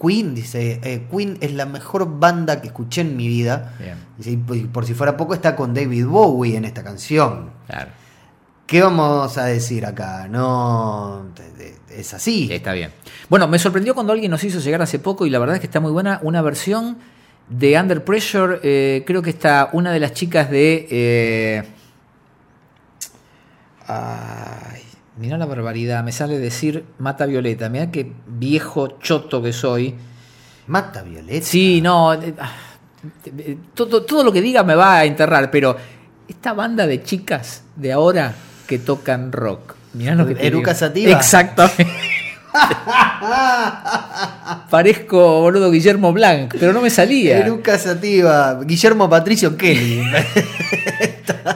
Speaker 3: Queen dice, eh, Queen es la mejor banda que escuché en mi vida.
Speaker 2: Bien.
Speaker 3: Dice, Y por- y por si fuera poco está con David Bowie en esta canción.
Speaker 2: Claro.
Speaker 3: ¿Qué vamos a decir acá? No, te- te- es así.
Speaker 2: Está bien. Bueno, me sorprendió cuando alguien nos hizo llegar hace poco y la verdad es que está muy buena una versión de Under Pressure. eh, creo que está una de las chicas de. eh, Ay, mirá la barbaridad. Me sale decir Mata Violeta. Mirá qué viejo choto que soy.
Speaker 3: Mata Violeta.
Speaker 2: Sí, no. eh, ah, eh, Todo, todo lo que diga me va a enterrar, pero esta banda de chicas de ahora que tocan rock. Mirá lo que te
Speaker 3: Eruca
Speaker 2: digo.
Speaker 3: Sativa.
Speaker 2: Exactamente. Parezco, boludo, Guillermo Blanc, pero no me salía.
Speaker 3: Eruca Sativa, Guillermo Patricio Kelly.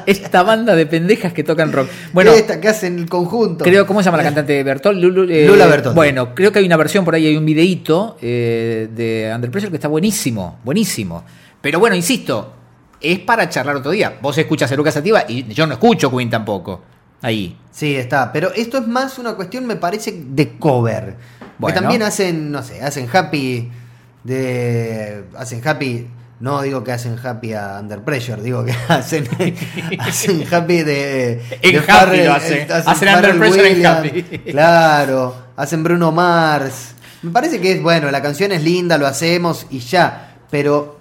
Speaker 2: Esta banda de pendejas que tocan rock. Bueno,
Speaker 3: esta que hacen el conjunto.
Speaker 2: creo, ¿cómo se llama la cantante de Bertol? Lulu, eh,
Speaker 3: Lula Bertol.
Speaker 2: Bueno, creo que hay una versión por ahí, hay un videíto eh, de Under Pressure que está buenísimo, buenísimo. Pero bueno, insisto, es para charlar otro día. Vos escuchas Eruca Sativa y yo no escucho Queen tampoco. Ahí.
Speaker 3: Sí, está. Pero esto es más una cuestión, me parece, de cover.
Speaker 2: Bueno.
Speaker 3: Que también hacen, no sé, hacen happy de. Hacen happy. No digo que hacen happy a Under Pressure, digo que hacen, hacen happy de.
Speaker 2: En
Speaker 3: de
Speaker 2: happy lo hacen. Hacen Under
Speaker 3: Pharrell
Speaker 2: Pressure en
Speaker 3: Williams,
Speaker 2: happy.
Speaker 3: Claro. Hacen Bruno Mars. Me parece que es bueno, la canción es linda, lo hacemos y ya. Pero.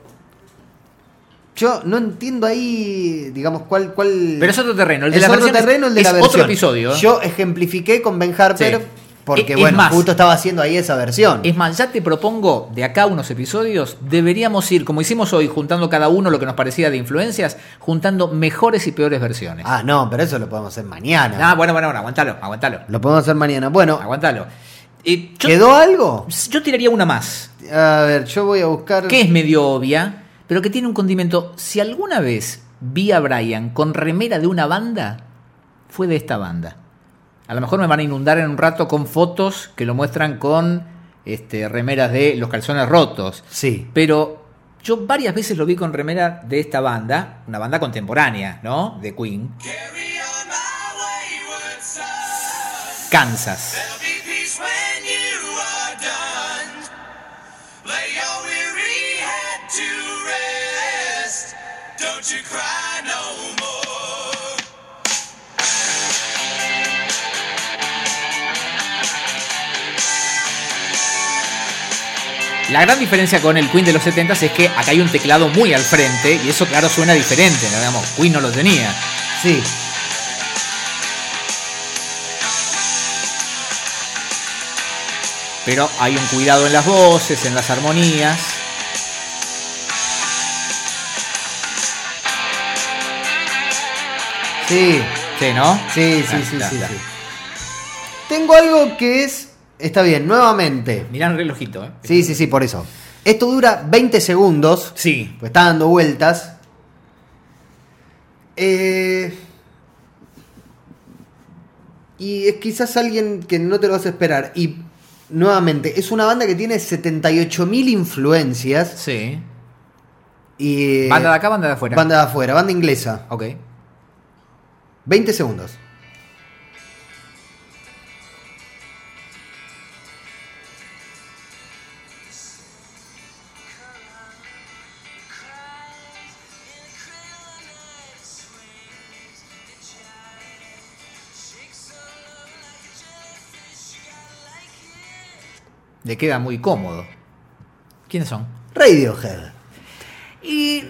Speaker 3: Yo no entiendo ahí, digamos, cuál. cuál
Speaker 2: Pero es otro terreno. El
Speaker 3: el
Speaker 2: de
Speaker 3: de
Speaker 2: la versión es-
Speaker 3: terreno, el de
Speaker 2: es
Speaker 3: la versión.
Speaker 2: otro episodio. ¿eh?
Speaker 3: Yo ejemplifiqué con Ben Harper
Speaker 2: Sí.
Speaker 3: porque,
Speaker 2: Es- es
Speaker 3: bueno,
Speaker 2: más.
Speaker 3: justo estaba haciendo ahí esa versión.
Speaker 2: Es más, ya te propongo de acá unos episodios, deberíamos ir, como hicimos hoy, juntando cada uno lo que nos parecía de influencias, juntando mejores y peores versiones. Ah,
Speaker 3: Ah, no, pero eso lo podemos hacer mañana.
Speaker 2: bueno, bueno, bueno, aguantalo, aguantalo,
Speaker 3: Lo podemos hacer mañana. Bueno,
Speaker 2: aguantalo. Eh, Ah, yo,
Speaker 3: ¿quedó algo?
Speaker 2: Pues yo tiraría una más,
Speaker 3: A ver, yo voy a buscar.
Speaker 2: que es medio obvia, pero que tiene un condimento. Si alguna vez vi a Brian con remera de una banda, fue de esta banda. A lo mejor me van a inundar en un rato con fotos que lo muestran con este, remeras de los calzones rotos.
Speaker 3: Sí.
Speaker 2: Pero yo varias veces lo vi con remera de esta banda, una banda contemporánea, ¿no? De Queen. Kansas.
Speaker 5: Don't you cry no more.
Speaker 2: La gran diferencia con el Queen de los 70 es que acá hay un teclado muy al frente y eso claro suena diferente, ¿no? digamos, Queen no lo tenía.
Speaker 3: Sí.
Speaker 2: Pero hay un cuidado en las voces, en las armonías.
Speaker 3: Sí.
Speaker 2: Sí, ¿no?
Speaker 3: Sí, sí,
Speaker 2: Ah,
Speaker 3: sí,
Speaker 2: está,
Speaker 3: sí,
Speaker 2: está.
Speaker 3: sí. Tengo algo que es. Está bien, nuevamente.
Speaker 2: Mirá el relojito, ¿eh?
Speaker 3: Sí, sí, sí, por eso. Esto dura 20 segundos.
Speaker 2: Sí.
Speaker 3: Pues está dando vueltas. Eh, y es quizás alguien que no te lo vas a esperar. Y nuevamente, es una banda que tiene 78.000 influencias.
Speaker 2: Sí.
Speaker 3: Y, eh,
Speaker 2: Banda de acá, Eh, banda de afuera.
Speaker 3: Banda de afuera, banda inglesa.
Speaker 2: Ok.
Speaker 3: 20 segundos.
Speaker 2: Le queda muy cómodo. ¿Quiénes son?
Speaker 3: Radiohead.
Speaker 2: Y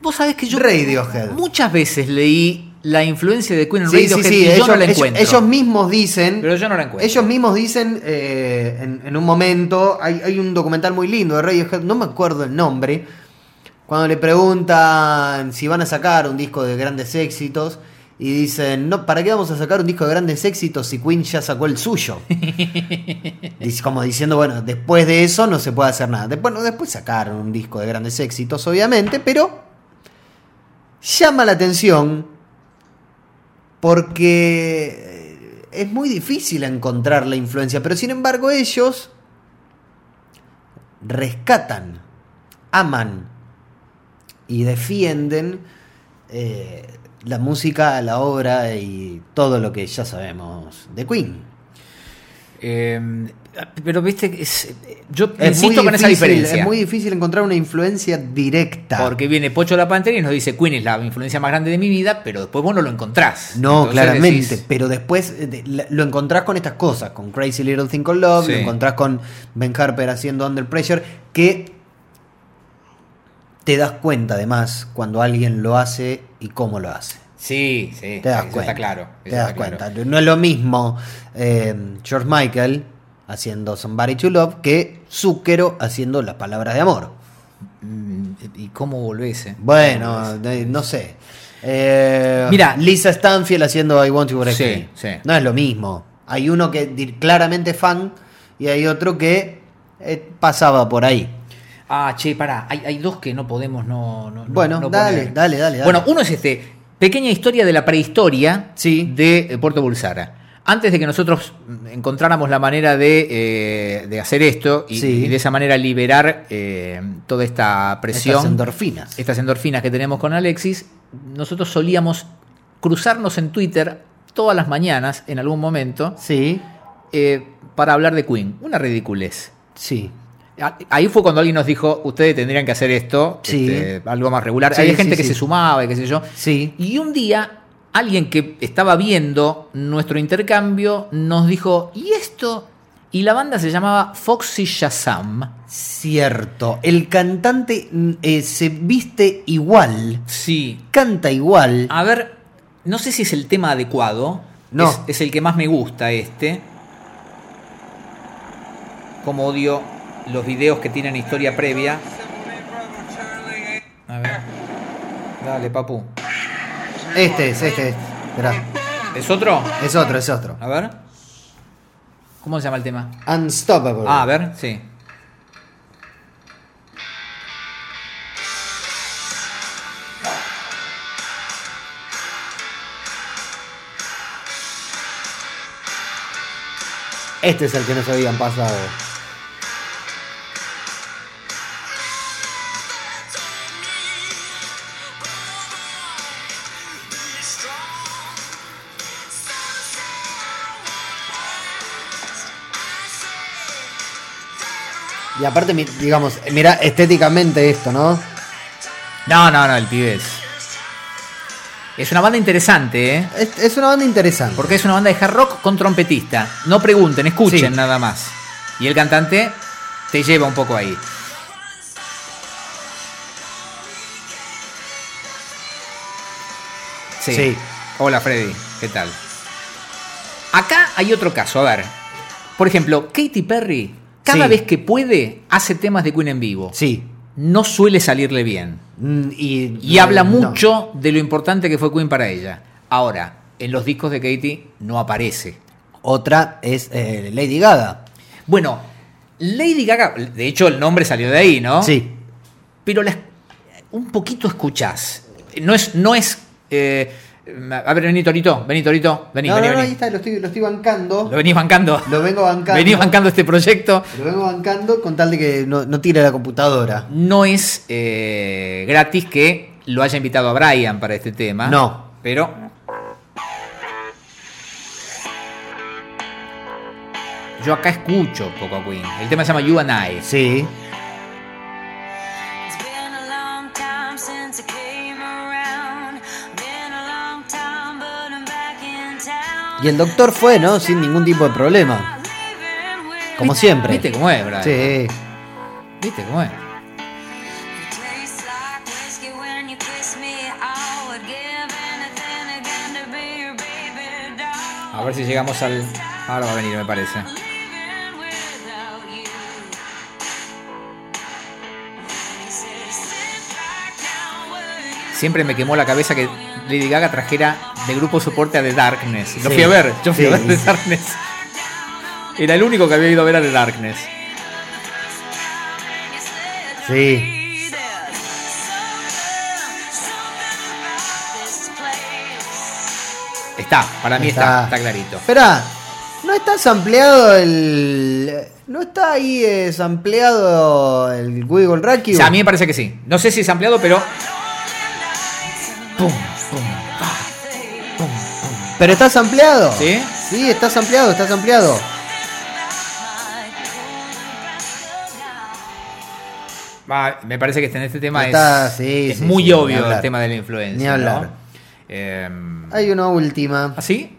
Speaker 2: vos sabés que yo
Speaker 3: Radiohead.
Speaker 2: muchas veces leí la influencia de Queen en
Speaker 3: Sí, sí,
Speaker 2: Radiohead
Speaker 3: sí,
Speaker 2: y
Speaker 3: ellos,
Speaker 2: yo no la
Speaker 3: ellos-
Speaker 2: encuentro.
Speaker 3: ellos mismos dicen.
Speaker 2: pero yo no la encuentro.
Speaker 3: Ellos mismos dicen eh, en, en un momento, hay, hay un documental muy lindo de Radiohead, no me acuerdo el nombre, cuando le preguntan si van a sacar un disco de grandes éxitos y dicen, no, ¿para qué vamos a sacar un disco de grandes éxitos si Queen ya sacó el suyo? Dice- Como diciendo, bueno, después de eso no se puede hacer nada. Después, no, después sacaron un disco de grandes éxitos, obviamente, pero llama la atención porque eh, es muy difícil encontrar la influencia, pero sin embargo ellos rescatan, aman y defienden eh, la música, la obra y todo lo que ya sabemos de Queen.
Speaker 2: Eh, pero viste, que es- yo
Speaker 3: Es
Speaker 2: insisto
Speaker 3: muy
Speaker 2: con esa
Speaker 3: difícil,
Speaker 2: diferencia.
Speaker 3: Es muy difícil encontrar una influencia directa.
Speaker 2: Porque viene Pocho la Pantera y nos dice Queen es la influencia más grande de mi vida, pero después vos no lo encontrás.
Speaker 3: No,
Speaker 2: Entonces
Speaker 3: claramente,
Speaker 2: decís,
Speaker 3: pero después eh, de- la- lo encontrás con estas cosas, con Crazy Little Thing Called Love,
Speaker 2: Sí.
Speaker 3: lo encontrás con Ben Harper haciendo Under Pressure, que te das cuenta además cuando alguien lo hace y cómo lo hace.
Speaker 2: sí, sí,
Speaker 3: Te das
Speaker 2: eso
Speaker 3: cuenta.
Speaker 2: está claro.
Speaker 3: Te
Speaker 2: eso
Speaker 3: das
Speaker 2: está claro.
Speaker 3: cuenta. No es lo mismo eh, George Michael haciendo Somebody to Love que Zucchero haciendo las palabras de amor.
Speaker 2: Mm, ¿Y cómo volvés? eh?
Speaker 3: Bueno, eh, no sé. Eh,
Speaker 2: Mirá.
Speaker 3: Lisa Stanfield haciendo I Want You Break
Speaker 2: Sí,
Speaker 3: Me.
Speaker 2: sí.
Speaker 3: No es lo mismo. Hay uno que di- claramente es fan y hay otro que eh, pasaba por ahí.
Speaker 2: Ah, che, pará, hay, hay dos que no podemos no. no- no-
Speaker 3: Bueno,
Speaker 2: no
Speaker 3: dale,
Speaker 2: poner.
Speaker 3: dale, dale, dale.
Speaker 2: Bueno, uno es este, pequeña historia de la prehistoria
Speaker 3: Sí.
Speaker 2: de eh, Puerto Bulsara. Antes de que nosotros mm, encontráramos la manera de, eh, de hacer esto y,
Speaker 3: Sí.
Speaker 2: y de esa manera liberar eh, toda esta presión,
Speaker 3: Estas endorfinas.
Speaker 2: estas endorfinas que tenemos con Alexis, nosotros solíamos cruzarnos en Twitter todas las mañanas, en algún momento,
Speaker 3: Sí,
Speaker 2: eh, para hablar de Queen. Una ridiculez.
Speaker 3: sí.
Speaker 2: A- Ahí fue cuando alguien nos dijo, ustedes tendrían que hacer esto,
Speaker 3: Sí.
Speaker 2: este, algo más regular.
Speaker 3: Sí,
Speaker 2: Había
Speaker 3: sí,
Speaker 2: gente que
Speaker 3: sí.
Speaker 2: se sumaba y qué sé yo.
Speaker 3: Sí.
Speaker 2: Y un día, alguien que estaba viendo nuestro intercambio nos dijo, ¿y esto? Y la banda se llamaba Foxy Shazam.
Speaker 3: Cierto. El cantante mm, eh, se viste igual,
Speaker 2: Sí.
Speaker 3: canta igual.
Speaker 2: A ver, no sé si es el tema adecuado.
Speaker 3: No.
Speaker 2: Es, es el que más me gusta este. Como odio los videos que tienen historia previa. A ver. Dale, papu.
Speaker 3: Este es, este es. Esperá.
Speaker 2: ¿Es otro?
Speaker 3: Es otro, es otro.
Speaker 2: A ver. ¿Cómo se llama el tema?
Speaker 3: Unstoppable.
Speaker 2: Ah, a ver, sí.
Speaker 3: Este es el que nos habían pasado. Y aparte, mi- digamos, mira estéticamente esto, ¿no?
Speaker 2: No, no, no, el pibe es. Es una banda interesante, ¿eh?
Speaker 3: Es, es una banda interesante.
Speaker 2: Porque es una banda de hard rock con trompetista. No pregunten, escuchen
Speaker 3: Sí.
Speaker 2: nada más. Y el cantante te lleva un poco ahí. Sí.
Speaker 3: Sí.
Speaker 2: Hola Freddy, ¿qué tal? Acá hay otro caso, a ver. Por ejemplo, Katy Perry, cada
Speaker 3: Sí.
Speaker 2: vez que puede, hace temas de Queen en vivo.
Speaker 3: Sí.
Speaker 2: No suele salirle bien.
Speaker 3: Mm, Y,
Speaker 2: Y
Speaker 3: no,
Speaker 2: habla
Speaker 3: no.
Speaker 2: mucho de lo importante que fue Queen para ella. Ahora, en los discos de Katie no aparece.
Speaker 3: Otra es eh, Lady Gaga.
Speaker 2: Bueno, Lady Gaga, de hecho el nombre salió de ahí, ¿no?
Speaker 3: Sí.
Speaker 2: Pero la- un poquito escuchás. No es... No es eh, a ver, vení Torito, vení Torito, vení,
Speaker 3: No,
Speaker 2: vení,
Speaker 3: no, no,
Speaker 2: vení.
Speaker 3: ahí está, lo estoy, lo estoy bancando.
Speaker 2: Lo venís bancando.
Speaker 3: Lo vengo bancando.
Speaker 2: Venís bancando este proyecto.
Speaker 3: Lo vengo bancando con tal de que no, no tire la computadora.
Speaker 2: No es eh, gratis que lo haya invitado a Brian para este tema.
Speaker 3: No.
Speaker 2: Pero. Yo acá escucho poco a Queen. El tema se llama You and I.
Speaker 3: Sí.
Speaker 4: It's been a long time since I came around. Been a long time, but I'm back in town.
Speaker 3: Y el doctor fue, ¿no? Sin ningún tipo de problema.
Speaker 4: Living with
Speaker 3: Como siempre.
Speaker 2: ¿Viste cómo es, Brian?
Speaker 3: Sí.
Speaker 2: ¿Viste cómo es?
Speaker 4: It tastes like whiskey when you kiss me. I would give anything again to be your baby doll.
Speaker 2: A ver si llegamos al. Ahora va a venir, me parece.
Speaker 4: Living without you. He said, "Sit back down, will you?"
Speaker 2: Siempre me quemó la cabeza que Lady Gaga trajera de grupo soporte a The Darkness. Lo
Speaker 3: Sí.
Speaker 2: fui a ver, yo fui a ver
Speaker 3: Sí,
Speaker 2: The
Speaker 3: sí.
Speaker 2: Darkness. Era el único que había ido a ver a The Darkness.
Speaker 3: Sí.
Speaker 2: Está, para mí está,
Speaker 3: Está.
Speaker 2: está clarito.
Speaker 3: Espera, ¿no está sampleado el. ¿No está ahí eh, sampleado el Wiggle Racky?
Speaker 2: O sea, a mí me parece que sí. No sé si es ampliado, pero. Pum, pum.
Speaker 3: ¿Pero está sampleado?
Speaker 2: ¿Sí?
Speaker 3: Sí, está sampleado, está sampleado.
Speaker 2: Va, me parece que en este tema
Speaker 3: Está,
Speaker 2: es,
Speaker 3: sí,
Speaker 2: es
Speaker 3: sí,
Speaker 2: muy
Speaker 3: sí, ni
Speaker 2: obvio el
Speaker 3: hablar.
Speaker 2: tema de la influencia.
Speaker 3: Ni hablar.
Speaker 2: ¿no? Em,
Speaker 3: Hay una última.
Speaker 2: ¿Así?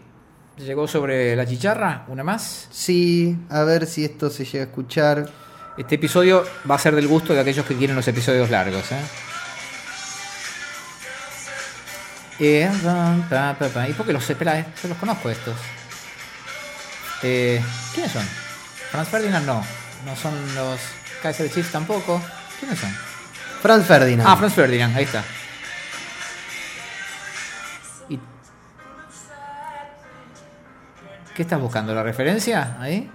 Speaker 2: ¿Llegó sobre la chicharra? ¿Una más?
Speaker 3: Sí, a ver si esto se llega a escuchar.
Speaker 2: Este episodio va a ser del gusto de aquellos que quieren los episodios largos. ¿eh? Eh, pa, pa, pa, pa. ¿Y por qué los espera? eh? Yo los conozco estos. Eh, ¿Quiénes son? Franz Ferdinand no. No son los Kaiser Chiefs tampoco. ¿Quiénes son?
Speaker 3: Franz Ferdinand.
Speaker 2: Ah, Franz Ferdinand, ahí está. Y- ¿Qué estás buscando? ¿La referencia? ¿Ahí?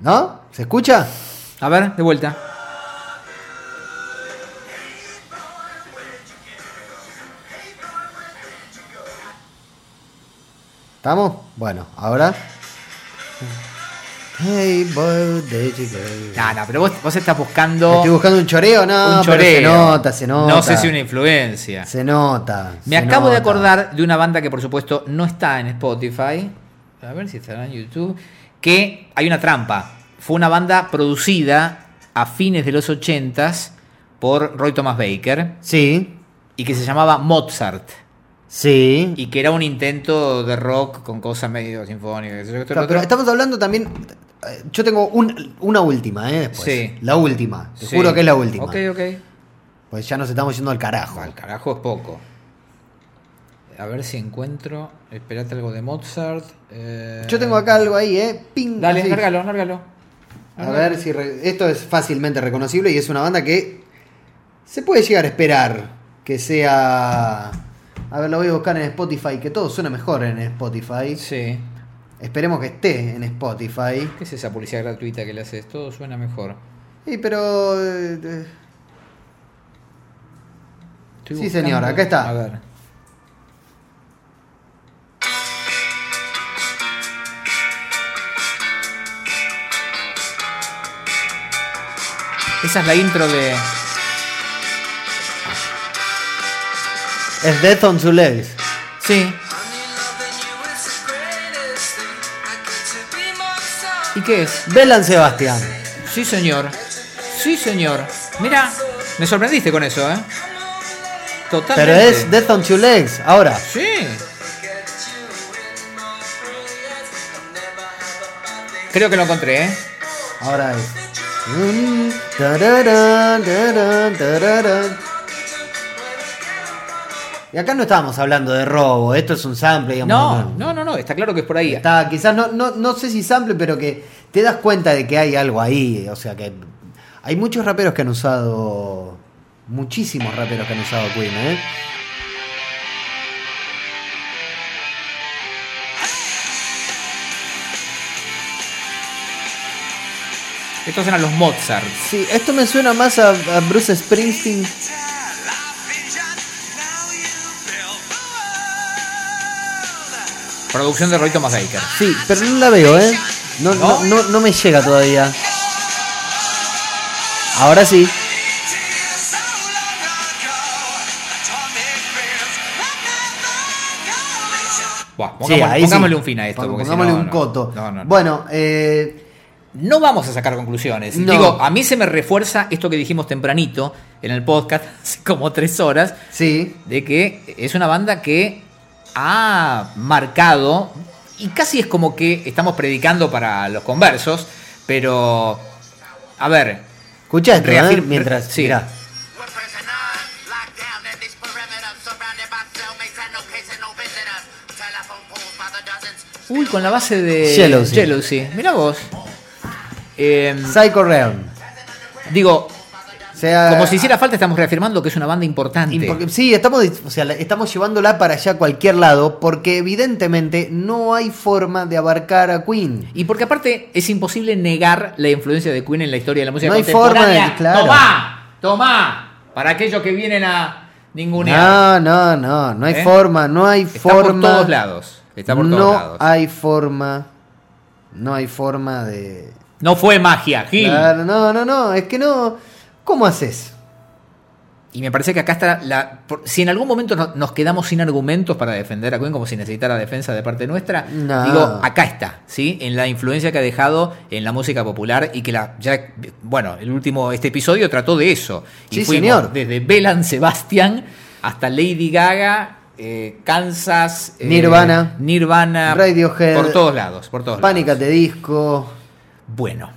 Speaker 3: ¿No? ¿Se escucha?
Speaker 2: A ver, de vuelta.
Speaker 3: ¿Estamos? Bueno, ahora. Hey, boy, there you go.
Speaker 2: No, no, pero vos, vos estás
Speaker 3: Estoy
Speaker 2: buscando
Speaker 3: buscando un choreo, no,
Speaker 2: Ah, un
Speaker 3: pero
Speaker 2: choreo.
Speaker 3: se nota, se nota.
Speaker 2: No sé si una influencia.
Speaker 3: Se nota.
Speaker 2: Me
Speaker 3: se
Speaker 2: acabo de
Speaker 3: nota.
Speaker 2: acordar de una banda que por supuesto no está en Spotify. A ver si estará en YouTube. Que hay una trampa. Fue una banda producida a fines de los 80s por Roy Thomas Baker
Speaker 3: Sí,
Speaker 2: y que se llamaba Mozart.
Speaker 3: sí.
Speaker 2: Y que era un intento de rock con cosas medio sinfónicas. qué sé yo, esto,
Speaker 3: Claro,
Speaker 2: lo
Speaker 3: pero
Speaker 2: otro.
Speaker 3: estamos hablando también. eh, Yo tengo un- una última, ¿eh? Después.
Speaker 2: Sí.
Speaker 3: La última. Te
Speaker 2: Sí.
Speaker 3: juro que es la última.
Speaker 2: Ok, ok.
Speaker 3: Pues ya nos estamos yendo al carajo.
Speaker 2: Al carajo es poco. A ver si encuentro. Esperate algo de Mozart. eh.
Speaker 3: Yo tengo acá algo ahí, ¿eh? Ping.
Speaker 2: Dale,
Speaker 3: así.
Speaker 2: lárgalo, lárgalo.
Speaker 3: A ver si. re- Esto es fácilmente reconocible y es una banda que se puede llegar a esperar que sea. A ver, lo voy a buscar en Spotify, que todo suena mejor en Spotify.
Speaker 2: Sí.
Speaker 3: Esperemos que esté en Spotify.
Speaker 2: ¿Qué es esa publicidad gratuita que le haces? Todo suena mejor.
Speaker 3: Y pero. eh, eh,
Speaker 2: Estoy
Speaker 3: Sí,
Speaker 2: buscando-
Speaker 3: señor, acá está.
Speaker 2: A ver. Esa es la intro de.
Speaker 3: Es Death on Two Legs.
Speaker 2: Sí. ¿Y qué es?
Speaker 3: Belan Sebastián.
Speaker 2: Sí, señor. Sí, señor. Mira, me sorprendiste con eso, ¿eh? Totalmente.
Speaker 3: Pero es Death on Two Legs. Ahora.
Speaker 2: Sí. Creo que lo encontré, ¿eh?
Speaker 3: Ahora es. Mm, tararán, tararán, tararán. Y acá no estábamos hablando de robo, esto es un sample, digamos.
Speaker 2: No, no, no, no, está claro que es por ahí.
Speaker 3: Está, quizás no, no, no sé si sample, pero que te das cuenta de que hay algo ahí. O sea que hay muchos raperos que han usado. Muchísimos raperos que han usado Queen, ¿eh?
Speaker 2: Estos eran los Mozart.
Speaker 3: Sí, esto me suena más a, a Bruce Springsteen.
Speaker 2: Producción de Roy Thomas Baker.
Speaker 3: Sí, pero no la veo, ¿eh? No, no, no, no me llega todavía. Ahora sí.
Speaker 2: Buah,
Speaker 3: Sí,
Speaker 2: pongámosle,
Speaker 3: ahí sí.
Speaker 2: pongámosle un fin a esto.
Speaker 3: Pon-
Speaker 2: porque si
Speaker 3: Pongámosle
Speaker 2: no,
Speaker 3: un
Speaker 2: no.
Speaker 3: coto.
Speaker 2: No, no, no.
Speaker 3: Bueno, eh,
Speaker 2: No vamos a sacar conclusiones.
Speaker 3: No.
Speaker 2: Digo, a mí se me refuerza esto que dijimos tempranito en el podcast, hace como tres horas,
Speaker 3: sí.
Speaker 2: de que es una banda que ha marcado, y casi es como que estamos predicando para los conversos, pero, a ver,
Speaker 3: Escucha esto, ¿eh?
Speaker 2: Reafir-
Speaker 3: Mientras,
Speaker 2: sí.
Speaker 3: mirá.
Speaker 2: uy, con la base de
Speaker 3: Jealousy.
Speaker 2: Mira vos. Eh,
Speaker 3: Psycho Realm.
Speaker 2: digo,
Speaker 3: O sea,
Speaker 2: como si hiciera falta, estamos reafirmando que es una banda importante.
Speaker 3: y porque- sí, estamos, dis- o sea, la- estamos llevándola para allá a cualquier lado porque evidentemente no hay forma de abarcar a Queen.
Speaker 2: Y porque aparte es imposible negar la influencia de Queen en la historia de la música
Speaker 3: No hay
Speaker 2: contemporánea.
Speaker 3: forma de- claro.
Speaker 2: Tomá, tomá, para aquellos que vienen a ningunear.
Speaker 3: No, no, no, no hay
Speaker 2: ¿Eh?
Speaker 3: forma, no hay
Speaker 2: Está por
Speaker 3: forma.
Speaker 2: todos lados. Está por
Speaker 3: no
Speaker 2: todos lados.
Speaker 3: hay forma. No hay forma de.
Speaker 2: No fue magia, Gil.
Speaker 3: Claro, no, no, no, es que no. ¿Cómo haces?
Speaker 2: Y me parece que acá está la. por- si en algún momento no- nos quedamos sin argumentos para defender a Queen, como si necesitara defensa de parte nuestra,
Speaker 3: No.
Speaker 2: digo, acá está, ¿sí? En la influencia que ha dejado en la música popular y que la. Ya, bueno, el último, este episodio trató de eso. Y
Speaker 3: Sí,
Speaker 2: fuimos
Speaker 3: señor.
Speaker 2: Desde Belan Sebastian hasta Lady Gaga, eh, Kansas, eh,
Speaker 3: Nirvana.
Speaker 2: Nirvana,
Speaker 3: Radiohead.
Speaker 2: por todos lados, por todos
Speaker 3: Pánica
Speaker 2: lados.
Speaker 3: de disco,
Speaker 2: Bueno.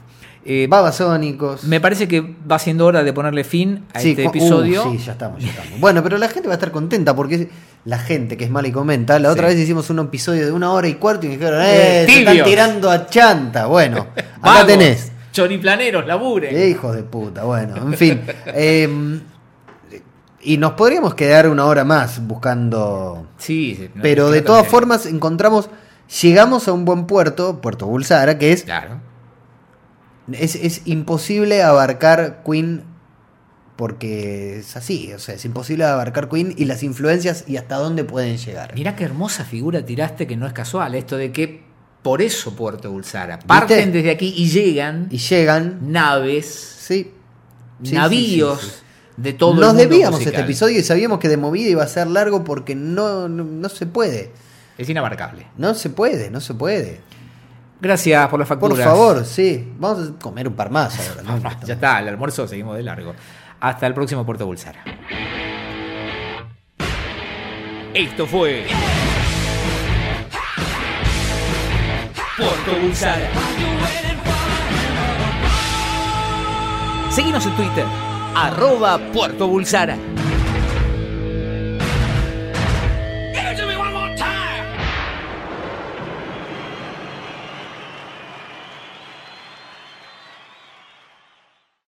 Speaker 2: eh,
Speaker 3: babasónicos.
Speaker 2: me parece que va siendo hora de ponerle fin a
Speaker 3: Sí,
Speaker 2: este
Speaker 3: cu- uh,
Speaker 2: episodio.
Speaker 3: sí, ya estamos, ya estamos. Bueno, pero la gente va a estar contenta porque la gente que es mala y comenta. La otra
Speaker 2: Sí.
Speaker 3: vez hicimos un episodio de una hora y cuarto y me dijeron,
Speaker 2: Eh,
Speaker 3: ¡eh! se están
Speaker 2: tibios".
Speaker 3: tirando a chanta. Bueno, acá
Speaker 2: Vagos,
Speaker 3: tenés.
Speaker 2: Choriplaneros, laburen.
Speaker 3: Eh, hijos de puta, bueno, en fin. Eh, y nos podríamos quedar una hora más buscando.
Speaker 2: Sí, sí, no,
Speaker 3: Pero
Speaker 2: yo
Speaker 3: de
Speaker 2: también.
Speaker 3: todas formas encontramos, llegamos a un buen puerto, Puerto Bulsara, que es,
Speaker 2: Claro.
Speaker 3: es, es imposible abarcar Queen porque es así, o sea, es imposible abarcar Queen y las influencias y hasta dónde pueden llegar.
Speaker 2: Mirá qué hermosa figura tiraste que no es casual. Esto de que por eso Puerto Bulsara. Parten desde aquí y llegan
Speaker 3: Y llegan,
Speaker 2: naves,
Speaker 3: sí. sí,
Speaker 2: navíos
Speaker 3: sí, sí, sí.
Speaker 2: de todo el
Speaker 3: Nos
Speaker 2: mundo
Speaker 3: debíamos
Speaker 2: musical.
Speaker 3: este episodio y sabíamos que de movida iba a ser largo porque no, no, no se puede.
Speaker 2: Es inabarcable.
Speaker 3: No se puede, no se puede.
Speaker 2: Gracias por las
Speaker 3: Por
Speaker 2: facturas.
Speaker 3: favor, sí. Vamos a comer un par más ahora. ¿no?
Speaker 2: Ya está, el almuerzo seguimos de largo. Hasta el próximo Puerto Bulsara.
Speaker 1: Esto fue. Puerto Bulsara. Seguimos en Twitter, arroba Puerto Bulsara.